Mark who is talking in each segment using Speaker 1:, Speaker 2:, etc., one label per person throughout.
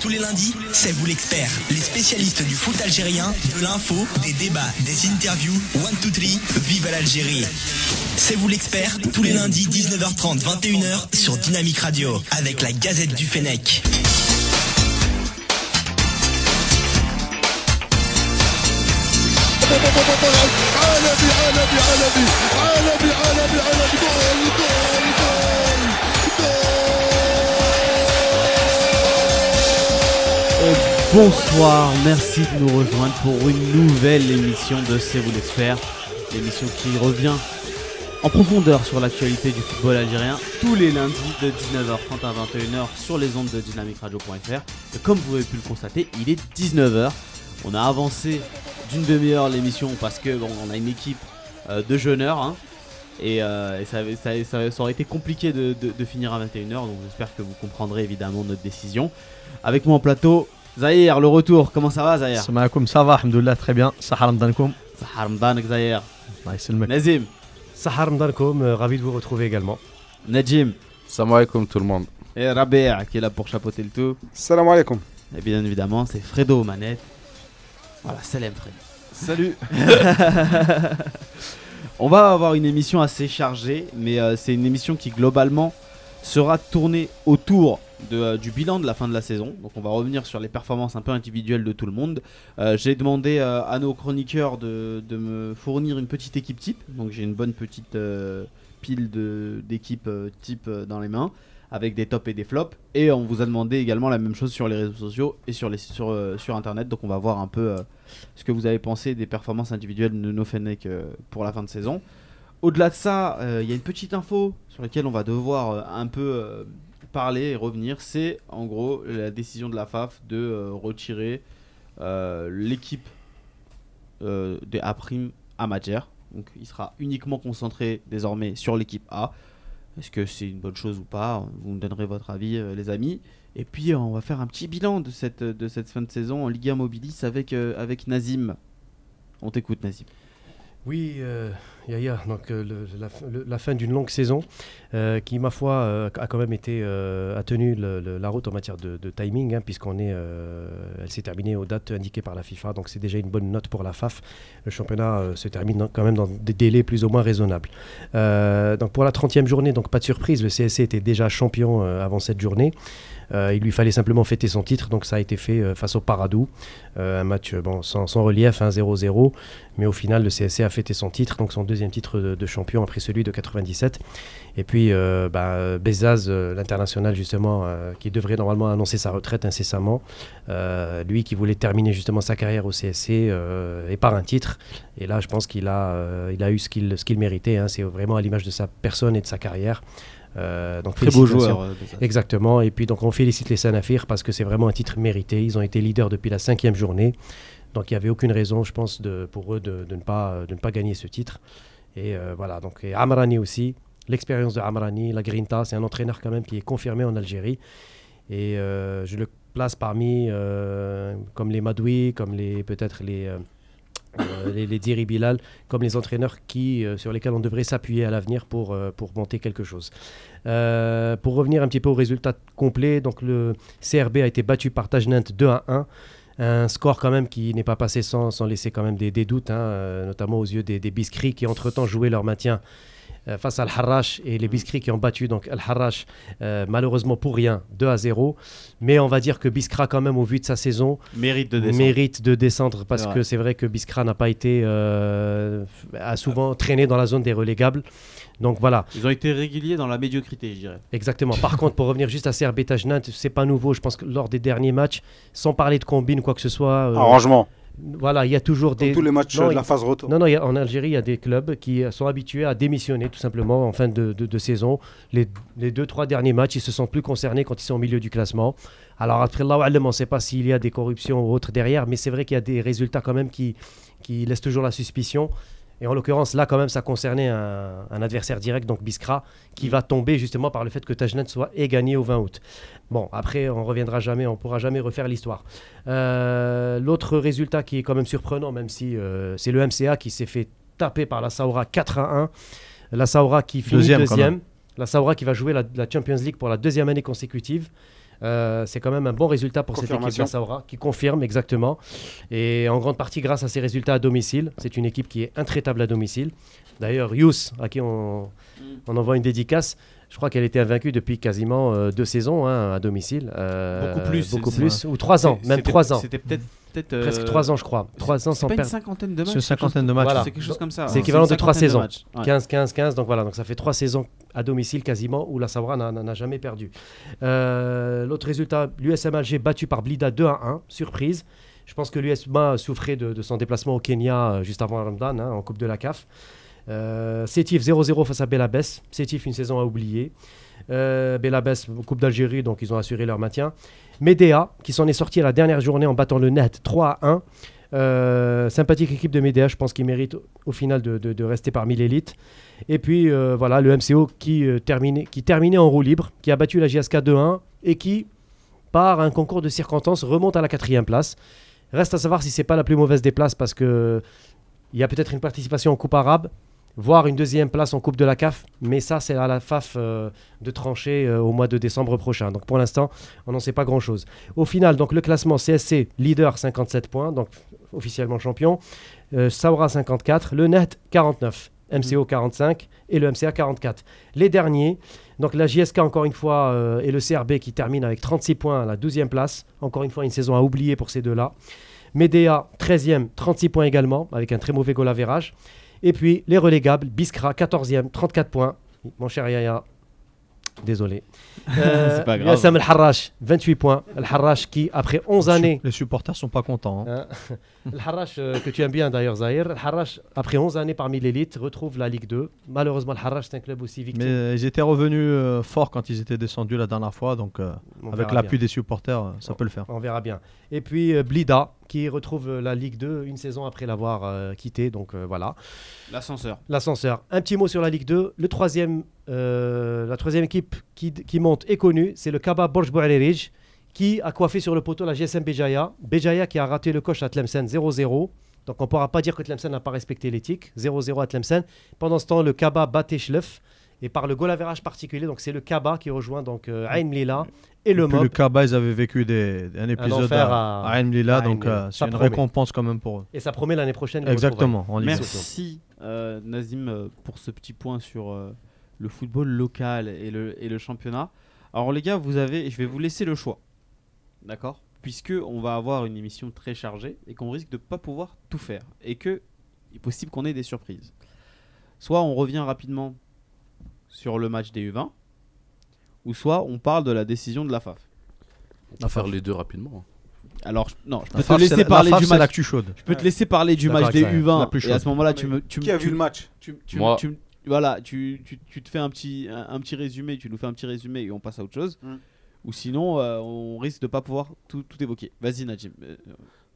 Speaker 1: Tous les lundis, c'est vous l'expert, les spécialistes du foot algérien, de l'info, des débats, des interviews. One, two, three, vive à l'Algérie. C'est vous l'expert, tous les lundis, 19h30, 21h, sur Dynamique Radio, avec la Gazette du Fennec.
Speaker 2: عالمي عالمي عالمي عالمي عالمي عالمي جول جول جول
Speaker 3: Oh, Bonsoir, merci de nous rejoindre pour une nouvelle émission de C'est vous l'expert, l'émission qui revient en profondeur sur l'actualité du football algérien tous les lundis de 19h30 à 21h sur les ondes de dynamicradio.fr. Et Comme vous avez pu le constater, il est 19h. On a avancé d'une demi-heure l'émission parce que bon, on a une équipe euh, de jeûneurs hein, et, euh, et ça, avait- ça- ça- ça aurait été compliqué de, de- de finir à 21h. Donc j'espère que vous comprendrez évidemment notre décision. Avec moi en plateau, Zahir, le retour. Comment ça va, Zahir
Speaker 4: سمعكم صافا الحمد لله تخي بيان صحة رمضانكم
Speaker 3: Sahar Mdanek, Zahir.
Speaker 4: الله يسلمك
Speaker 3: Nazim,
Speaker 4: صحة رمضانكم euh, ravi de vous retrouver également
Speaker 3: Najim
Speaker 5: Salam alaikum tout le monde.
Speaker 3: et Rabea qui est là pour chapeauter le tout.
Speaker 6: Salam alaikum.
Speaker 3: Et bien évidemment, c'est Fredo aux manettes. Voilà, salam Fred.
Speaker 4: Salut
Speaker 3: On va avoir une émission assez chargée, mais euh, c'est une émission qui globalement sera tournée autour de, euh, du bilan de la fin de la saison. Donc on va revenir sur les performances un peu individuelles de tout le monde. Euh, j'ai demandé euh, à nos chroniqueurs de, de me fournir une petite équipe type. Donc j'ai une bonne petite euh, pile de- d'équipes euh, type euh, dans les mains, avec des tops et des flops. Et on vous a demandé également la même chose sur les réseaux sociaux et sur, les, sur, euh, sur Internet. Donc on va voir un peu... euh, ce que vous avez pensé des performances individuelles de nos Fennec euh, pour la fin de saison. Au-delà de ça, euh, il y a une petite info sur laquelle on va devoir euh, un peu euh, parler et revenir. C'est en gros la décision de la FAF de euh, retirer euh, l'équipe euh, de A prime à Majer. Donc il sera uniquement concentré désormais sur l'équipe A. Est-ce que c'est une bonne chose ou pas Vous me donnerez votre avis, euh, les amis. Et puis euh, on va faire un petit bilan de cette, euh, de cette fin de saison en Ligue 1 Mobilis avec, euh, avec Nazim. On t'écoute Nazim.
Speaker 4: Oui, euh, Yaya, donc euh, le- la, fin- le- la fin d'une longue saison euh, qui, ma foi, euh, a quand même été, euh, a tenu le- le- la route en matière de, de timing, hein, puisqu'on est, euh, elle s'est terminée aux dates indiquées par la FIFA, donc c'est déjà une bonne note pour la FAF. Le championnat euh, se termine dans- quand même dans des délais plus ou moins raisonnables. Euh, donc pour la 30e journée, donc pas de surprise, le CSC était déjà champion euh, avant cette journée. Euh, il lui fallait simplement fêter son titre, donc ça a été fait euh, face au Paradou. Euh, un match euh, bon, sans, sans relief, hein, 0-0. Mais au final, le CSC a fêté son titre, donc son deuxième titre de, de champion après celui de 97. Et puis, euh, bah, Bezaz, euh, l'international justement, euh, qui devrait normalement annoncer sa retraite incessamment, euh, lui qui voulait terminer justement sa carrière au CSC euh, et par un titre. Et là, je pense qu'il a, euh, il a eu ce qu'il ce qu'il méritait. hein. C'est vraiment à l'image de sa personne et de sa carrière. Euh, donc
Speaker 3: Très beau
Speaker 4: félicitations.
Speaker 3: joueur. euh, Bezat.
Speaker 4: Exactement. Et puis donc on félicite les Sanafir parce que c'est vraiment un titre mérité. Ils ont été leaders depuis la cinquième journée. Donc il n'y avait aucune raison, je pense, de- pour eux de, de ne pas, de ne pas gagner ce titre. Et euh, voilà, donc et Amrani aussi. L'expérience de Amrani, la Grinta, c'est un entraîneur quand même qui est confirmé en Algérie. Et euh, je le place parmi euh, comme les Madoui, comme les peut-être les, euh, euh, les, les Diri Bilal, comme les entraîneurs qui, euh, sur lesquels on devrait s'appuyer à l'avenir pour, euh, pour monter quelque chose. Euh, pour revenir un petit peu au résultat complet, donc le CRB a été battu par Tajnant 2 à 1. Un score quand même qui n'est pas passé sans, sans laisser quand même des, des doutes, hein, euh, notamment aux yeux des, des Biscris qui entre-temps jouaient leur maintien euh, face à Al-Harrach et les Biscris qui ont battu donc Al-Harrach euh, malheureusement pour rien 2 à 0. Mais on va dire que Biskra quand même au vu de sa saison
Speaker 3: Mérite de descendre.
Speaker 4: mérite de descendre parce
Speaker 3: C'est vrai.
Speaker 4: que c'est vrai que Biskra n'a pas été euh, a souvent traîné dans la zone des relégables. Donc voilà,
Speaker 3: Ils ont été réguliers dans la médiocrité, je dirais.
Speaker 4: Exactement. Par contre, pour revenir juste à CRB Tajnant, c'est pas nouveau. Je pense que lors des derniers matchs, sans parler de combine, quoi que ce soit, euh,
Speaker 6: Arrangement.
Speaker 4: voilà, il y a toujours
Speaker 6: Dans
Speaker 4: des.
Speaker 6: tous les matchs
Speaker 4: non,
Speaker 6: de
Speaker 4: il-
Speaker 6: la phase retour.
Speaker 4: Non, non, il y a- en Algérie, il y a des clubs qui euh, sont habitués à démissionner tout simplement en fin de, de- de saison. Les, les deux, trois derniers matchs, ils se sentent plus concernés quand ils sont au milieu du classement. Alors après, Allahu Alam, on ne sait pas s'il y a des corruptions ou autres derrière, mais c'est vrai qu'il y a des résultats quand même qui, qui laissent toujours la suspicion. Et en l'occurrence, là, quand même, ça concernait un, un adversaire direct, donc Biskra, qui va tomber justement par le fait que Tajnet soit et gagné au 20 août. Bon, après, on reviendra jamais, on pourra jamais refaire l'histoire. Euh, l'autre résultat qui est quand même surprenant, même si euh, c'est le MCA qui s'est fait taper par la Saoura 4 à 1. La Saoura qui finit
Speaker 5: Deuxième,
Speaker 4: deuxième.
Speaker 5: quand même.
Speaker 4: La Saoura qui va jouer la, la Champions League pour la deuxième année consécutive. Euh, c'est quand même un bon résultat pour cette équipe
Speaker 5: Confirmation.
Speaker 4: d'Assaoura qui confirme exactement. Et en grande partie grâce à ses résultats à domicile. C'est une équipe qui est intraitable à domicile. D'ailleurs, Yous, à qui on,
Speaker 3: Mm.
Speaker 4: on envoie une dédicace, je crois qu'elle était invaincue depuis quasiment euh, deux saisons hein, à domicile. Euh,
Speaker 3: Beaucoup plus,
Speaker 4: Beaucoup
Speaker 3: c'est-
Speaker 4: plus. Ou trois ans,
Speaker 3: C'était-
Speaker 4: même
Speaker 3: c'était-
Speaker 4: trois ans.
Speaker 3: C'était peut-être. peut-être,
Speaker 4: Presque
Speaker 3: euh,
Speaker 4: trois ans, je crois. Trois ans
Speaker 3: C'est
Speaker 4: sans
Speaker 3: pas une
Speaker 4: perdre.
Speaker 3: cinquantaine de matchs.
Speaker 6: C'est une cinquantaine de matchs.
Speaker 4: Voilà.
Speaker 3: C'est quelque chose comme ça.
Speaker 4: C'est l'équivalent de trois
Speaker 3: une cinquantaine matchs. Ouais.
Speaker 4: 15, 15, 15. Donc voilà, donc ça fait trois saisons à domicile quasiment où la Sabra n'en n'en a jamais perdu. Euh, L'autre résultat, l'USM Alger battu par Blida 2 à 1, surprise. Je pense que l'USMA souffrait de, de son déplacement au Kenya euh, juste avant Ramadan hein, en Coupe de la CAF. Euh, Sétif 0-0 face à Belabès. Sétif, une saison à oublier. Euh, Belabès, Coupe d'Algérie, donc ils ont assuré leur maintien. Médéa, qui s'en est sorti à la dernière journée en battant le net 3 à 1. Euh, sympathique équipe de Médéa, je pense qu'ils méritent au final de, de- de rester parmi l'élite. Et puis euh, voilà, le MCO qui, euh, terminait, qui terminait en roue libre, qui a battu la JSK 2-1 et qui, par un concours de circonstances, remonte à la quatrième place. Reste à savoir si c'est pas la plus mauvaise des places parce que il y a peut-être une participation en Coupe arabe, voire une deuxième place en Coupe de la CAF, mais ça c'est à la FAF euh, de trancher euh, au mois de décembre prochain. Donc pour l'instant, on n'en sait pas grand-chose. Au final, donc le classement CSC leader 57 points, donc officiellement champion, euh, Saura 54, le Net 49,
Speaker 3: Mhm.
Speaker 4: MCO 45 et le MCA 44. Les derniers, donc la JSK encore une fois euh, et le CRB qui termine avec 36 points à la 12e place, encore une fois une saison à oublier pour ces deux-là. Medea 13e, 36 points également avec un très mauvais goal average. Et puis les relégables, Biscra 14e, 34 points. Mon cher Yaya, désolé. Euh,
Speaker 3: C'est pas grave.
Speaker 4: Yassam Al-Harrach, 28 points. Al-Harrach qui, après 11 années
Speaker 6: Les supporters sont pas contents. hein.
Speaker 4: Hein. le Harrach, euh, que tu aimes bien d'ailleurs, Zahir. Le Harrach, après 11 années parmi l'élite, retrouve la Ligue 2. Malheureusement, le Harrach, c'est un club aussi victime.
Speaker 6: Mais euh, ils étaient revenus euh, fort quand ils étaient descendus la dernière fois, donc euh,
Speaker 4: On
Speaker 6: avec
Speaker 4: verra
Speaker 6: l'appui des supporters, euh, ça peut le faire.
Speaker 4: bien. On verra bien. Et puis euh, Blida, qui retrouve euh, la Ligue 2 une saison après l'avoir euh, quitté. Donc euh, voilà.
Speaker 3: L'ascenseur.
Speaker 4: L'ascenseur. Un petit mot sur la Ligue 2. Le troisième, euh, la troisième équipe qui, qui monte est connue, c'est le Kaba Borj Boualerij, qui a coiffé sur le poteau la GSM Béjaïa. Béjaïa qui a raté le coche à Tlemcen 0-0. Donc on ne pourra pas dire que Tlemcen n'a pas respecté l'éthique. 0-0 à Tlemcen. Pendant ce temps, le Kaba bat Teschlef. Et par le goal average particulier, donc c'est le Kaba qui rejoint donc euh, Ain Mlila et le
Speaker 6: Puis
Speaker 4: Mob.
Speaker 6: le Kaba, ils avaient vécu des, un épisode
Speaker 4: enfer
Speaker 6: à,
Speaker 4: à-
Speaker 6: à Ain Lila,
Speaker 4: à Ain
Speaker 6: donc euh,
Speaker 4: Lila. Ça
Speaker 6: c'est une
Speaker 4: promet.
Speaker 6: récompense quand même pour eux.
Speaker 4: Et ça promet l'année prochaine. les
Speaker 6: Exactement, en Ligue deux.
Speaker 3: Merci euh, Nazim euh, pour ce petit point sur euh, le football local et le, et le championnat. Alors les gars, vous avez, je vais vous laisser le choix, d'accord Puisque on va avoir une émission très chargée et qu'on risque de pas pouvoir tout faire et que il est possible qu'on ait des surprises. Soit on revient rapidement sur le match des U20, ou soit on parle de la décision de la FAF.
Speaker 7: On va faire les deux rapidement.
Speaker 3: Alors je- non, je peux
Speaker 6: La
Speaker 3: te
Speaker 6: FAF,
Speaker 3: laisser
Speaker 6: c'est la-
Speaker 3: parler
Speaker 6: la
Speaker 3: du
Speaker 6: FAF, c'est
Speaker 3: match.
Speaker 6: l'actu chaude.
Speaker 3: Je peux te laisser parler du
Speaker 4: D'accord
Speaker 3: match des
Speaker 4: avec ça,
Speaker 6: la
Speaker 3: U20
Speaker 6: plus
Speaker 3: et à
Speaker 6: chaude.
Speaker 3: ce moment-là tu me tu,
Speaker 5: Qui a
Speaker 3: tu-
Speaker 5: vu le match
Speaker 3: tu, tu-
Speaker 7: Moi.
Speaker 3: tu- voilà, tu, tu, tu te fais un petit, un, un petit résumé, tu nous fais un petit résumé et on passe à autre chose.
Speaker 5: Mm.
Speaker 3: Ou sinon, euh, on risque de pas pouvoir tout, tout évoquer. Vas-y, Najim, euh,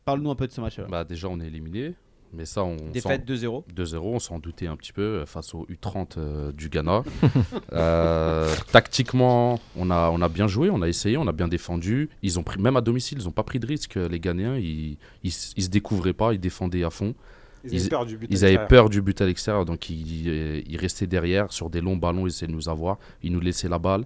Speaker 3: parle-nous un peu de ce match-là.
Speaker 7: Bah, déjà, on est éliminé. Mais ça, on. s'en-
Speaker 3: Défaite 2-0.
Speaker 7: 2-0, on s'en doutait un petit peu euh, face au U30 euh, du Ghana. Euh, tactiquement, on a, on a bien joué, on a essayé, on a bien défendu. Ils ont pris, même à domicile, ils n'ont pas pris de risque. euh, Les Ghanéens, ils ne se découvraient pas, ils défendaient à fond.
Speaker 5: Ils avaient
Speaker 7: Ils-
Speaker 5: peur du but.
Speaker 7: Ils avaient peur du but à l'extérieur, donc ils, euh, ils restaient derrière sur des longs ballons, ils essayaient de nous avoir, ils nous laissaient la balle.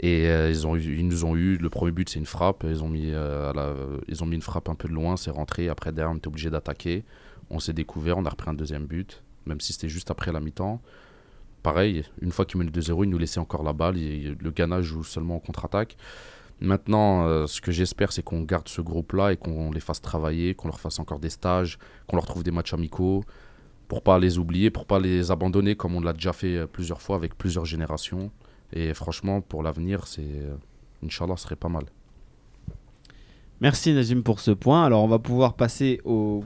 Speaker 7: Et euh, ils, ont, eu- ils nous ont eu, le premier but c'est une frappe, ils ont, mis, euh, à la- ils ont mis une frappe un peu de loin, c'est rentré, après derrière on était obligé d'attaquer, on s'est découvert, on a repris un deuxième but, même si c'était juste après la mi-temps. Pareil, une fois qu'ils menaient 2-0, ils nous laissaient encore la balle, et le Ghana joue seulement en contre-attaque. Maintenant, euh, ce que j'espère, c'est qu'on garde ce groupe-là et qu'on les fasse travailler, qu'on leur fasse encore des stages, qu'on leur trouve des matchs amicaux, pour pas les oublier, pour pas les abandonner comme on l'a déjà fait euh, plusieurs fois avec plusieurs générations. Et franchement, pour l'avenir, c'est euh, Inch'Allah, ce serait pas mal.
Speaker 3: Merci Najim pour ce point. Alors on va pouvoir passer au,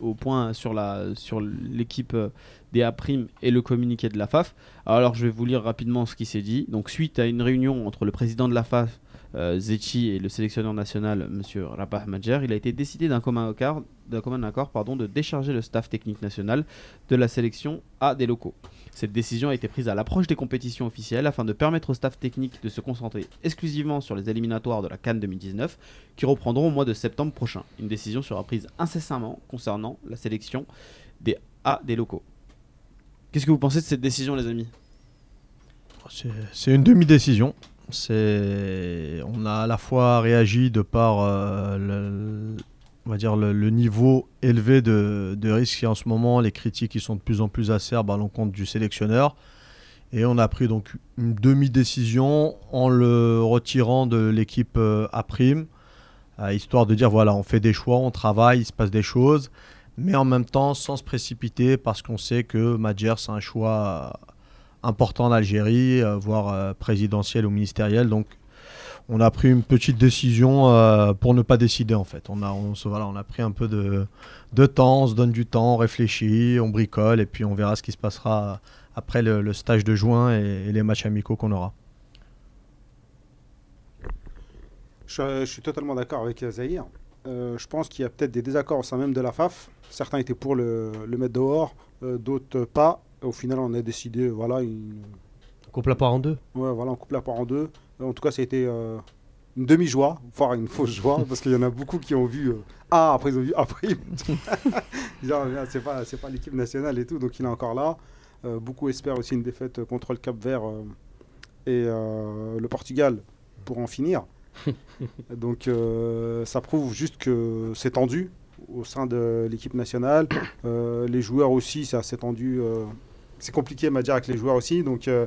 Speaker 3: au point sur la sur l'équipe euh, des A et le communiqué de la FAF. Alors je vais vous lire rapidement ce qui s'est dit. Donc suite à une réunion entre le président de la FAF euh, Zetchi et le sélectionneur national Monsieur Rabah Madjer, il a été décidé d'un commun accord d'un commun accord pardon de décharger le staff technique national de la sélection à des locaux. Cette décision a été prise à l'approche des compétitions officielles afin de permettre au staff technique de se concentrer exclusivement sur les éliminatoires de la Cannes 2019 qui reprendront au mois de septembre prochain. Une décision sera prise incessamment concernant la sélection des A des locaux. Qu'est-ce que vous pensez de cette décision, les amis
Speaker 6: C'est- C'est une demi-décision. C'est, on a à la fois réagi de par euh, le, on va dire le, le niveau élevé de, de risque et en ce moment, les critiques qui sont de plus en plus acerbes à l'encontre du sélectionneur. Et on a pris donc une demi-décision en le retirant de l'équipe euh, A prime, euh, histoire de dire voilà, on fait des choix, on travaille, il se passe des choses, mais en même temps sans se précipiter parce qu'on sait que Madjer c'est un choix euh, important en Algérie, euh, voire euh, présidentiel ou ministériel. Donc on a pris une petite décision euh, pour ne pas décider en fait. On a, on se, voilà, on a pris un peu de, de temps, on se donne du temps, on réfléchit, on bricole et puis on verra ce qui se passera euh, après le, le stage de juin et, et les matchs amicaux qu'on aura.
Speaker 5: Je, euh, je suis totalement d'accord avec euh, Zahir. Euh, je pense qu'il y a peut-être des désaccords au sein même de la FAF. Certains étaient pour le, le mettre dehors, euh, d'autres euh, pas. Au final, on a décidé, voilà, une-
Speaker 4: Coupe la part en deux.
Speaker 5: ouais, voilà, on coupe la part en deux. En tout cas, ça a été euh, une demi-joie, voire une fausse joie, parce qu'il y en a beaucoup qui ont vu euh, A, après ils ont vu A prime. Ils disent, Ah, merde, c'est pas, c'est pas l'équipe nationale et tout, donc il est encore là. Euh, beaucoup espèrent aussi une défaite euh, contre le Cap Vert euh, et euh, le Portugal pour en finir. donc euh, ça prouve juste que c'est tendu au sein de l'équipe nationale. Euh, les joueurs aussi, c'est assez tendu. euh, c'est compliqué, Madjar, avec les joueurs aussi. Donc, euh,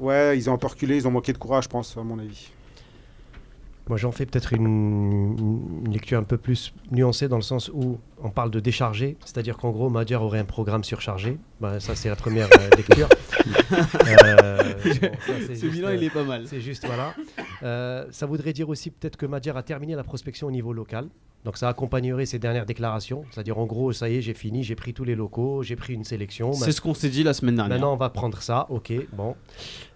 Speaker 5: ouais, ils ont un peu reculé, ils ont manqué de courage, je pense, à mon avis.
Speaker 4: Moi, j'en fais peut-être une, une lecture un peu plus nuancée dans le sens où on parle de décharger, c'est-à-dire qu'en gros, Madjar aurait un programme surchargé. Ben, ça, c'est la première euh, lecture. Euh, bon, ça, c'est
Speaker 3: Ce
Speaker 4: juste,
Speaker 3: bilan,
Speaker 4: euh,
Speaker 3: il est pas mal.
Speaker 4: C'est juste, voilà. Euh, ça voudrait dire aussi peut-être que Madjer a terminé la prospection au niveau local. Donc ça accompagnerait ses dernières déclarations. C'est-à-dire, en gros, ça y est, j'ai fini, j'ai pris tous les locaux, j'ai pris une sélection.
Speaker 3: C'est ce qu'on s'est dit la semaine dernière.
Speaker 4: Maintenant, on va prendre ça, ok, bon.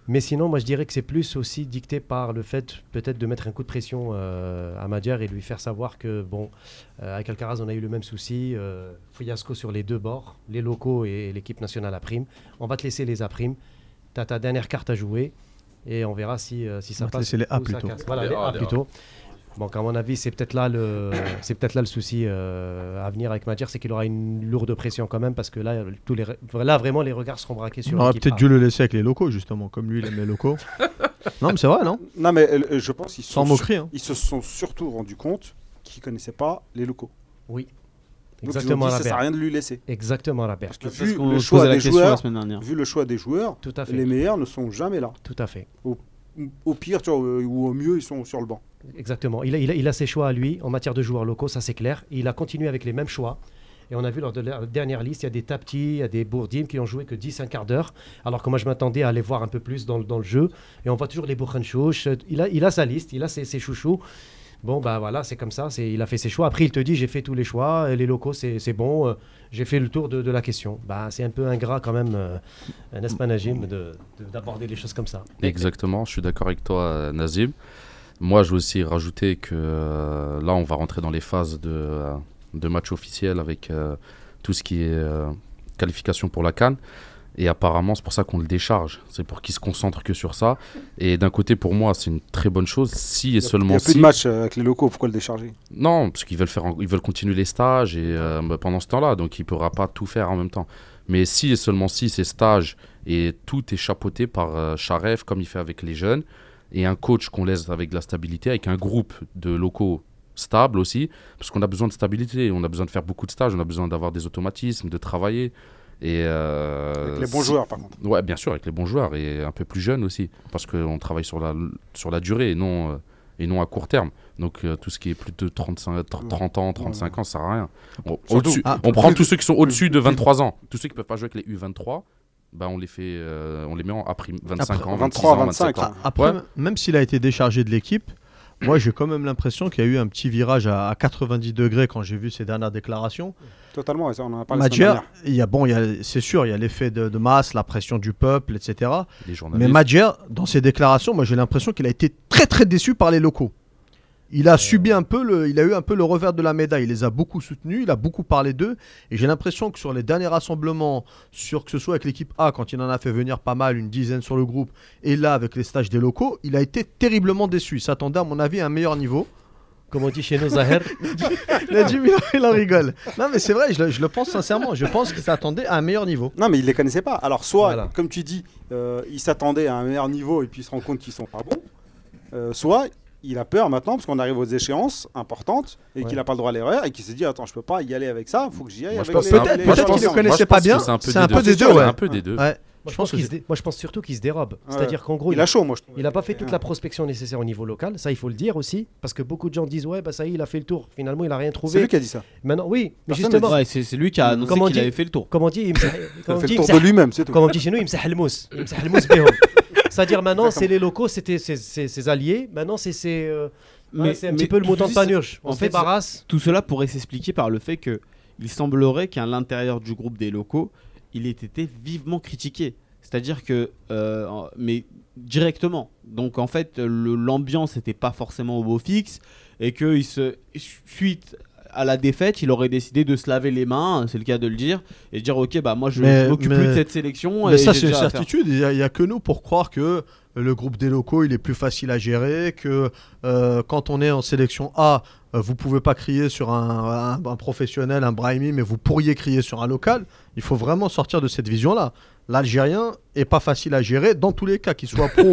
Speaker 4: Mais sinon, moi, je dirais que c'est plus aussi dicté par le fait, peut-être, de mettre un coup de pression euh, à Madiar et lui faire savoir que, bon, euh, avec Alcaraz, on a eu le même souci, euh, fiasco sur les deux bords, les locaux et l'équipe nationale à prime. On va te laisser les à prime. T'as ta dernière carte à jouer et on verra si, euh, si ça
Speaker 6: va te
Speaker 4: passe.
Speaker 6: laisser les A
Speaker 4: ou ça
Speaker 6: plutôt.
Speaker 4: casse. Voilà,
Speaker 7: Les
Speaker 4: les
Speaker 7: A,
Speaker 4: A
Speaker 7: les A.
Speaker 4: plutôt. Donc, à mon avis, c'est peut-être là le, c'est peut-être là le souci euh, à venir avec Madjer, c'est qu'il aura une lourde pression quand même, parce que là, tous les, re- là vraiment, les regards seront braqués sur
Speaker 6: On aurait
Speaker 4: l'équipe hein.
Speaker 6: peut-être dû
Speaker 4: A.
Speaker 6: le laisser avec les locaux justement, comme lui il aime les locaux. non mais c'est vrai non
Speaker 5: Non, mais euh, je pense qu'ils se
Speaker 6: Sans
Speaker 5: sont
Speaker 6: moquerie. hein.
Speaker 5: ils se sont surtout rendus compte qu'ils connaissaient pas les locaux. Donc
Speaker 4: Exactement
Speaker 5: ils ont
Speaker 4: à la
Speaker 5: dit, ça sert à
Speaker 4: paire.
Speaker 5: rien de lui laisser.
Speaker 4: Exactement à la paire.
Speaker 5: Parce que
Speaker 3: C'est
Speaker 5: vu
Speaker 3: ce qu'on
Speaker 5: le,
Speaker 3: se
Speaker 5: choix
Speaker 3: posait la
Speaker 5: des
Speaker 3: question la
Speaker 5: joueurs,
Speaker 3: semaine dernière.
Speaker 5: vu le choix des joueurs,
Speaker 4: Tout à fait.
Speaker 5: les meilleurs ne sont jamais là.
Speaker 4: Tout à fait.
Speaker 5: Ou- Au pire, tu vois, ou au mieux, ils sont sur le banc.
Speaker 4: Exactement. Il a, il a- il a ses choix à lui en matière de joueurs locaux, ça c'est clair. Il a continué avec les mêmes choix. Et on a vu lors de la dernière liste, il y a des Tapti, il y a des Bourdim qui ont joué que 10, un quart d'heure. Alors que moi, je m'attendais à les voir un peu plus dans, le- dans le jeu. Et on voit toujours les Bourkhanchouch. Il a, il a sa liste, il a ses, ses chouchous. Bon, bah voilà, c'est comme ça. c'est- Il a fait ses choix. Après, il te dit j'ai fait tous les choix. et Les locaux, c'est c'est bon. euh, J'ai fait le tour de, de la question. Bah, c'est un peu ingrat quand même, euh, n'est-ce pas, Najim, de- de- d'aborder les choses comme ça.
Speaker 7: Exactement, je suis d'accord avec toi, euh, Nazim. Moi, je veux aussi rajouter que euh, là, on va rentrer dans les phases de, euh, de match officiel avec euh, tout ce qui est euh, qualification pour la Cannes. Et apparemment, c'est pour ça qu'on le décharge. C'est pour qu'il se concentre que sur ça. Et d'un côté, pour moi, c'est une très bonne chose si et
Speaker 5: Il n'y
Speaker 7: seulement
Speaker 5: a plus
Speaker 7: si.
Speaker 5: de match euh, avec les locaux, pourquoi le décharger
Speaker 7: Non, parce qu'ils veulent faire, en- ils veulent continuer les stages et euh, bah, pendant ce temps-là, donc il pourra pas tout faire en même temps. Mais si et seulement si ces stages et tout est chapeauté par euh, Charef comme il fait avec les jeunes et un coach qu'on laisse avec de la stabilité, avec un groupe de locaux stable aussi, parce qu'on a besoin de stabilité, on a besoin de faire beaucoup de stages, on a besoin d'avoir des automatismes, de travailler et euh,
Speaker 5: Avec les bons
Speaker 7: si-
Speaker 5: joueurs, par contre.
Speaker 7: Ouais, bien sûr, avec les bons joueurs et un peu plus jeunes aussi, parce qu'on travaille sur la, sur la durée et non, euh, et non à court terme. Donc euh, tout ce qui est plus de 35, 30, 30 ans, 35 ans, ça sert à rien. On,
Speaker 5: Surtout-
Speaker 7: au-dessus-
Speaker 6: Ah,
Speaker 7: on prend
Speaker 5: plus-
Speaker 7: tous ceux qui sont au-dessus de 23 ans, tous ceux qui peuvent pas jouer avec les U23, bah on les fait, euh, on les met en A prime, 25
Speaker 6: Après-
Speaker 7: ans,
Speaker 5: 23,
Speaker 7: 26 ans,
Speaker 5: 25.
Speaker 7: 25 ans.
Speaker 6: Ah, Après,
Speaker 7: Ouais.
Speaker 6: même s'il a été déchargé de l'équipe, moi j'ai quand même l'impression qu'il y a eu un petit virage à à 90 degrés quand j'ai vu ses dernières déclarations.
Speaker 5: Totalement, ouais, ça, on en a parlé la semaine
Speaker 6: Madjer,
Speaker 5: dernière.
Speaker 6: il y a bon, il y a- c'est sûr, il y a l'effet de, de masse, la pression du peuple, etc.
Speaker 7: Les
Speaker 6: Mais
Speaker 7: journalistes.
Speaker 6: Madjer, dans ses déclarations, moi j'ai l'impression qu'il a été très très déçu par les locaux. Il a subi un peu le, il a eu un peu le revers de la médaille. Il les a beaucoup soutenus, il a beaucoup parlé d'eux, et j'ai l'impression que sur les derniers rassemblements, sur que ce soit avec l'équipe A quand il en a fait venir pas mal, une dizaine sur le groupe, et là avec les stages des locaux, il a été terriblement déçu. Il s'attendait à mon avis à un meilleur niveau.
Speaker 4: comme on dit chez nous, Zahir.
Speaker 6: Nadim, il, il en rigole. Non, mais c'est vrai, je le, je le pense sincèrement. Je pense qu'il s'attendait à un meilleur niveau.
Speaker 5: Non, mais il les connaissait pas. Alors, soit,
Speaker 4: Voilà.
Speaker 5: comme tu dis, euh, il s'attendait à un meilleur niveau et puis il se rend compte qu'ils sont pas bons. Euh, soit, il a peur maintenant parce qu'on arrive aux échéances importantes et
Speaker 4: Ouais.
Speaker 5: qu'il a pas le droit à l'erreur et qu'il se dit Attends, je peux pas y aller avec ça, faut que j'y aille
Speaker 7: Moi, je
Speaker 5: avec
Speaker 7: pense
Speaker 5: les-
Speaker 7: que c'est un-
Speaker 6: Peut-être
Speaker 5: les
Speaker 6: peut-être
Speaker 5: gens
Speaker 6: qu'il ne
Speaker 5: ensemble.
Speaker 7: connaît-
Speaker 6: connaissait
Speaker 7: je pense
Speaker 6: pas
Speaker 7: que
Speaker 6: bien.
Speaker 7: c'est un peu
Speaker 6: C'est un
Speaker 7: des
Speaker 6: peu
Speaker 7: deux.
Speaker 6: des deux, ouais.
Speaker 7: un peu des deux.
Speaker 6: Ouais.
Speaker 4: Moi, je,
Speaker 6: pense
Speaker 4: pense
Speaker 6: que
Speaker 4: qu'il se dé- Moi, je pense surtout qu'il se dérobe. C'est-à-dire qu'en gros,
Speaker 5: Il a chaud, moi, je trouve.
Speaker 4: Il n'a pas fait toute la prospection nécessaire au niveau local, ça il faut le dire aussi, parce que beaucoup de gens disent ouais bah ça y est il a fait le tour, finalement il a rien
Speaker 5: C'est
Speaker 4: trouvé.
Speaker 5: lui qui a dit ça.
Speaker 4: Maintenant oui, mais
Speaker 5: Personne
Speaker 4: justement,
Speaker 3: Ouais, c'est c'est lui qui a annoncé
Speaker 4: Comment on
Speaker 3: qu'il
Speaker 4: dit
Speaker 3: avait fait le tour.
Speaker 4: comme on dit, il me-
Speaker 5: Il
Speaker 4: comme
Speaker 5: a
Speaker 4: on
Speaker 5: fait
Speaker 4: dit,
Speaker 5: le
Speaker 4: il me-
Speaker 5: tour de lui-même, c'est tout.
Speaker 4: comme on dit chez nous, il me sert le mousse. Il me sert le mousse béhom. C'est-à-dire maintenant c'est les locaux, c'était ses, ses- ses alliés, maintenant c'est ses, euh, ouais, c'est un petit peu le mouton de panurge. On
Speaker 3: en
Speaker 4: se
Speaker 3: fait,
Speaker 4: débarrasse.
Speaker 3: Tout cela pourrait s'expliquer par le fait que il semblerait qu'à l'intérieur du groupe des locaux, il ait été vivement critiqué. C'est-à-dire que, euh, en- mais directement. Donc en fait, le- l'ambiance n'était pas forcément au beau fixe et que il se suite à la défaite, il aurait décidé de se laver les mains, c'est le cas de le dire, et dire ok bah moi je
Speaker 6: Mais-
Speaker 3: je m'occupe
Speaker 6: mais-
Speaker 3: plus de cette sélection.
Speaker 6: Mais
Speaker 3: et
Speaker 6: ça,
Speaker 3: j'ai
Speaker 6: c'est une
Speaker 3: déjà à faire.
Speaker 6: certitude. Il n'y a, il y a que nous pour croire que le groupe des locaux, il est plus facile à gérer, que euh, quand on est en sélection A, euh, vous pouvez pas crier sur un, un- un professionnel, un Brahimi, mais vous pourriez crier sur un local. Il faut vraiment sortir de cette vision-là. L'Algérien est pas facile à gérer dans tous les cas, qu'il soit pro.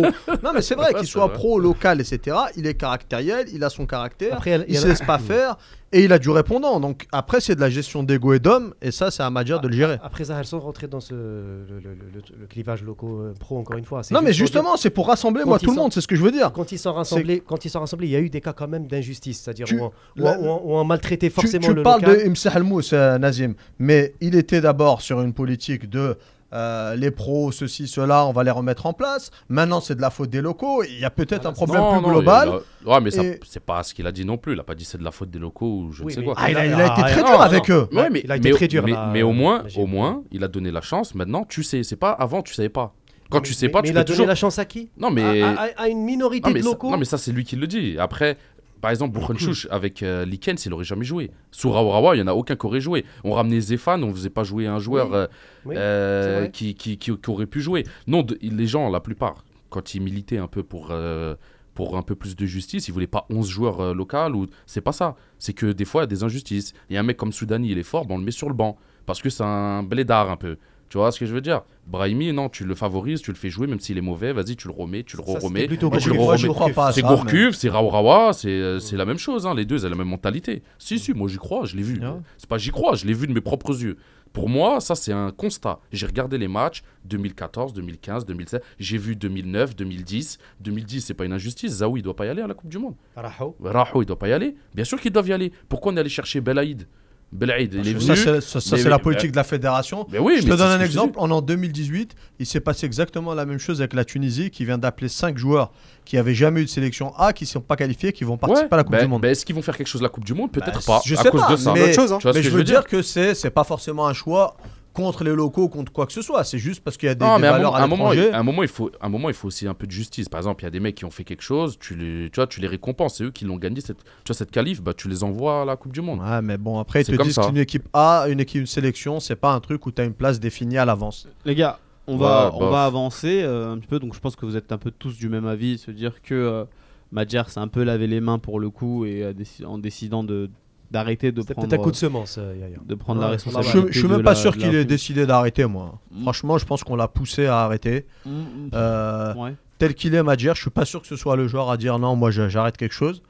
Speaker 6: non, mais c'est vrai,
Speaker 7: Ouais,
Speaker 6: qu'il
Speaker 7: c'est
Speaker 6: soit
Speaker 7: vrai.
Speaker 6: pro, local, etc. Il est caractériel, il a son caractère
Speaker 4: Après il
Speaker 6: il
Speaker 4: y en
Speaker 6: se
Speaker 4: a-
Speaker 6: laisse pas faire et il a du répondant. Donc après, c'est de la gestion d'ego et d'homme et ça, c'est à Madjer de le gérer.
Speaker 4: après ça elles sont rentrées dans ce le, le- le- le clivage locaux euh, pro encore une fois. C'est
Speaker 6: Non, mais
Speaker 4: pour dire-
Speaker 6: justement, c'est pour rassembler moi
Speaker 4: Quand ils
Speaker 6: tout le
Speaker 4: sont-
Speaker 6: monde, c'est ce que je veux dire.
Speaker 4: Quand ils sont rassemblés, quand ils sont rassemblés, il y a eu des cas quand même d'injustice, c'est-à-dire
Speaker 6: Tu-
Speaker 4: où, on- où
Speaker 6: la-
Speaker 4: on- où on- où on maltraitait
Speaker 6: Tu,
Speaker 4: forcément
Speaker 6: tu
Speaker 4: le
Speaker 6: parles
Speaker 4: local.
Speaker 6: de Imsa Halmous, euh, Nazim, mais il était d'abord sur une politique de euh, les pros, ceci, cela, on va les remettre en place. Maintenant, c'est de la faute des locaux. Il y a peut-être un problème
Speaker 7: Ah, Non,
Speaker 6: plus
Speaker 7: non,
Speaker 6: global.
Speaker 7: il a- Ouais, mais ça-
Speaker 6: Et-
Speaker 7: c'est pas ce qu'il a dit non plus. Il a pas dit c'est de la faute des locaux ou je
Speaker 4: Oui,
Speaker 7: ne sais
Speaker 4: mais-
Speaker 7: quoi.
Speaker 6: Ah, il a,
Speaker 4: il a-
Speaker 6: il a été
Speaker 4: ah,
Speaker 6: très
Speaker 7: non,
Speaker 6: dur
Speaker 7: non.
Speaker 6: avec eux.
Speaker 7: Ouais, mais,
Speaker 4: il a été
Speaker 7: mais,
Speaker 4: très dur,
Speaker 7: mais,
Speaker 4: là,
Speaker 7: mais au
Speaker 4: euh,
Speaker 7: moins,
Speaker 4: Najib.
Speaker 7: au moins, il a donné la chance. Maintenant, tu sais, c'est pas avant, tu savais pas. Quand tu sais
Speaker 4: Mais-
Speaker 7: pas,
Speaker 4: mais
Speaker 7: tu
Speaker 4: il a
Speaker 7: peux
Speaker 4: donné
Speaker 7: toujours.
Speaker 4: la chance à qui
Speaker 7: Non, mais
Speaker 4: à, à- à une minorité
Speaker 7: non, mais
Speaker 4: de
Speaker 7: ça-
Speaker 4: locaux.
Speaker 7: non, mais ça, c'est lui qui le dit. Après, par exemple, Bourkhonchouch avec euh, Likens, il aurait jamais joué. Suraorawa, il y en a aucun qui aurait joué. On ramenait Zéphane, on faisait pas jouer un joueur euh,
Speaker 4: Oui,
Speaker 7: euh,
Speaker 4: c'est vrai.
Speaker 7: qui, qui, qui- qui aurait pu jouer. Non, de- les gens, la plupart, quand ils militaient un peu pour. euh, pour un peu plus de justice, ils voulaient pas 11 joueurs euh, locaux ou c'est pas ça. C'est que des fois il y a des injustices. Il y a un mec comme Soudani, il est fort, ben, on le met sur le banc parce que c'est un blédard un peu. Tu vois ce que je veux dire Brahimi, non, tu le favorises, tu le fais jouer même s'il est mauvais, vas-y, tu le remets, tu le
Speaker 4: Ça, c'était
Speaker 7: remets.
Speaker 4: plutôt
Speaker 7: Moi, je
Speaker 4: Gourcuff.
Speaker 7: le
Speaker 4: Moi,
Speaker 6: Moi, je
Speaker 7: remets.
Speaker 4: remets-
Speaker 6: crois pas. à
Speaker 7: Ah, C'est
Speaker 6: ça,
Speaker 7: Gourcuff, c'est Raourawa, c'est euh, c'est la même chose. hein, Les deux, elles ont la même mentalité. Si, si, moi j'y crois, je l'ai vu.
Speaker 6: Ouais.
Speaker 7: C'est pas j'y crois, je l'ai vu de mes propres yeux. Pour moi, ça c'est un constat. J'ai regardé les matchs 2014, 2015, 2016. J'ai vu 2009, 2010. 2010, c'est pas une injustice. Zaoui, il doit pas y aller à la Coupe du Monde.
Speaker 4: Araujo.
Speaker 7: Raho, il doit pas y aller. Bien sûr qu'ils doivent y aller. Pourquoi on est allé chercher Belaïd Belaïd, il est
Speaker 6: mais-
Speaker 7: venu.
Speaker 6: Ça, c'est- ça, ça,
Speaker 7: Mais-
Speaker 6: c'est la politique de la fédération.
Speaker 7: Mais oui,
Speaker 6: je
Speaker 7: mais
Speaker 6: te
Speaker 7: c'est
Speaker 6: donne
Speaker 7: ce
Speaker 6: un
Speaker 7: que je te dis.
Speaker 6: exemple. En en 2018, il s'est passé exactement la même chose avec la Tunisie qui vient d'appeler 5 joueurs qui n'avaient jamais eu de sélection A, qui ne sont pas qualifiés, qui vont participer
Speaker 7: Ouais.
Speaker 6: à la Coupe
Speaker 7: Ben-
Speaker 6: du Monde.
Speaker 7: ben, Est-ce qu'ils vont faire quelque chose à la Coupe du Monde Peut-être
Speaker 6: Bah,
Speaker 7: pas.
Speaker 6: je
Speaker 7: à
Speaker 6: sais
Speaker 7: cause
Speaker 6: pas,
Speaker 7: de ça.
Speaker 5: C'est
Speaker 6: Mais-
Speaker 5: autre chose, hein.
Speaker 7: Tu vois ce
Speaker 6: mais
Speaker 7: que
Speaker 6: je veux dire, que c'est c'est pas forcément un choix contre les locaux, contre quoi que ce soit. C'est juste parce qu'il y a des,
Speaker 7: Non,
Speaker 6: des
Speaker 7: mais à un,
Speaker 6: valeurs
Speaker 7: moment,
Speaker 6: à
Speaker 7: à un moment,
Speaker 6: l'étranger.
Speaker 7: il- à un moment, il faut, à un moment, il faut aussi un peu de justice. Par exemple, il y a des mecs qui ont fait quelque chose, tu les, tu vois, tu les récompenses. C'est eux qui l'ont gagné. Cette, tu vois, cette qualif, bah, tu les envoies à la Coupe du Monde.
Speaker 6: Ouais, mais bon, après, ils
Speaker 7: C'est
Speaker 6: te
Speaker 7: comme
Speaker 6: disent
Speaker 7: ça.
Speaker 6: qu'une équipe A, une équipe, une sélection, c'est pas un truc où tu as une place définie à l'avance.
Speaker 3: Les gars, on va,
Speaker 7: Ouais,
Speaker 3: on
Speaker 7: bof.
Speaker 3: va avancer euh, un petit peu, donc je pense que vous êtes un peu tous du même avis, se dire que euh, Madjer s'est un peu lavé les mains pour le coup et a déci- en décidant de d'arrêter de
Speaker 4: C'était
Speaker 3: prendre
Speaker 4: peut-être un coup de semence. euh, Yaya.
Speaker 3: de prendre la
Speaker 4: Ouais,
Speaker 3: responsabilité.
Speaker 6: je, je suis
Speaker 3: de
Speaker 6: même pas
Speaker 3: la-
Speaker 6: sûr
Speaker 3: de la-
Speaker 6: qu'il ait décidé d'arrêter, moi.
Speaker 3: Mm.
Speaker 6: Franchement, je pense qu'on l'a poussé à arrêter.
Speaker 3: Mm, mm,
Speaker 6: Euh,
Speaker 3: ouais.
Speaker 6: tel qu'il est Madjer, je suis pas sûr que ce soit le joueur à dire non, moi je- j'arrête quelque chose.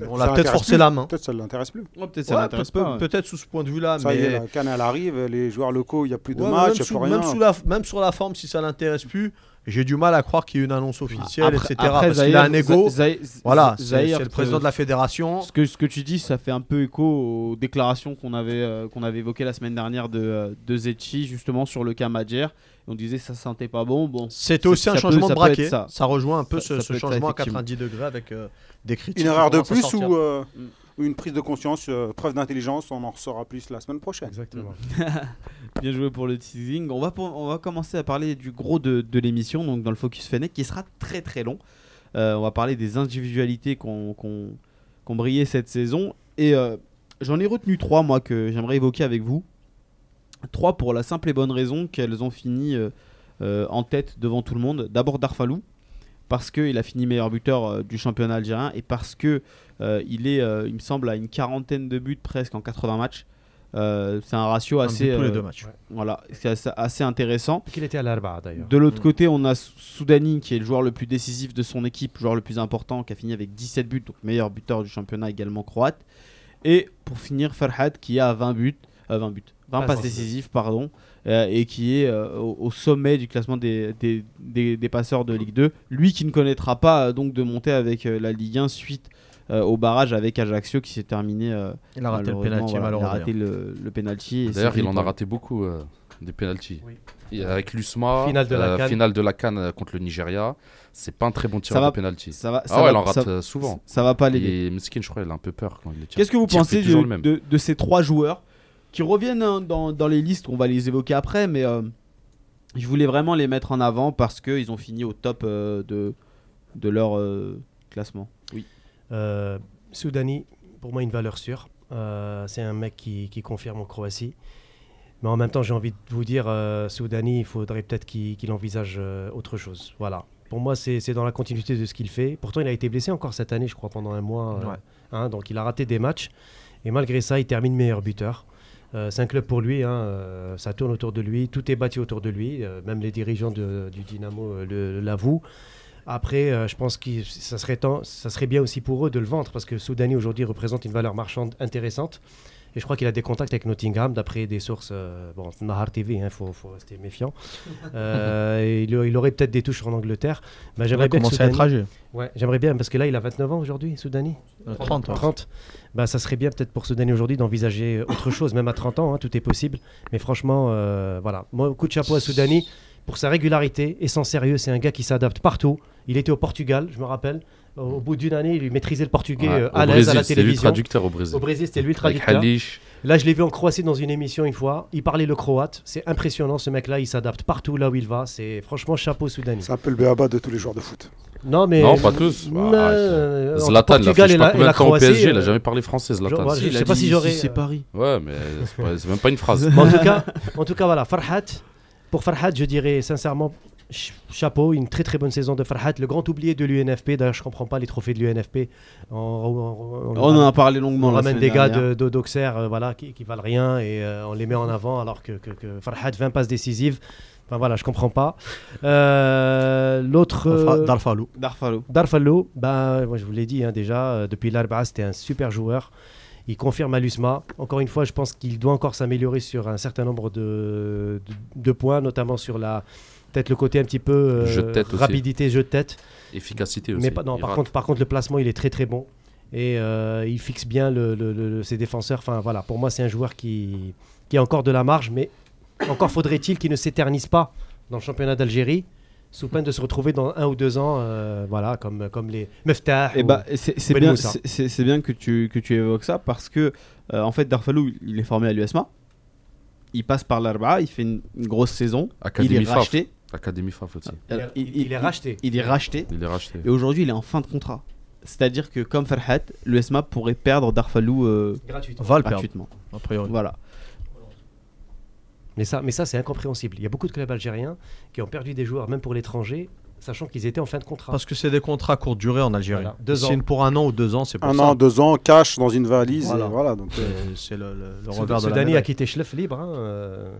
Speaker 6: On
Speaker 5: Ça
Speaker 6: l'a peut-être
Speaker 5: l'intéresse
Speaker 6: forcé
Speaker 5: plus.
Speaker 6: la main.
Speaker 5: Peut-être ça ne l'intéresse plus.
Speaker 3: Ouais, peut-être ça
Speaker 6: Ouais,
Speaker 3: l'intéresse
Speaker 6: peut-
Speaker 3: pas. ouais.
Speaker 6: Peut-être sous ce point de vue-là,
Speaker 5: Ça y est,
Speaker 6: mais
Speaker 5: la canne elle arrive, les joueurs locaux, il n'y a plus de
Speaker 6: Ouais, mais
Speaker 5: match, il
Speaker 6: même,
Speaker 5: n'y a
Speaker 6: sous-
Speaker 5: plus rien.
Speaker 6: même sous la, même sur la forme, si ça l'intéresse plus, j'ai du mal à croire qu'il y ait une annonce officielle, etc. parce qu'il a un
Speaker 3: Zahir-
Speaker 6: ego.
Speaker 3: Zah- Zah-
Speaker 6: Voilà, c'est
Speaker 3: Zahir,
Speaker 6: c'est le président de la fédération.
Speaker 3: Ce que, ce que tu dis, ça fait un peu écho aux déclarations qu'on avait, euh, qu'on avait évoquées la semaine dernière de, euh, de Zetchi, justement sur le cas Madjer. On disait ça sentait pas bon. Bon,
Speaker 6: C'était
Speaker 3: c'est-
Speaker 6: aussi un
Speaker 3: ça peut-
Speaker 6: changement
Speaker 3: ça
Speaker 6: de
Speaker 3: peut être
Speaker 6: braquet.
Speaker 3: ça.
Speaker 6: Ça, rejoint un peu
Speaker 3: Ça-
Speaker 6: ce,
Speaker 3: ça
Speaker 6: ce
Speaker 3: peut être ça,
Speaker 6: changement à
Speaker 3: effectivement.
Speaker 6: 90 degrés avec euh, des critiques.
Speaker 5: Une
Speaker 6: qui
Speaker 5: erreur de
Speaker 6: commencent à
Speaker 5: plus
Speaker 6: sortir.
Speaker 5: ou euh,
Speaker 3: Mm.
Speaker 5: ou une prise de conscience, euh, preuve d'intelligence, on en ressort à plus la semaine prochaine.
Speaker 4: Exactement.
Speaker 3: Bien joué pour le teasing. On va, pour- on va commencer à parler du gros de, de l'émission, donc dans le Focus Fennec, qui sera très très long. Euh, on va parler des individualités qu'on qu'on qu'on brillé cette saison. Et euh, j'en ai retenu trois, moi, que j'aimerais évoquer avec vous. Trois pour la simple et bonne raison qu'elles ont fini euh, euh, en tête devant tout le monde. D'abord Darfalou, parce qu'il a fini meilleur buteur euh, du championnat algérien et parce que euh, il est, euh, il me semble, à une quarantaine de buts presque en 80 matchs. Euh, c'est un ratio
Speaker 6: Un but tous
Speaker 3: assez,
Speaker 6: les
Speaker 3: euh,
Speaker 6: deux matchs.
Speaker 3: voilà, c'est assez- assez intéressant.
Speaker 4: Qu'il était à l'Arba d'ailleurs.
Speaker 3: De
Speaker 6: Mm.
Speaker 3: l'autre côté, on a Sou- Soudani qui est le joueur le plus décisif de son équipe, le joueur le plus important qui a fini avec 17 buts, donc meilleur buteur du championnat également croate. Et pour finir, Farhad qui a 20 buts, euh, 20 buts, 20
Speaker 6: Ah,
Speaker 4: Passes
Speaker 3: passes
Speaker 4: décisives.
Speaker 3: décisives, pardon, euh, et qui est euh, au, au sommet du classement des, des, des- des passeurs de Ligue 2. Lui qui ne connaîtra pas euh, donc de monter avec euh, la Ligue 1 suite euh, au barrage avec Ajaccio qui s'est terminé. euh,
Speaker 6: Il a raté le
Speaker 3: malheureusement,
Speaker 6: pénalty
Speaker 3: voilà, il a
Speaker 6: malheureusement.
Speaker 3: raté le, le pénalty. et
Speaker 7: D'ailleurs,
Speaker 3: c'est
Speaker 7: il en a
Speaker 3: fini.
Speaker 7: raté beaucoup euh, des pénalties.
Speaker 4: Oui.
Speaker 7: Et Avec l'USMA,
Speaker 4: Finale de la
Speaker 7: euh,
Speaker 4: CAN.
Speaker 7: finale de la Cannes contre le Nigeria, c'est pas un très bon
Speaker 3: Ça
Speaker 7: tireur
Speaker 3: va-
Speaker 7: de pénalty.
Speaker 3: Ça va, ça
Speaker 7: Ah ouais,
Speaker 3: va-
Speaker 7: il en rate
Speaker 3: ça-
Speaker 7: euh, souvent.
Speaker 3: ça va pas l'aider.
Speaker 7: Et Miskin, je crois, il a un peu peur quand il le tire.
Speaker 3: Qu'est-ce que vous
Speaker 7: Tir, c'est
Speaker 3: pensez
Speaker 7: toujours
Speaker 3: de,
Speaker 7: le même.
Speaker 3: de- de ces trois joueurs qui reviennent hein, dans, dans les listes On va les évoquer après, mais euh, je voulais vraiment les mettre en avant parce qu'ils ont fini au top euh, de, de leur euh, classement.
Speaker 4: Euh, Soudani, pour moi, une valeur sûre. Euh, c'est un mec qui, qui confirme en Croatie. Mais en même temps, j'ai envie de vous dire, euh, Soudani, il faudrait peut-être qu'il qu'il envisage euh, autre chose. Voilà. Pour moi, c'est c'est dans la continuité de ce qu'il fait. Pourtant, il a été blessé encore cette année, je crois, pendant un mois. euh,
Speaker 6: Ouais.
Speaker 4: hein, donc, il a raté des matchs. Et malgré ça, il termine meilleur buteur. Euh, c'est un club pour lui. hein, euh, ça tourne autour de lui. Tout est bâti autour de lui. euh, même les dirigeants de- du Dynamo euh, le- l'avouent. Après, euh, je pense que ça serait, temps, ça serait bien aussi pour eux de le vendre parce que Soudani aujourd'hui représente une valeur marchande intéressante. Et je crois qu'il a des contacts avec Nottingham, d'après des sources, euh, bon, Nahar TV, il faut, faut rester méfiant. Euh, et il, il aurait peut-être des touches en Angleterre.
Speaker 6: Il
Speaker 4: Mais
Speaker 6: a
Speaker 4: j'aimerais bien, que
Speaker 6: commencé à être
Speaker 4: Soudani-
Speaker 6: âgé.
Speaker 4: ouais, j'aimerais bien, parce que là, il a 29 ans aujourd'hui, Soudani.
Speaker 6: Euh, 30. ouais.
Speaker 4: 30. Bah, ça serait bien peut-être pour ce dernier aujourd'hui d'envisager autre chose, même à 30 ans, hein, tout est possible. Mais franchement, euh, voilà. Moi, coup de chapeau à Soudani pour sa régularité et son sérieux. C'est un gars qui s'adapte partout. Il était au Portugal, je me rappelle. Au, au bout d'une année, il lui maîtrisait le portugais
Speaker 7: Ouais,
Speaker 4: euh,
Speaker 7: au
Speaker 4: à l'aise à la
Speaker 7: Brésil, c'était lui le
Speaker 4: télévision.
Speaker 7: traducteur au Brésil.
Speaker 4: Au Brésil, c'était lui le
Speaker 7: Avec
Speaker 4: traducteur.
Speaker 7: Halish.
Speaker 4: Là, je l'ai vu en Croatie dans une émission une fois. Il parlait le croate. C'est impressionnant, ce mec-là. Il s'adapte partout là où il va. C'est franchement chapeau Soudani.
Speaker 5: C'est un peu le béaba de tous les joueurs de foot.
Speaker 4: Non, mais.
Speaker 7: Non, pas tous.
Speaker 4: Non,
Speaker 7: Bah,
Speaker 4: euh, entre
Speaker 7: Zlatan, il a fait
Speaker 4: Portugal
Speaker 7: je sais
Speaker 4: et
Speaker 7: pas
Speaker 4: la, et
Speaker 7: combien
Speaker 4: la
Speaker 7: de temps au
Speaker 4: Croatie.
Speaker 7: PSG, il a
Speaker 4: euh,
Speaker 7: jamais parlé français,
Speaker 4: genre,
Speaker 7: Zlatan.
Speaker 4: voilà,
Speaker 7: Si,
Speaker 4: je
Speaker 7: il a
Speaker 4: sais pas
Speaker 7: dit-
Speaker 4: si j'aurais. euh,
Speaker 3: C'est Paris.
Speaker 7: Ouais, mais c'est pas- c'est même pas une phrase.
Speaker 4: Mais en tout cas, en tout cas, voilà, Farhat. Pour Farhat, je dirais sincèrement ch- chapeau, une très très bonne saison de Farhat, le grand oublié de l'UNFP. D'ailleurs, je comprends pas les trophées de l'UNFP. On, on-
Speaker 3: Oh,
Speaker 4: on-
Speaker 3: On en a parlé longuement.
Speaker 4: on
Speaker 3: la
Speaker 4: ramène
Speaker 3: semaine
Speaker 4: des gars
Speaker 3: dernière.
Speaker 4: de, de- d'Auxerre, euh, voilà, qui, qui valent rien et euh, on les met en avant alors que, que- que Farhat 20 passes décisives. Enfin voilà, je comprends pas. Euh, L'autre.
Speaker 6: Darfa-
Speaker 4: euh,
Speaker 6: Darfalou.
Speaker 3: Darfalo.
Speaker 4: Darfallo, bah, moi, je vous l'ai dit hein, déjà, euh, depuis l'Arba, c'était un super joueur. Il confirme à l'USMA. Encore une fois, je pense qu'il doit encore s'améliorer sur un certain nombre de, de, de points, notamment sur la peut-être le côté un petit peu euh,
Speaker 7: Jeu de tête aussi.
Speaker 4: rapidité, jeu de tête.
Speaker 7: Efficacité aussi.
Speaker 4: Mais pas, non,
Speaker 7: Il
Speaker 4: par,
Speaker 7: rate.
Speaker 4: contre, par contre, le placement, il est très très bon. Et euh, il fixe bien le, le- le- le- ses défenseurs. Enfin, voilà, pour moi, c'est un joueur qui, qui a encore de la marge, mais encore faudrait-il qu'il ne s'éternise pas dans le championnat d'Algérie, sous peine de se retrouver dans un ou deux ans, euh, voilà, comme, comme les Meftah.
Speaker 3: Et
Speaker 4: ou-
Speaker 3: bah, c'est c'est
Speaker 4: Ben
Speaker 3: bien,
Speaker 4: Moussa.
Speaker 3: c'est- c'est- c'est bien que, tu, que tu évoques ça parce que, euh, en fait, Darfalou, il est formé à l'USMA. Il passe par l'Arba, il fait une, une grosse saison. il
Speaker 7: Académie
Speaker 3: est
Speaker 7: Faf.
Speaker 3: racheté.
Speaker 7: Académie Faf aussi.
Speaker 4: il,
Speaker 3: Alors,
Speaker 4: euh, il- il est racheté.
Speaker 3: Il est racheté.
Speaker 7: Il est racheté.
Speaker 3: Et aujourd'hui, il est en fin de contrat. C'est-à-dire que, comme Farhat, l'USMA pourrait perdre Darfalou euh,
Speaker 4: Gratuitement.
Speaker 6: Va le perdre,
Speaker 3: gratuitement.
Speaker 6: a priori.
Speaker 3: Voilà.
Speaker 4: Mais ça, mais ça c'est incompréhensible. Il y a beaucoup de clubs algériens qui ont perdu des joueurs, même pour l'étranger, sachant qu'ils étaient en fin de contrat.
Speaker 6: Parce que c'est des contrats courte durée en Algérie.
Speaker 4: Voilà, deux
Speaker 6: Ils
Speaker 4: ans.
Speaker 6: signent pour un an ou deux ans, c'est pour
Speaker 5: Un
Speaker 6: ça.
Speaker 5: an, deux ans, cash dans une valise.
Speaker 6: Voilà.
Speaker 5: Et voilà donc, euh,
Speaker 6: C'est- C'est le, le- le
Speaker 4: Soud-
Speaker 6: revers de la
Speaker 4: Soudani a
Speaker 6: médaille.
Speaker 4: quitté Schleff libre. hein, euh,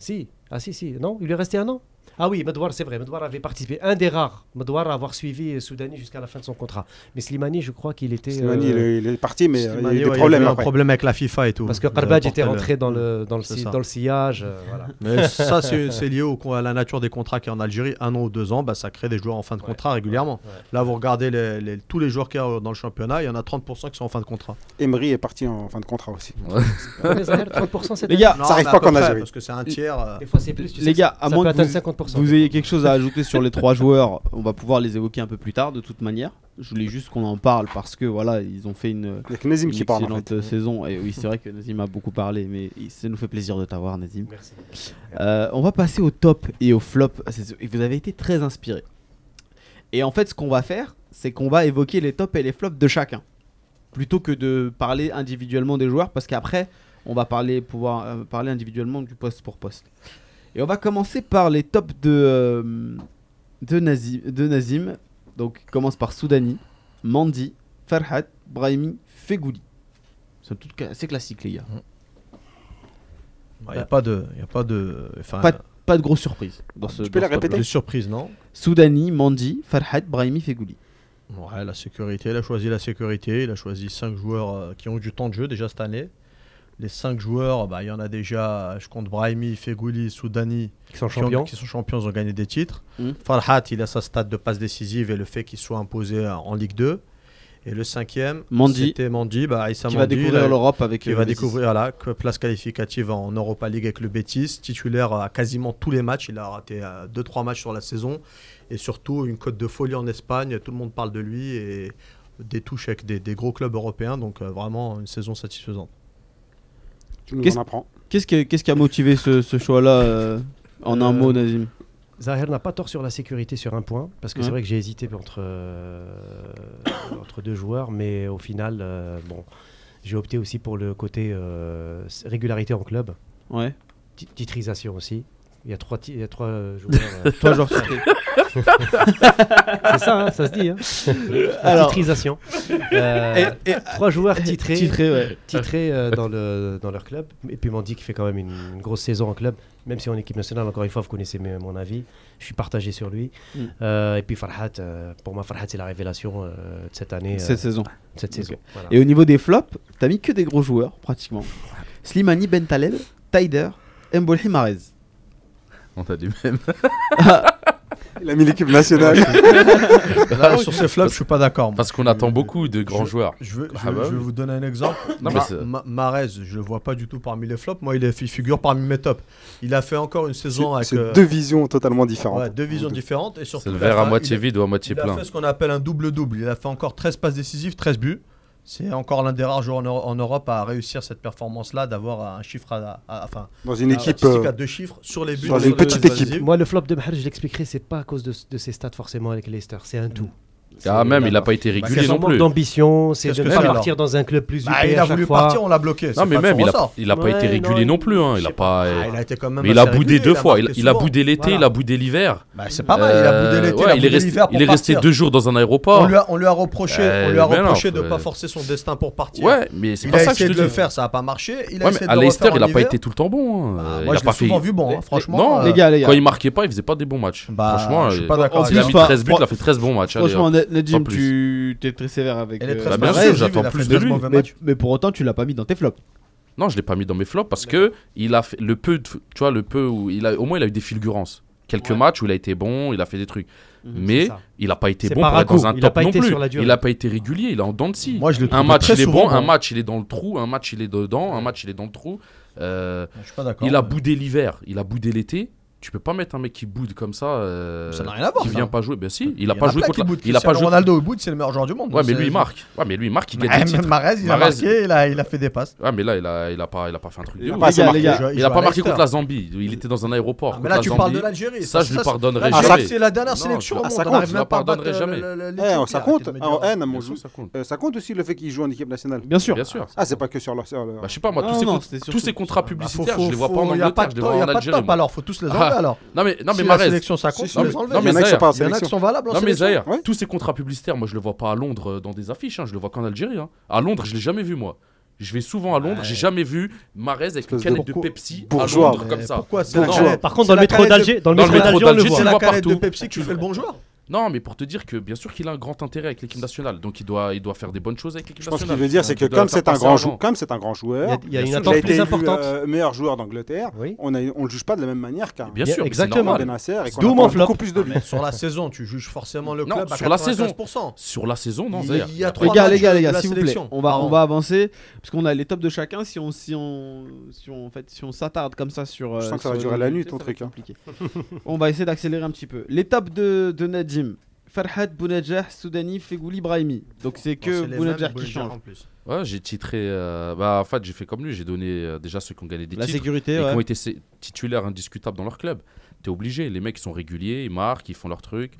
Speaker 4: Si, ah si, si, non, il est resté un an. Ah oui, Medouar, c'est vrai, Medouar avait participé, un des rares, Medouar à avoir suivi euh, Soudani jusqu'à la fin de son contrat. Mais Slimani, je crois qu'il était...
Speaker 5: Slimani,
Speaker 4: euh,
Speaker 5: il, est, il est parti, mais euh, il y a eu
Speaker 6: Ouais,
Speaker 5: des problèmes
Speaker 6: un
Speaker 5: après.
Speaker 6: problème avec la FIFA et tout.
Speaker 4: Parce que
Speaker 6: Ils
Speaker 4: Karbadj
Speaker 6: avaient porté
Speaker 4: était
Speaker 6: le-
Speaker 4: rentré dans le, dans le,
Speaker 6: C'est
Speaker 4: si-
Speaker 6: ça.
Speaker 4: dans le sillage. euh, voilà.
Speaker 6: Mais ça, c'est c'est lié au, con- à la nature des contrats qui en Algérie, un an ou deux ans, bah, ça crée des joueurs en fin de
Speaker 4: Ouais,
Speaker 6: contrat régulièrement.
Speaker 4: ouais, ouais.
Speaker 6: Là, vous regardez les- les- tous les joueurs qu'il y a dans le championnat, il y en a 30% qui sont en fin de contrat.
Speaker 5: Emery est parti en fin de contrat aussi.
Speaker 4: Mais Zahir, 30% c'est...
Speaker 3: Les gars,
Speaker 5: Ah, Ça arrive
Speaker 6: mais à
Speaker 5: pas
Speaker 6: peu
Speaker 5: qu'en
Speaker 6: près,
Speaker 5: Algérie.
Speaker 6: Parce que c'est un tiers. euh,
Speaker 4: Des fois c'est plus, tu
Speaker 3: les
Speaker 4: sais,
Speaker 3: gars,
Speaker 4: ça-
Speaker 3: à
Speaker 4: ça
Speaker 3: moins
Speaker 4: peut
Speaker 3: que
Speaker 4: atteindre
Speaker 3: vous,
Speaker 4: 50%.
Speaker 3: vous ayez quelque chose à ajouter sur les trois joueurs, on va pouvoir les évoquer un peu plus tard de toute manière. Je voulais juste qu'on en parle parce que voilà, ils ont fait une,
Speaker 5: Il n'y a que Nazim
Speaker 3: une
Speaker 5: qui parle en
Speaker 3: excellente
Speaker 5: fait.
Speaker 3: saison. Et oui, c'est vrai que Nazim a beaucoup parlé, mais il- ça nous fait plaisir de t'avoir, Nazim.
Speaker 4: Merci.
Speaker 3: Euh, on va passer au top et au flop. C'est- et Vous avez été très inspiré. Et en fait, ce qu'on va faire, c'est qu'on va évoquer les tops et les flops de chacun. Plutôt que de parler individuellement des joueurs, parce qu'après, on va parler, pouvoir euh, parler individuellement du poste pour poste. Et on va commencer par les tops de, euh, de, Nazim, de Nazim. Donc, commence par Soudani, Mandi, Farhat, Brahimi, Fegouli. C'est tout ca- assez classique, les gars.
Speaker 6: bah, Il n'y a pas de. Y a pas de enfin, euh,
Speaker 3: Pas de- Pas de grosse surprise dans ce.
Speaker 5: Tu peux
Speaker 3: dans
Speaker 5: la
Speaker 3: ce
Speaker 5: répéter
Speaker 6: de
Speaker 3: top-là.
Speaker 6: surprise, non
Speaker 3: Soudani, Mandi, Farhat, Brahimi, Fegouli.
Speaker 6: Ouais, la sécurité, il a choisi la sécurité, il a choisi 5 joueurs euh, qui ont eu du temps de jeu déjà cette année. Les 5 joueurs, bah, il y en a déjà, euh, je compte Brahimi, Fegouli, Soudani,
Speaker 4: Qui sont
Speaker 6: qui, ont-
Speaker 4: champions.
Speaker 6: qui sont champions, ils ont gagné des titres.
Speaker 3: Mm.
Speaker 6: Farhat, il a sa stade de passe décisive et le fait qu'il soit imposé euh, en Ligue 2. Et le cinquième,
Speaker 3: Mandi.
Speaker 6: c'était Mandi, bah, Issa
Speaker 3: Qui va
Speaker 6: Mandi, il
Speaker 3: découvrir
Speaker 6: a-
Speaker 3: l'Europe avec.
Speaker 6: qui
Speaker 3: euh,
Speaker 6: va
Speaker 3: Bétis.
Speaker 6: découvrir voilà, que place qualificative en Europa League avec le Betis, titulaire euh, à quasiment tous les matchs, il a raté 2-3 matchs sur la saison, et surtout une cote de folie en Espagne, tout le monde parle de lui, et des touches avec des, des gros clubs européens, donc euh, vraiment une saison satisfaisante.
Speaker 5: Tu nous
Speaker 3: Qu'est-ce-
Speaker 5: en apprends.
Speaker 3: Qu'est-ce qui, qu'est-ce qui a motivé ce, ce choix-là euh, en un
Speaker 4: Euh,
Speaker 3: mot, Nazim
Speaker 4: Zahir n'a pas tort sur la sécurité sur un point, parce que
Speaker 3: Ouais.
Speaker 4: c'est vrai que j'ai hésité entre, euh, entre deux joueurs, mais au final, euh, bon, j'ai opté aussi pour le côté euh, s- régularité en club,
Speaker 3: Ouais.
Speaker 4: ti- titrisation aussi. Il y a trois, ti- il y a trois euh, joueurs. euh,
Speaker 3: Toi, genre surpris.
Speaker 4: c'est ça, hein, ça se dit. hein. La
Speaker 3: Alors-
Speaker 4: titrisation. Euh,
Speaker 3: Et- et-
Speaker 4: trois joueurs titrés,
Speaker 3: Titré, ouais.
Speaker 4: titrés, euh, dans, le, dans leur club. Et puis Mandy qui fait quand même une, une grosse saison en club, même si en équipe nationale, encore une fois, vous connaissez mes- mon avis. Je suis partagé sur lui.
Speaker 3: Mm.
Speaker 4: Euh, et puis Farhat, euh, pour moi, Farhat, c'est la révélation euh, de cette année, euh,
Speaker 3: Cette saison.
Speaker 4: de cette
Speaker 3: ok.
Speaker 4: saison. Voilà.
Speaker 3: Et au niveau des flops, t'as mis que des gros joueurs, pratiquement. Slimani, Bentaleb, Taider, Mbolhi, Marez.
Speaker 7: On a du même.
Speaker 5: Il a mis l'équipe nationale.
Speaker 6: Là, Bah, sur ces flops, je suis pas d'accord. moi.
Speaker 7: Parce qu'on attend beaucoup de grands
Speaker 6: Je-
Speaker 7: joueurs.
Speaker 6: Je, veux, je
Speaker 7: Ah bah
Speaker 6: veux- je vais
Speaker 7: oui.
Speaker 6: vous donner un exemple. Ma-
Speaker 7: Non, mais c'est-
Speaker 6: Ma- Marez, je le vois pas du tout parmi les flops. Moi, il, est- il figure parmi mes tops. Il a fait encore une saison avec
Speaker 5: C'est
Speaker 6: euh,
Speaker 5: deux visions totalement différentes.
Speaker 6: ouais, deux visions différentes. et surtout,
Speaker 7: C'est le
Speaker 6: il a
Speaker 7: verre à
Speaker 6: fait-
Speaker 7: moitié
Speaker 6: il a-
Speaker 7: vide ou à moitié
Speaker 6: Il
Speaker 7: plein.
Speaker 6: a fait ce qu'on appelle un double-double. Il a fait encore 13 passes décisives, 13 buts. C'est encore l'un des rares joueurs en, Euro- en Europe à réussir cette performance-là, d'avoir un chiffre à, à- enfin,
Speaker 5: Dans une
Speaker 6: une
Speaker 5: équipe.
Speaker 6: statistique à
Speaker 5: euh,
Speaker 6: deux chiffres sur les buts.
Speaker 5: sur
Speaker 6: et
Speaker 5: une
Speaker 6: les
Speaker 5: petite
Speaker 6: passes
Speaker 5: équipe.
Speaker 6: décisives.
Speaker 4: Moi, le flop de Mahrez, je l'expliquerai, c'est pas à cause de, de ses stats forcément avec Leicester, c'est un tout.
Speaker 7: Ah, même, il n'a pas été
Speaker 4: C'est
Speaker 7: régulier
Speaker 4: son
Speaker 7: non
Speaker 4: manque
Speaker 7: plus.
Speaker 4: d'ambition, c'est
Speaker 6: Qu'est-ce
Speaker 4: de ne
Speaker 6: que
Speaker 4: pas
Speaker 6: c'est,
Speaker 4: partir dans un club plus
Speaker 6: Bah,
Speaker 4: UP
Speaker 6: il a
Speaker 4: à chaque
Speaker 6: voulu
Speaker 4: fois.
Speaker 6: partir, on l'a bloqué.
Speaker 7: Non,
Speaker 6: C'est
Speaker 7: mais
Speaker 6: pas
Speaker 7: même,
Speaker 6: son
Speaker 7: il a,
Speaker 6: ressort.
Speaker 7: il a pas
Speaker 4: Ouais,
Speaker 7: été régulier
Speaker 4: non,
Speaker 7: non, plus. hein. Il
Speaker 4: je
Speaker 7: a
Speaker 4: sais
Speaker 7: pas.
Speaker 6: Ah, il a été quand même
Speaker 7: Mais il a
Speaker 6: assez
Speaker 7: boudé
Speaker 6: régulier,
Speaker 7: deux fois. Il,
Speaker 6: marqué
Speaker 7: il a
Speaker 6: souvent.
Speaker 7: boudé l'été,
Speaker 4: Voilà.
Speaker 7: il a boudé l'hiver.
Speaker 6: Bah, c'est pas mal, il a boudé
Speaker 7: Euh,
Speaker 6: l'été,
Speaker 7: ouais,
Speaker 6: il a
Speaker 7: il est
Speaker 6: boudé
Speaker 7: resté,
Speaker 6: l'hiver pour
Speaker 7: il est resté
Speaker 6: partir.
Speaker 7: deux jours dans un
Speaker 6: On
Speaker 7: aéroport.
Speaker 6: lui, a, on lui a reproché,
Speaker 7: Euh,
Speaker 6: on lui a
Speaker 7: mais non,
Speaker 6: reproché de
Speaker 7: faut-
Speaker 6: ne pas forcer son destin pour partir.
Speaker 7: Ouais, mais c'est
Speaker 6: il
Speaker 7: pas
Speaker 6: a
Speaker 7: ça que je
Speaker 6: essayé
Speaker 7: te
Speaker 6: de le
Speaker 7: dis.
Speaker 6: faire, ça n'a pas marché. Il a
Speaker 7: Ouais,
Speaker 6: essayé
Speaker 7: mais
Speaker 6: de
Speaker 7: à
Speaker 6: le
Speaker 7: Leicester,
Speaker 6: refaire
Speaker 7: il
Speaker 6: en
Speaker 7: a pas
Speaker 6: hiver.
Speaker 7: été tout le temps bon. hein.
Speaker 6: Bah,
Speaker 7: Euh,
Speaker 6: moi,
Speaker 7: il a
Speaker 6: je
Speaker 7: pas
Speaker 6: l'ai souvent
Speaker 7: fait-
Speaker 6: vu bon, hein,
Speaker 7: Les-
Speaker 6: franchement.
Speaker 7: Non,
Speaker 6: euh,
Speaker 3: Les gars, les gars.
Speaker 7: Quand il marquait pas, il faisait pas des bons matchs.
Speaker 6: bah,
Speaker 7: Franchement,
Speaker 6: je suis
Speaker 7: euh,
Speaker 6: pas d'accord.
Speaker 3: en
Speaker 6: avec
Speaker 7: il a
Speaker 3: plus,
Speaker 7: mis
Speaker 3: pas-
Speaker 7: 13 buts,
Speaker 3: pas-
Speaker 7: il a fait 13 bons matchs. allez, hein.
Speaker 3: Franchement,
Speaker 7: hop.
Speaker 3: Na- Nadjim,
Speaker 7: plus.
Speaker 3: tu t'es très sévère avec.
Speaker 6: Elle est
Speaker 3: euh,
Speaker 6: très
Speaker 7: bah, bien
Speaker 3: Mahrez,
Speaker 7: sûr,
Speaker 6: passive,
Speaker 7: j'attends
Speaker 6: il a
Speaker 7: plus
Speaker 6: fait
Speaker 7: de
Speaker 6: un
Speaker 7: lui.
Speaker 6: mauvais
Speaker 3: Mais,
Speaker 6: match.
Speaker 3: mais pour autant, tu l'as pas mis dans tes flops.
Speaker 7: Non, je l'ai pas mis dans mes flops parce que il a fait le peu, de- tu vois, le peu où il a, au moins il a eu des fulgurances. Quelques matchs où il a été bon, il a fait des trucs.
Speaker 6: Mhm,
Speaker 4: c'est
Speaker 7: Mais
Speaker 4: ça.
Speaker 7: il a pas été
Speaker 4: C'est
Speaker 7: bon
Speaker 4: par
Speaker 7: pour être dans
Speaker 4: à-coup,
Speaker 7: un
Speaker 4: il a
Speaker 7: top
Speaker 4: pas
Speaker 7: non
Speaker 4: été
Speaker 7: plus.
Speaker 4: sur la durée.
Speaker 7: Il a pas été régulier, il est en dents de scie.
Speaker 6: Moi, je le
Speaker 7: Un
Speaker 6: trouve
Speaker 7: match
Speaker 6: très
Speaker 7: il est
Speaker 6: souvent hein.
Speaker 7: bon, un match il est dans le trou, un match il est dedans, un match il est dans le trou. Euh,
Speaker 6: Je suis pas d'accord.
Speaker 7: il a
Speaker 6: mais-
Speaker 7: boudé l'hiver, il a boudé l'été. Tu peux pas mettre un mec qui boude comme ça. euh,
Speaker 6: Ça n'a rien à voir,
Speaker 7: Qui
Speaker 6: ça.
Speaker 7: vient pas jouer. Ben si, il
Speaker 6: y
Speaker 7: a
Speaker 6: en
Speaker 7: pas joué
Speaker 6: plein
Speaker 7: contre.
Speaker 6: qui
Speaker 7: la-
Speaker 6: boutent.
Speaker 7: Il a pas
Speaker 6: Cristiano
Speaker 7: joué.
Speaker 6: Ronaldo au bout, c'est le meilleur joueur du monde.
Speaker 7: Ouais, mais
Speaker 6: C'est-
Speaker 7: lui il marque. Ouais, mais lui il marque, il gagne
Speaker 6: Même
Speaker 7: des titres.
Speaker 6: Mahrez, il a
Speaker 7: Mahrez-
Speaker 6: marqué, il a, il a fait des passes.
Speaker 7: Ouais, Ah, mais là il a, il a pas, il a pas fait un truc. de
Speaker 5: Il a
Speaker 7: ouf.
Speaker 5: pas
Speaker 3: Les
Speaker 5: assez
Speaker 3: gars, les
Speaker 5: marqué.
Speaker 3: gars.
Speaker 7: Il a pas marqué contre
Speaker 6: la
Speaker 7: la Zambie. Il était dans un aéroport.
Speaker 6: Ah, Mais
Speaker 7: contre
Speaker 6: là,
Speaker 7: la
Speaker 6: tu parles de
Speaker 7: Zambie.
Speaker 6: l'Algérie.
Speaker 7: Ça, je lui pardonnerai
Speaker 6: l'Algérie,
Speaker 5: jamais.
Speaker 6: C'est la dernière
Speaker 7: Non,
Speaker 6: sélection
Speaker 7: tu-
Speaker 6: au
Speaker 7: ah,
Speaker 6: monde.
Speaker 7: ça
Speaker 6: On
Speaker 7: compte,
Speaker 6: arrive
Speaker 7: je
Speaker 6: même
Speaker 7: la
Speaker 6: pas à
Speaker 7: pardonnerai
Speaker 6: battre,
Speaker 7: jamais.
Speaker 6: euh, le- le-
Speaker 5: Eh,
Speaker 6: l'Éthiopie,
Speaker 5: ça
Speaker 6: arrêtez
Speaker 5: compte
Speaker 6: de me dire-
Speaker 5: en N, à mon
Speaker 7: Bien sûr,
Speaker 5: goût.
Speaker 7: ça compte.
Speaker 5: Euh, Ça compte aussi le fait qu'il joue en équipe nationale.
Speaker 3: Bien sûr.
Speaker 7: Bien sûr.
Speaker 5: Ah, c'est pas que sur leur. sur leur-
Speaker 7: Bah, je sais pas, moi,
Speaker 3: Ah,
Speaker 7: tous ces
Speaker 3: non,
Speaker 7: cont-
Speaker 3: c'était surtout-
Speaker 7: tous ces contrats
Speaker 6: Bah, faut-
Speaker 7: publicitaires,
Speaker 6: faut-
Speaker 7: je les vois
Speaker 6: faut-
Speaker 7: pas en
Speaker 6: y a
Speaker 7: Angleterre,
Speaker 6: de
Speaker 7: je les
Speaker 6: top, y
Speaker 7: vois
Speaker 6: a
Speaker 7: en
Speaker 6: pas de
Speaker 7: Algérie.
Speaker 6: top,
Speaker 7: moi.
Speaker 6: alors, faut tous les enlever
Speaker 7: Ah.
Speaker 6: alors.
Speaker 7: Non, mais, non,
Speaker 6: Si
Speaker 7: mais
Speaker 6: la
Speaker 7: Mahrez,
Speaker 6: sélection ça compte,
Speaker 5: Si,
Speaker 6: faut
Speaker 5: si,
Speaker 6: les enlever.
Speaker 7: non,
Speaker 5: Il y
Speaker 7: mais
Speaker 5: en a qui sont
Speaker 7: Zahir.
Speaker 5: pas
Speaker 6: Il y en a
Speaker 5: en sélection.
Speaker 6: qui sont valables en
Speaker 7: Non mais
Speaker 6: sélection.
Speaker 7: Zahir,
Speaker 5: ouais.
Speaker 7: tous ces contrats publicitaires, moi je le vois pas à Londres euh, dans des affiches, hein, je le vois qu'en Algérie. hein. À Londres, je l'ai jamais vu moi. Je vais souvent à Londres, j'ai jamais vu Marez avec une
Speaker 5: Espèce de
Speaker 7: canette de
Speaker 6: pourquoi-
Speaker 7: Pepsi
Speaker 5: bourgeois.
Speaker 7: à Londres comme
Speaker 6: Mais
Speaker 7: ça.
Speaker 6: Pourquoi c'est
Speaker 7: Non,
Speaker 6: la
Speaker 5: Bourgeois.
Speaker 6: canette-
Speaker 4: Par contre,
Speaker 6: c'est
Speaker 4: dans le
Speaker 6: la
Speaker 4: métro
Speaker 6: canette de-
Speaker 4: d'Alger, dans le
Speaker 7: Dans le
Speaker 4: métro
Speaker 7: métro
Speaker 4: d'Alger, on le
Speaker 7: d'Alger,
Speaker 4: voit.
Speaker 6: C'est
Speaker 7: le
Speaker 6: la
Speaker 7: vois
Speaker 6: canette de
Speaker 7: partout.
Speaker 6: Pepsi qui fait le bon joueur.
Speaker 7: Non, mais pour te dire que bien sûr qu'il a un grand intérêt avec l'équipe nationale, donc il doit, il doit faire des bonnes choses avec l'équipe
Speaker 5: Je pense
Speaker 7: nationale.
Speaker 5: qu'il veut dire, c'est que
Speaker 7: Il doit
Speaker 5: comme
Speaker 7: faire
Speaker 5: c'est un,
Speaker 7: passer
Speaker 5: grand
Speaker 7: avant.
Speaker 5: jou- comme c'est un grand joueur,
Speaker 4: Il y a- il y a une
Speaker 7: Bien sûr,
Speaker 5: il a
Speaker 4: attente
Speaker 5: été
Speaker 4: plus
Speaker 5: élu,
Speaker 4: importante.
Speaker 5: euh, meilleur joueur d'Angleterre.
Speaker 4: Oui.
Speaker 5: On ne le juge pas de la même manière
Speaker 6: Eh
Speaker 5: qu'un
Speaker 7: Bien sûr, mais c'est
Speaker 4: Exactement.
Speaker 7: normal.
Speaker 5: Benacer et qu'on
Speaker 4: D'où
Speaker 5: attend
Speaker 4: mon flop.
Speaker 5: beaucoup plus de lui.
Speaker 6: Sur la saison, tu juges forcément le
Speaker 7: Non,
Speaker 6: club à
Speaker 7: sur la saison.
Speaker 6: 95%.
Speaker 7: Sur la saison, non,
Speaker 6: Il-
Speaker 7: Zahir.
Speaker 6: il y a
Speaker 7: trois
Speaker 3: Les
Speaker 6: Trois
Speaker 3: gars,
Speaker 6: matchs
Speaker 3: les gars, les
Speaker 6: de
Speaker 3: gars,
Speaker 6: la
Speaker 3: s'il vous plaît,
Speaker 6: sélection.
Speaker 3: on va, on
Speaker 6: Pardon.
Speaker 3: va avancer parce qu'on a les tops de chacun. Si on, si on, si on, en fait, si on s'attarde comme ça sur, euh,
Speaker 5: Je sens que ça
Speaker 3: sur
Speaker 5: va
Speaker 3: les
Speaker 5: durer la nuit,
Speaker 3: actualités,
Speaker 5: ton
Speaker 3: ça va être
Speaker 5: truc, hein.
Speaker 3: compliqué. on va essayer d'accélérer un petit peu. Les tops de, de Nadim, Farhat, Bounajah, Soudani, Fegouli, Brahimi. Donc c'est que Bounajah qui change.
Speaker 7: Ouais, j'ai titré. euh, bah, en fait, j'ai fait comme lui, j'ai donné euh, déjà ceux qui ont gagné des
Speaker 3: La
Speaker 7: titres.
Speaker 3: sécurité,
Speaker 7: et qui
Speaker 3: ouais.
Speaker 7: ont été sé- titulaires indiscutables dans leur club. T'es obligé, les mecs ils sont réguliers, ils marquent, ils font leur truc.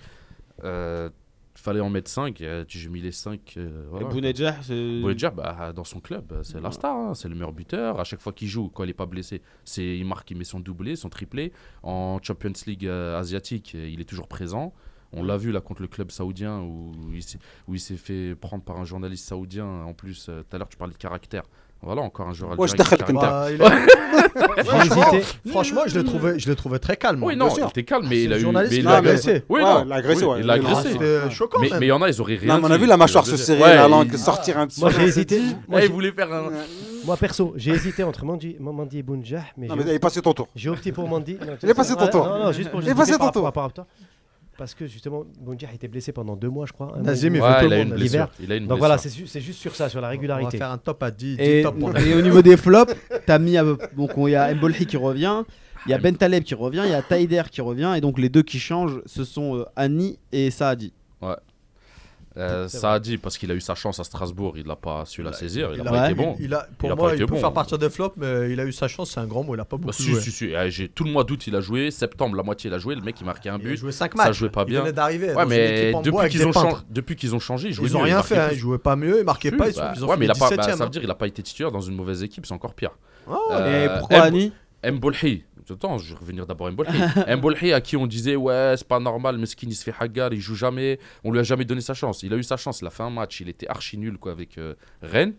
Speaker 7: Euh, fallait en mettre Euh, 5, j'ai mis les 5.
Speaker 3: Et Bounajah, c'est-
Speaker 7: Bounedjah, bah, dans son club, euh, c'est la star, hein, c'est le meilleur buteur. À chaque fois qu'il joue, quand il n'est pas blessé, c'est il marque, il met son doublé, son triplé. En Champions League euh, asiatique, euh, il est toujours présent. On l'a vu là contre le club saoudien où il s'est- où il s'est fait prendre par un journaliste saoudien. En plus, euh, tout à l'heure, tu parlais de caractère. Voilà, encore un joueur
Speaker 5: Ouais, je
Speaker 7: algérien qui a
Speaker 5: t'arrête,
Speaker 7: caractère.
Speaker 6: Bah, il a- franchement,
Speaker 4: hésité.
Speaker 6: franchement, je le trouvais, je le trouvais très calme.
Speaker 7: Oui, non,
Speaker 5: sûr. Ah,
Speaker 7: il était calme, mais
Speaker 6: C'est
Speaker 7: il
Speaker 6: le
Speaker 7: a eu.
Speaker 6: journaliste
Speaker 7: mais
Speaker 6: qui
Speaker 7: il
Speaker 6: l'a
Speaker 7: a-
Speaker 6: agressé.
Speaker 7: Oui,
Speaker 5: Ouais,
Speaker 7: non,
Speaker 5: il l'a agressé,
Speaker 7: oui,
Speaker 5: ouais.
Speaker 7: Il l'a
Speaker 5: Mais non,
Speaker 7: agressé.
Speaker 6: C'était euh, choquant.
Speaker 7: Mais
Speaker 6: même.
Speaker 7: mais il y en a, ils auraient rien.
Speaker 5: Non, mais on a
Speaker 7: dit.
Speaker 5: vu la mâchoire se
Speaker 7: Ouais,
Speaker 5: serrer,
Speaker 7: il-
Speaker 5: la langue
Speaker 7: il-
Speaker 5: sortir un petit
Speaker 4: Moi, j'ai
Speaker 5: peu.
Speaker 4: hésité. Moi,
Speaker 7: Eh,
Speaker 4: j'ai-
Speaker 7: il voulait faire un.
Speaker 4: moi, perso, j'ai hésité entre Mandi, Mandi et Bounjah, mais
Speaker 5: Non,
Speaker 4: j'ai-
Speaker 5: mais t'avais passé ton tour.
Speaker 4: j'ai opté pour Mandi. Non,
Speaker 5: Il est passé ton
Speaker 4: Ouais,
Speaker 5: tour.
Speaker 4: Non, non, juste pour
Speaker 5: Il est
Speaker 4: justifier
Speaker 5: passé
Speaker 4: par
Speaker 5: ton tour.
Speaker 4: rapport- par rapport à toi. Parce que justement, Bounjah était blessé pendant deux mois, je crois. un
Speaker 6: Nazim,
Speaker 4: mois.
Speaker 6: il fait
Speaker 7: Ouais,
Speaker 6: tout
Speaker 7: il
Speaker 6: le
Speaker 7: a
Speaker 6: monde,
Speaker 7: une
Speaker 4: l'hiver.
Speaker 7: blessure. Il a une
Speaker 4: Donc voilà,
Speaker 7: blessure.
Speaker 4: c'est su- c'est juste sur ça, sur
Speaker 6: On
Speaker 4: la
Speaker 6: va
Speaker 4: régularité.
Speaker 6: faire un top à 10, 10
Speaker 3: Et,
Speaker 6: top pour
Speaker 3: et au niveau des flops, t'as mis à peu- donc il y a Mbolhi qui revient, il y a Ben Taleb qui revient, il y a Taider qui revient et donc les deux qui changent, ce sont euh, Annie et Saadi.
Speaker 7: Euh, Ça a dit parce qu'il a eu sa chance à Strasbourg, il l'a pas su la saisir, il a
Speaker 3: il a-
Speaker 7: pas été
Speaker 3: ouais,
Speaker 7: bon.
Speaker 6: Bah, Il a, pour
Speaker 7: Il a pas
Speaker 6: moi,
Speaker 7: été
Speaker 6: il peut
Speaker 7: bon.
Speaker 6: faire partir des flops, mais il a eu sa chance, c'est un grand mot, il a pas beaucoup
Speaker 7: Bah, si,
Speaker 6: joué.
Speaker 7: si, si. Eh, j'ai- tout le mois d'août, il a joué. Septembre, la moitié, il a joué. Le mec, il marquait un
Speaker 6: Il a
Speaker 7: but.
Speaker 6: joué 5
Speaker 7: Ça
Speaker 6: matchs.
Speaker 7: jouait pas bien.
Speaker 6: Il venait d'arriver.
Speaker 7: Ouais,
Speaker 6: dans une
Speaker 7: mais
Speaker 6: équipe en bois
Speaker 7: depuis
Speaker 6: avec
Speaker 7: qu'ils
Speaker 6: des
Speaker 7: ont,
Speaker 6: peintres.
Speaker 7: changé- depuis qu'ils ont changé, ils jouaient
Speaker 6: Ils ont
Speaker 7: mieux,
Speaker 6: rien
Speaker 7: marquaient
Speaker 6: fait, hein,
Speaker 7: plus.
Speaker 6: ils jouaient pas mieux, ils marquaient pas, ils sont-
Speaker 7: Bah,
Speaker 6: ils ont
Speaker 7: ouais,
Speaker 6: fini
Speaker 7: mais il a pas,
Speaker 6: 17
Speaker 7: bah,
Speaker 6: e
Speaker 7: ça veut dire qu'il a pas été titulaire dans une mauvaise équipe, c'est encore pire.
Speaker 3: et
Speaker 7: Euh,
Speaker 3: pourquoi
Speaker 7: M-
Speaker 3: Annie
Speaker 7: Mbolhi, attends, je vais revenir d'abord à Mbolhi. Mbolhi à qui on disait ouais, c'est pas normal, Meskin il se fait hagar, il joue jamais, on lui a jamais donné sa chance. Il a eu sa chance, il a fait un match, il était archi nul quoi avec euh, Rennes.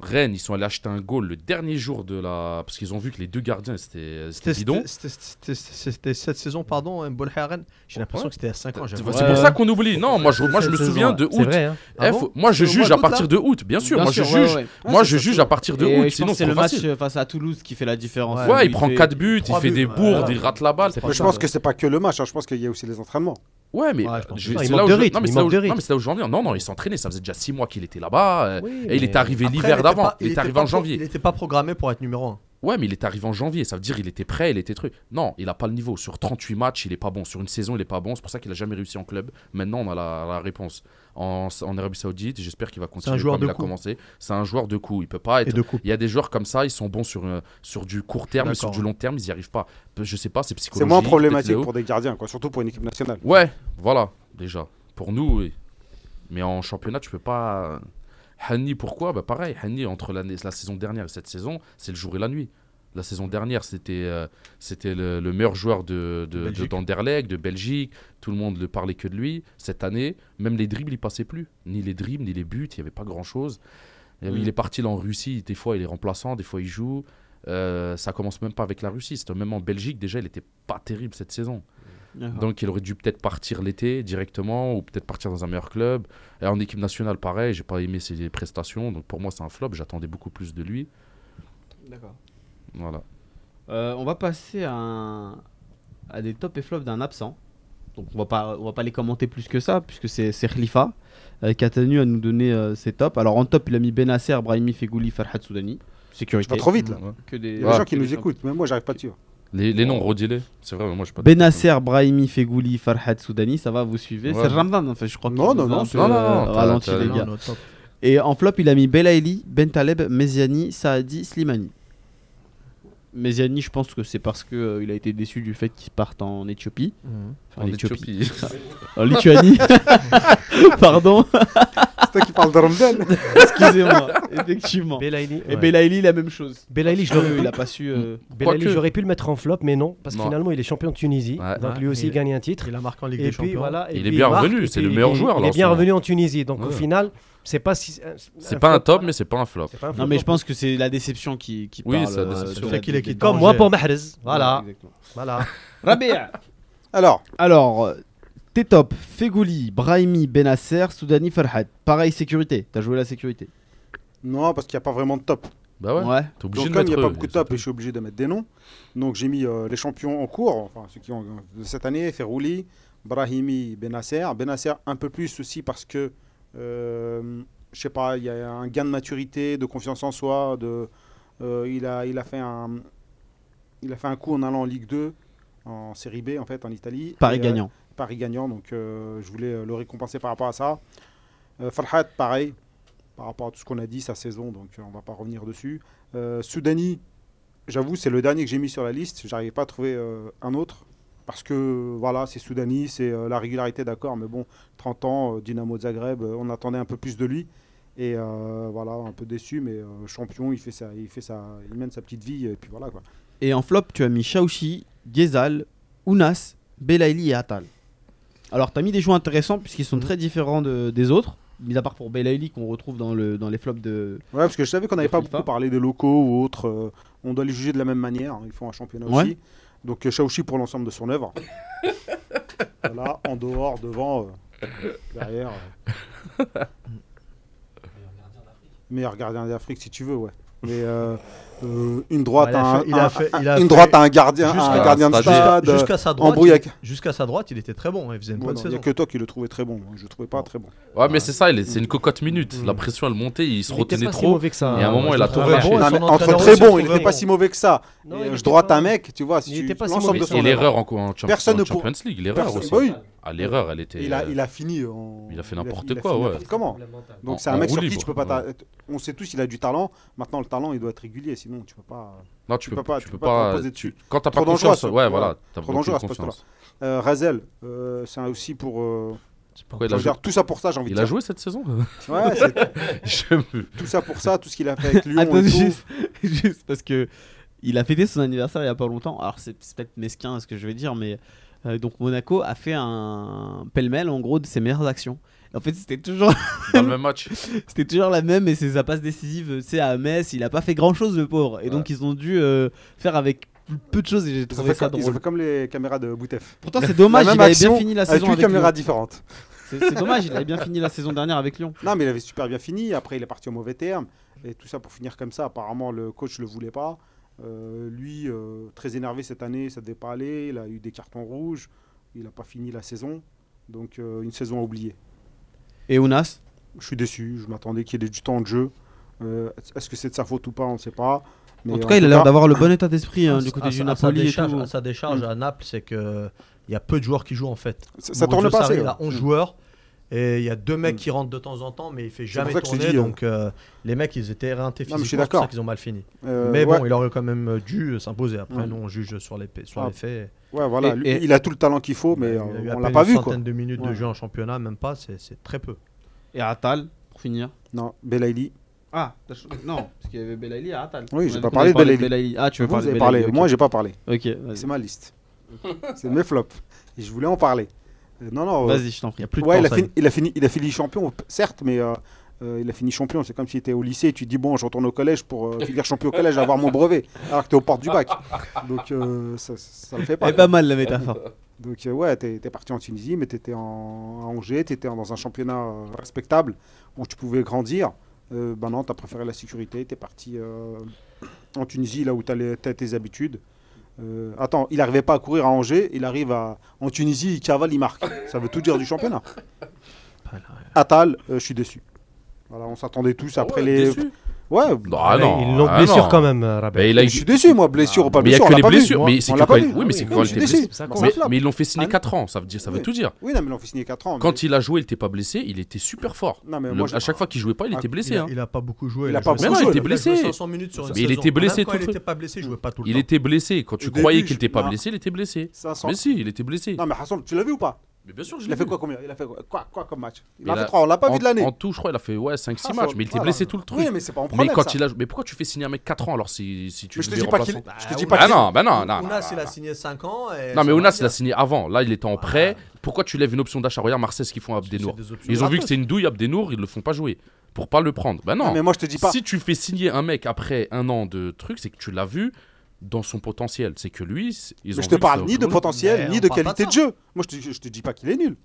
Speaker 7: Rennes, ils sont allés acheter un goal le dernier jour de la parce qu'ils ont vu que les deux gardiens c'était euh, c'était
Speaker 6: C'était-
Speaker 7: bidon.
Speaker 6: c'était- C'était c'était cette saison, pardon, Mbol Haren. J'ai l'impression
Speaker 7: Ouais.
Speaker 6: que c'était à 5 ans.
Speaker 7: C'est
Speaker 6: j'avoue.
Speaker 7: pour ça qu'on oublie. Non, moi je, moi, je me
Speaker 4: Cette
Speaker 7: souviens
Speaker 4: saison,
Speaker 7: de
Speaker 4: C'est
Speaker 7: août.
Speaker 4: vrai, hein.
Speaker 6: Ah
Speaker 7: Eh,
Speaker 6: bon
Speaker 7: faut- moi je
Speaker 6: C'est au mois
Speaker 7: juge à
Speaker 6: d'août, là
Speaker 7: partir de août, bien sûr.
Speaker 3: Bien
Speaker 7: moi
Speaker 3: sûr,
Speaker 7: je
Speaker 3: ouais,
Speaker 7: juge.
Speaker 3: ouais.
Speaker 7: Moi
Speaker 5: Ouais,
Speaker 7: je
Speaker 5: c'est
Speaker 7: juge
Speaker 5: ça.
Speaker 7: à partir
Speaker 3: Et
Speaker 7: de août,
Speaker 3: je pense
Speaker 7: sinon
Speaker 3: que c'est
Speaker 7: c'est
Speaker 3: le
Speaker 7: trop
Speaker 3: match
Speaker 7: facile.
Speaker 3: euh, face à Toulouse qui fait la différence.
Speaker 6: Ouais,
Speaker 3: Où
Speaker 7: Ouais, il prend
Speaker 3: fait-
Speaker 7: 4 buts, il
Speaker 6: trois
Speaker 7: fait
Speaker 6: buts,
Speaker 7: des
Speaker 6: ouais.
Speaker 7: bourdes, il rate la balle.
Speaker 6: C'est
Speaker 5: Mais je
Speaker 6: ça,
Speaker 5: pense
Speaker 6: ouais.
Speaker 5: que c'est pas que le match, hein, je pense qu'il y a aussi les entraînements.
Speaker 7: Ouais, mais
Speaker 6: Ouais, je pense
Speaker 7: je-
Speaker 4: pas.
Speaker 7: c'est
Speaker 4: Il
Speaker 7: là
Speaker 4: manque
Speaker 7: où
Speaker 4: de
Speaker 7: je-
Speaker 4: rythme,
Speaker 7: non, mais
Speaker 4: il
Speaker 7: c'est là
Speaker 4: manque
Speaker 7: où-
Speaker 4: de rythme.
Speaker 7: non, mais c'est là où je veux en venir. Non, non, il s'entraînait, ça faisait déjà 6 mois qu'il était là-bas. euh,
Speaker 4: Oui,
Speaker 7: Et il
Speaker 4: mais-
Speaker 7: est arrivé
Speaker 6: Après,
Speaker 7: l'hiver
Speaker 6: il était
Speaker 7: d'avant,
Speaker 6: pas-
Speaker 7: il est
Speaker 6: était
Speaker 7: arrivé
Speaker 6: pas
Speaker 7: en
Speaker 6: pro- Il
Speaker 7: janvier.
Speaker 6: n'était pas programmé pour être numéro 1.
Speaker 7: Ouais, mais il est arrivé en janvier, ça veut dire il était prêt, il était truc. Non, il a pas le niveau. Sur 38 matchs, il est pas bon. Sur une saison, il est pas bon. C'est pour ça qu'il a jamais réussi en club. Maintenant, on a la, la réponse. En, en Arabie Saoudite, j'espère qu'il va continuer
Speaker 6: joueur
Speaker 7: comme
Speaker 6: de
Speaker 7: il a
Speaker 6: coup.
Speaker 7: commencé. C'est un joueur de coup. Il peut pas
Speaker 6: Et
Speaker 7: être
Speaker 6: de coupe.
Speaker 7: Il y a des joueurs comme ça, ils sont bons sur, euh, sur du court terme, mais sur
Speaker 6: D'accord.
Speaker 7: du long terme, ils n'y arrivent pas. Peu- Je sais pas, c'est psychologique.
Speaker 5: C'est moins
Speaker 7: peut-être
Speaker 5: problématique
Speaker 7: Léo.
Speaker 5: pour des gardiens, quoi, surtout pour une équipe nationale.
Speaker 7: Ouais, voilà, déjà. Pour nous, oui. Mais en championnat, tu peux pas. Hani, pourquoi Bah pareil, Hani, entre l'année- la saison dernière et cette saison, c'est le jour et la nuit. La saison dernière, c'était euh, c'était le, le meilleur joueur de, de, de
Speaker 6: Belgique.
Speaker 7: d'Anderlecht, de Belgique. Tout le monde ne parlait que de lui. Cette année, même les dribbles, il passait plus. Ni les dribbles, ni les buts, il n'y avait pas grand-chose. Et
Speaker 3: Mm.
Speaker 7: Il est parti là en Russie, des fois il est remplaçant, des fois il joue. Euh, ça commence même pas avec la Russie. C'était Même en Belgique, déjà, il était pas terrible cette saison.
Speaker 5: Ah.
Speaker 3: D'accord.
Speaker 7: Donc il aurait dû peut-être partir l'été directement ou peut-être partir dans un meilleur club. Et en équipe nationale, pareil, j'ai pas aimé ses prestations. Donc pour moi, c'est un flop. J'attendais beaucoup plus de lui. Voilà.
Speaker 3: Euh, on va passer à, un- à des tops et flops d'un absent. Donc on va pas, on va pas les commenter plus que ça, puisque c'est c'est Khalifa euh, qui a tenu à nous donner euh, ses tops. Alors en top, il a mis Benasser, Brahimi, Fegouli, Farhad Soudani.
Speaker 5: Je
Speaker 3: Sécurité.
Speaker 5: vais trop vite là.
Speaker 7: Ouais.
Speaker 3: Que des,
Speaker 5: Il y a
Speaker 7: Ouais.
Speaker 5: des gens qui
Speaker 3: que
Speaker 5: nous
Speaker 3: des-
Speaker 5: écoutent, mais moi j'arrive pas dessus.
Speaker 7: Les, les noms, redis-les. C'est vrai, mais moi je pas.
Speaker 3: Benasser, Brahimi, Fegouli, Farhad Soudani, ça va, vous suivez
Speaker 7: Ouais.
Speaker 3: C'est Ramdan, en fait, je crois. que
Speaker 5: Non,
Speaker 3: vous
Speaker 5: non,
Speaker 3: avez
Speaker 5: non,
Speaker 3: un
Speaker 5: c'est-
Speaker 3: peu,
Speaker 7: Non, non,
Speaker 3: euh,
Speaker 7: non, t'as-
Speaker 3: ralenti,
Speaker 7: t'as-
Speaker 3: les
Speaker 7: non,
Speaker 3: gars. Et en flop, il a mis Belaïli, Bentaleb, Meziani, Saadi, Slimani. Meziani, je pense que c'est parce que euh, il a été déçu du fait qu'il parte en Éthiopie. Enfin,
Speaker 7: Mmh. En Éthiopie.
Speaker 3: En Lituanie. Pardon,
Speaker 5: C'est toi qui parles de Ramden
Speaker 3: excusez-moi. Effectivement.
Speaker 4: Belaïli.
Speaker 3: Et
Speaker 4: ouais.
Speaker 3: Belaïli, la même chose.
Speaker 4: Belaïli, je
Speaker 3: Oui, oui,
Speaker 4: l'aurais-
Speaker 3: il a pas su. euh,
Speaker 7: Mmh.
Speaker 4: Belaïli,
Speaker 7: Quoique.
Speaker 4: j'aurais pu le mettre en flop, mais non, parce que
Speaker 7: Non.
Speaker 4: finalement, il est champion de Tunisie.
Speaker 7: Ouais.
Speaker 4: Donc
Speaker 6: Ouais,
Speaker 4: lui aussi,
Speaker 6: mais-
Speaker 4: il gagne un titre.
Speaker 6: Il a marqué en Ligue
Speaker 4: Et
Speaker 6: des
Speaker 4: puis
Speaker 6: Champions.
Speaker 4: voilà. et
Speaker 7: Il est
Speaker 4: puis,
Speaker 7: bien
Speaker 4: marque,
Speaker 7: revenu,
Speaker 4: et
Speaker 7: c'est
Speaker 4: puis,
Speaker 7: le meilleur
Speaker 4: il-
Speaker 7: joueur,
Speaker 4: Il
Speaker 7: là,
Speaker 4: est
Speaker 7: en ce
Speaker 4: bien
Speaker 7: moment.
Speaker 4: revenu en Tunisie. Donc au
Speaker 7: Ouais.
Speaker 4: final, c'est pas si.
Speaker 7: C'est pas un top, mais c'est pas un flop.
Speaker 4: c'est pas un
Speaker 3: Non,
Speaker 4: flop.
Speaker 3: mais je pense que c'est la déception qui, qui
Speaker 7: Oui,
Speaker 3: parle.
Speaker 7: c'est la
Speaker 3: euh,
Speaker 7: déception.
Speaker 3: de
Speaker 6: Le fait qu'il
Speaker 3: des-
Speaker 6: ait quitté.
Speaker 3: des-
Speaker 4: Comme moi pour Mahrez. Voilà.
Speaker 3: Exactement.
Speaker 4: Voilà.
Speaker 3: Rabia.
Speaker 5: Alors,
Speaker 3: Alors, euh, tes top Fegouli, Brahimi, Benasser, Soudani, Farhad. Pareil, sécurité. T'as joué la sécurité.
Speaker 5: non, parce qu'il n'y a pas vraiment de top.
Speaker 7: Bah ouais. T'es obligé
Speaker 5: Donc,
Speaker 7: de
Speaker 5: comme il
Speaker 7: mettre. euh,
Speaker 5: n'y a
Speaker 7: eux,
Speaker 5: pas beaucoup de
Speaker 7: c'est
Speaker 5: top,
Speaker 7: tout.
Speaker 5: et je suis obligé de mettre des noms. Donc, j'ai mis euh, les champions en cours, enfin ceux qui ont de cette année Ferrouli, Brahimi, Benasser. Benasser, un peu plus aussi parce que, euh, je sais pas, il y a un gain de maturité, de confiance en soi. De, euh, il, a, il, a fait un, il a fait un coup en allant en Ligue 2, en Série B, en fait, en Italie.
Speaker 3: Pareil
Speaker 5: Et, euh,
Speaker 3: gagnant.
Speaker 5: Paris gagnant, donc euh, je voulais euh, le récompenser par rapport à ça. Euh, Farhat, pareil, par rapport à tout ce qu'on a dit, sa saison, donc euh, on va pas revenir dessus. Euh, Soudani, j'avoue, c'est le dernier que j'ai mis sur la liste, j'arrivais pas à trouver euh, un autre, parce que voilà, c'est Soudani, c'est euh, la régularité, d'accord, mais bon, 30 ans, euh, Dynamo de Zagreb, euh, on attendait un peu plus de lui. Et euh, voilà, un peu déçu, mais euh, champion, il fait ça, il fait ça, il mène sa petite vie, et puis voilà quoi.
Speaker 3: Et en flop, tu as mis Shaoshi, Ghezal, Ounas, Belaïli et Atal. Alors, t'as mis des joueurs intéressants puisqu'ils sont très différents de- des autres, mis à part pour Belaïli qu'on retrouve dans, le, dans les flops de.
Speaker 5: Ouais, parce que je savais qu'on n'avait pas
Speaker 3: FIFA.
Speaker 5: beaucoup parlé des locaux ou autres. euh, on doit les juger de la même manière. hein, Ils font un championnat
Speaker 3: Ouais.
Speaker 5: aussi. Donc euh, Shaoxi pour l'ensemble de son œuvre. voilà, en dehors, devant, euh, derrière. euh. Meilleur gardien d'Afrique, si tu veux, ouais. Mais euh, euh, une droite,
Speaker 6: Ouais, il a
Speaker 5: à un-
Speaker 6: fait- il a fait-
Speaker 5: un- un-
Speaker 6: il a
Speaker 5: une
Speaker 6: fait-
Speaker 5: droite à un gardien,
Speaker 6: jusqu'à-
Speaker 5: un gardien de
Speaker 7: jusqu'à-
Speaker 5: stade. euh,
Speaker 6: Jusqu'à sa droite,
Speaker 5: embrouille avec-
Speaker 6: il- jusqu'à sa droite, il était très bon. Il faisait une
Speaker 5: bon,
Speaker 6: bonne
Speaker 5: non, Il n'y a
Speaker 6: saison.
Speaker 5: que toi qui le trouvais très bon. Moi, Je le trouvais pas très bon.
Speaker 7: Ouais, mais c'est ça, il est- c'est une cocotte minute.
Speaker 4: Mm.
Speaker 7: La pression, elle montait, il
Speaker 4: Il
Speaker 7: se
Speaker 4: était
Speaker 7: retenait
Speaker 4: pas si
Speaker 7: trop.
Speaker 4: mauvais que ça.
Speaker 7: et à un moment, il a tout
Speaker 4: Ah,
Speaker 7: lâché.
Speaker 4: bon,
Speaker 5: Non,
Speaker 6: son
Speaker 5: mais entre
Speaker 6: entraîneur
Speaker 5: très
Speaker 6: aussi,
Speaker 5: bon,
Speaker 6: je
Speaker 5: il
Speaker 6: trouvais
Speaker 5: n'était pas
Speaker 6: bon.
Speaker 5: si mauvais que ça.
Speaker 4: Non,
Speaker 5: Et,
Speaker 4: il
Speaker 5: euh,
Speaker 4: était
Speaker 5: je droite
Speaker 4: pas-
Speaker 5: un mec, tu vois,
Speaker 4: il
Speaker 5: si
Speaker 4: était
Speaker 5: tu-
Speaker 4: pas si
Speaker 5: l'ensemble
Speaker 4: mauvais.
Speaker 5: de
Speaker 7: Et,
Speaker 5: son
Speaker 7: et
Speaker 5: œuvre.
Speaker 7: l'erreur en, en Champions-
Speaker 5: Personne ne
Speaker 7: en
Speaker 5: pour-
Speaker 7: Champions League, l'erreur
Speaker 5: Personne-
Speaker 7: aussi.
Speaker 5: bah oui.
Speaker 7: Ah, l'erreur, elle était. euh,
Speaker 5: Et il a, il a fini. en-
Speaker 7: Il a fait n'importe
Speaker 5: il a
Speaker 7: quoi,
Speaker 5: fini
Speaker 7: ouais.
Speaker 5: n'importe Comment Donc
Speaker 7: En-
Speaker 5: c'est
Speaker 7: en
Speaker 5: un mec
Speaker 7: roue
Speaker 5: sur qui
Speaker 7: libre,
Speaker 5: tu peux pas. t'a- On sait tous, il a du talent. Maintenant, le talent, il doit être régulier, sinon tu peux pas.
Speaker 7: Non, tu, peux, pas. Tu peux
Speaker 5: te
Speaker 7: pas.
Speaker 5: reposer
Speaker 7: tu-
Speaker 5: dessus.
Speaker 7: Quand t'as pas
Speaker 5: Trop dangereux à
Speaker 7: confiance,
Speaker 5: ce-
Speaker 7: ouais,
Speaker 5: voilà.
Speaker 7: voilà. T'as
Speaker 5: Trop
Speaker 7: aucune
Speaker 5: dangereux à ce
Speaker 7: confiance.
Speaker 5: Euh, Razel, euh, c'est un aussi pour. euh,
Speaker 7: Pourquoi il
Speaker 5: je
Speaker 7: a
Speaker 5: veux
Speaker 7: joué
Speaker 5: dire, tout ça pour ça, j'ai envie
Speaker 7: Il
Speaker 5: de
Speaker 7: a
Speaker 5: dire.
Speaker 7: joué cette saison
Speaker 5: Ouais, c'est
Speaker 7: Je me-
Speaker 5: tout ça pour ça, tout ce qu'il a fait avec Lyon.
Speaker 3: Attends,
Speaker 5: et tout.
Speaker 3: juste, juste parce que il a fêté son anniversaire il y a pas longtemps. Alors, c'est c'est peut-être mesquin ce que je vais dire, mais euh, donc Monaco a fait un pêle-mêle en gros de ses meilleures actions. En fait, c'était toujours
Speaker 7: Dans le même match.
Speaker 3: C'était toujours la même et c'est sa passe décisive, euh, tu sais, à Metz, il a pas fait grand chose le pauvre. Et donc ils ont dû euh, faire avec peu de choses et j'ai
Speaker 5: Ils ont,
Speaker 3: trouvé
Speaker 5: fait
Speaker 3: ça
Speaker 5: comme, ils ont
Speaker 3: drôle.
Speaker 5: fait comme les caméras de Boutef.
Speaker 3: Pourtant c'est dommage,
Speaker 5: La même
Speaker 3: il avait bien
Speaker 5: action
Speaker 3: fini la
Speaker 5: Avec
Speaker 3: saison
Speaker 5: huit
Speaker 3: avec Lyon.
Speaker 5: caméras différentes.
Speaker 3: C'est c'est dommage, il avait bien fini la saison dernière avec Lyon.
Speaker 5: Non, mais il avait super bien fini. Après, il est parti au mauvais terme. Et tout ça pour finir comme ça. Apparemment, le coach ne le voulait pas. Euh, lui, euh, très énervé cette année, ça ne devait pas aller. Il a eu des cartons rouges. Il n'a pas fini la saison. Donc, euh, une saison à oublier.
Speaker 3: Et Ounas
Speaker 5: Je suis déçu. Je m'attendais qu'il ait du temps de jeu. Euh, Est-ce que c'est de sa faute ou pas On ne sait pas. Mais
Speaker 3: En tout cas, il a l'air d'avoir le bon état d'esprit hein, du côté
Speaker 6: À-
Speaker 3: du
Speaker 6: à- à sa
Speaker 3: Napoli et
Speaker 6: décharge-
Speaker 3: tout.
Speaker 6: À sa décharge à Naples, c'est que il y a peu de joueurs qui jouent en fait.
Speaker 5: Ça, ça
Speaker 6: Bon,
Speaker 5: tourne
Speaker 6: Joe
Speaker 5: pas assez.
Speaker 6: Sarri, Il
Speaker 5: ouais.
Speaker 6: a 11 joueurs et il y a deux mecs
Speaker 5: Mm.
Speaker 6: qui rentrent de temps en temps, mais il fait
Speaker 5: C'est pour
Speaker 6: jamais
Speaker 5: ça que je
Speaker 6: tourner.
Speaker 5: dis, euh,
Speaker 6: Donc euh, les mecs, ils étaient éreintés
Speaker 5: Non, mais je
Speaker 6: physiquement, c'est
Speaker 5: suis
Speaker 6: pour ça
Speaker 5: d'accord.
Speaker 6: qu'ils ont mal fini.
Speaker 5: Euh,
Speaker 6: mais
Speaker 5: ouais,
Speaker 6: bon, il aurait quand même dû s'imposer. Après,
Speaker 5: Ouais.
Speaker 6: nous, on juge sur les, pa- sur
Speaker 5: Ah.
Speaker 6: les faits.
Speaker 5: ouais, voilà.
Speaker 3: Et-
Speaker 5: Lui,
Speaker 3: et-
Speaker 5: il a tout le talent qu'il faut, mais
Speaker 6: il
Speaker 5: euh,
Speaker 6: a eu à
Speaker 5: on
Speaker 6: peine
Speaker 5: l'a pas
Speaker 6: une
Speaker 5: vu. Quoi.
Speaker 6: centaine de minutes de
Speaker 5: Ouais.
Speaker 6: jeu en championnat, même pas, c'est c'est très peu.
Speaker 3: Et Atal, pour finir.
Speaker 5: Non, Belaïli.
Speaker 3: Ah, t'as cho- non, parce qu'il y avait Belaïli et Atal.
Speaker 5: Oui,
Speaker 3: On
Speaker 5: j'ai
Speaker 3: avait-
Speaker 5: pas
Speaker 3: on avait
Speaker 5: parlé de
Speaker 3: de
Speaker 5: Belaïli.
Speaker 3: Belaïli. Ah, tu veux
Speaker 5: Vous
Speaker 3: parler
Speaker 5: avez
Speaker 3: de
Speaker 5: parlé.
Speaker 3: Belaïli, ok.
Speaker 5: Moi, j'ai pas parlé.
Speaker 3: Ok, vas-y.
Speaker 5: C'est ma liste. C'est mes flops. Et je voulais en parler. Euh, non, non. euh,
Speaker 3: Vas-y, je t'en prie.
Speaker 6: Plus de
Speaker 5: ouais,
Speaker 6: temps,
Speaker 5: il a,
Speaker 6: ça
Speaker 5: fini, il, a fini, il a fini champion, p- certes, mais euh, euh, il a fini champion. C'est comme si tu étais au lycée et tu te dis Bon, je retourne au collège pour euh, finir champion au collège, avoir mon brevet, alors que tu es aux portes du bac. Donc, euh, ça, ça le fait pas.
Speaker 3: Elle est pas mal la métaphore.
Speaker 5: Donc, euh, ouais, tu étais parti en Tunisie, mais tu étais en, à Angers, tu étais dans un championnat euh, respectable où tu pouvais grandir. Euh, ben non, tu as préféré la sécurité, tu es parti euh, en Tunisie, là où tu as tes habitudes. Euh, attends, il n'arrivait pas à courir à Angers, il arrive à, en Tunisie, il cavale, il marque. Ça veut tout dire du championnat. Atal, euh, je suis déçu. Voilà, on s'attendait tous après les.
Speaker 7: Ah Déçu.
Speaker 5: Ouais,
Speaker 7: Ah non.
Speaker 4: Ils l'ont
Speaker 7: ah
Speaker 4: blessure
Speaker 7: non.
Speaker 4: quand même, euh, Rabia.
Speaker 7: Mais il a
Speaker 5: je
Speaker 7: eu-
Speaker 5: suis déçu, moi, blessure ou pas
Speaker 7: Mais il y a
Speaker 5: blessure.
Speaker 7: que
Speaker 5: on
Speaker 7: les
Speaker 5: l'a pas vu.
Speaker 7: blessures.
Speaker 4: moi.
Speaker 7: Mais c'est
Speaker 5: On
Speaker 7: que
Speaker 5: l'a
Speaker 7: quand
Speaker 5: pas
Speaker 7: il-
Speaker 5: vu.
Speaker 7: Oui, mais c'est
Speaker 4: Oui,
Speaker 7: que
Speaker 4: mais
Speaker 7: quand il
Speaker 5: je suis
Speaker 7: était
Speaker 5: déçu.
Speaker 7: blessé.
Speaker 4: Ça
Speaker 5: Bon,
Speaker 7: Mais,
Speaker 4: compte.
Speaker 5: flop.
Speaker 7: mais ils l'ont fait signer
Speaker 5: Ah,
Speaker 7: 4 ans, ça veut dire, ça veut tout dire.
Speaker 5: Oui, non, mais l'on fait signer 4 ans. mais-
Speaker 7: Quand il a joué, il était pas blessé, il était super fort.
Speaker 5: Non, mais
Speaker 7: Le-
Speaker 5: moi, j'ai-
Speaker 7: à chaque fois qu'il jouait pas, il
Speaker 5: Ah,
Speaker 7: était
Speaker 6: Il
Speaker 7: blessé.
Speaker 6: a,
Speaker 7: hein.
Speaker 6: il a pas beaucoup joué.
Speaker 5: Il a
Speaker 6: joué
Speaker 5: pas beaucoup
Speaker 7: Mais non,
Speaker 5: joué,
Speaker 7: il
Speaker 5: il
Speaker 7: était
Speaker 5: a
Speaker 6: joué
Speaker 7: blessé.
Speaker 6: 500 minutes sur une
Speaker 7: Mais il
Speaker 6: saison.
Speaker 7: était blessé
Speaker 6: Même quand
Speaker 7: tout le
Speaker 6: il
Speaker 7: truc.
Speaker 6: était pas blessé, il jouait pas tout le
Speaker 7: Il
Speaker 6: temps.
Speaker 7: était blessé. Quand tu
Speaker 5: Au début,
Speaker 7: croyais
Speaker 5: je-
Speaker 7: qu'il était pas
Speaker 5: non.
Speaker 7: blessé, il était blessé.
Speaker 5: 500.
Speaker 7: Mais si, il était blessé.
Speaker 5: Non, mais Hassan, tu l'as vu ou pas
Speaker 7: Mais bien sûr, je
Speaker 5: Il
Speaker 7: l'ai
Speaker 5: a fait
Speaker 7: vu.
Speaker 5: quoi combien Il a fait quoi, quoi, quoi comme match Il
Speaker 7: Mais
Speaker 5: a
Speaker 7: là,
Speaker 5: fait 3, on l'a pas
Speaker 7: en,
Speaker 5: vu de l'année.
Speaker 7: en tout, je crois, il a fait ouais, 5-6
Speaker 5: Ah, ça-
Speaker 7: matchs, mais il était
Speaker 5: voilà.
Speaker 7: blessé tout le truc.
Speaker 5: Oui, mais c'est pas un
Speaker 7: mais
Speaker 5: problème.
Speaker 7: quand
Speaker 5: ça.
Speaker 7: il a mais pourquoi tu fais signer un mec 4 ans alors si, si tu
Speaker 5: Mais je te
Speaker 7: le
Speaker 5: dis pas qu'il.
Speaker 7: remplaçant
Speaker 5: Je te dis
Speaker 6: Bah,
Speaker 5: pas
Speaker 7: Ah
Speaker 5: qu'il.
Speaker 7: non, bah non, non.
Speaker 6: Ounas, il
Speaker 7: non,
Speaker 6: a signé 5 ans. et ça
Speaker 7: Non, mais
Speaker 6: va
Speaker 7: Ounas, il
Speaker 6: bien.
Speaker 7: a signé avant. Là, il était en prêt. Pourquoi tu lèves une option d'achat Regarde Marseille ce qu'ils font à
Speaker 6: C'est
Speaker 7: Abdenour.
Speaker 6: des options.
Speaker 7: Ils ont vu que c'est une douille Abdenour, ils le font pas jouer pour pas le prendre. Bah
Speaker 5: Non,
Speaker 7: non.
Speaker 5: mais moi je te dis pas.
Speaker 7: Si tu fais signer un mec après un an de truc, c'est que tu l'as vu dans son potentiel. C'est que lui, c'est- ils ont
Speaker 5: Mais
Speaker 7: vu
Speaker 5: je te
Speaker 7: que
Speaker 5: parle
Speaker 7: ça-
Speaker 5: ni de potentiel,
Speaker 6: Mais
Speaker 5: ni
Speaker 6: on
Speaker 5: de
Speaker 6: parle pas
Speaker 5: qualité
Speaker 6: de
Speaker 5: de jeu. Moi je te, je te dis pas qu'il est nul.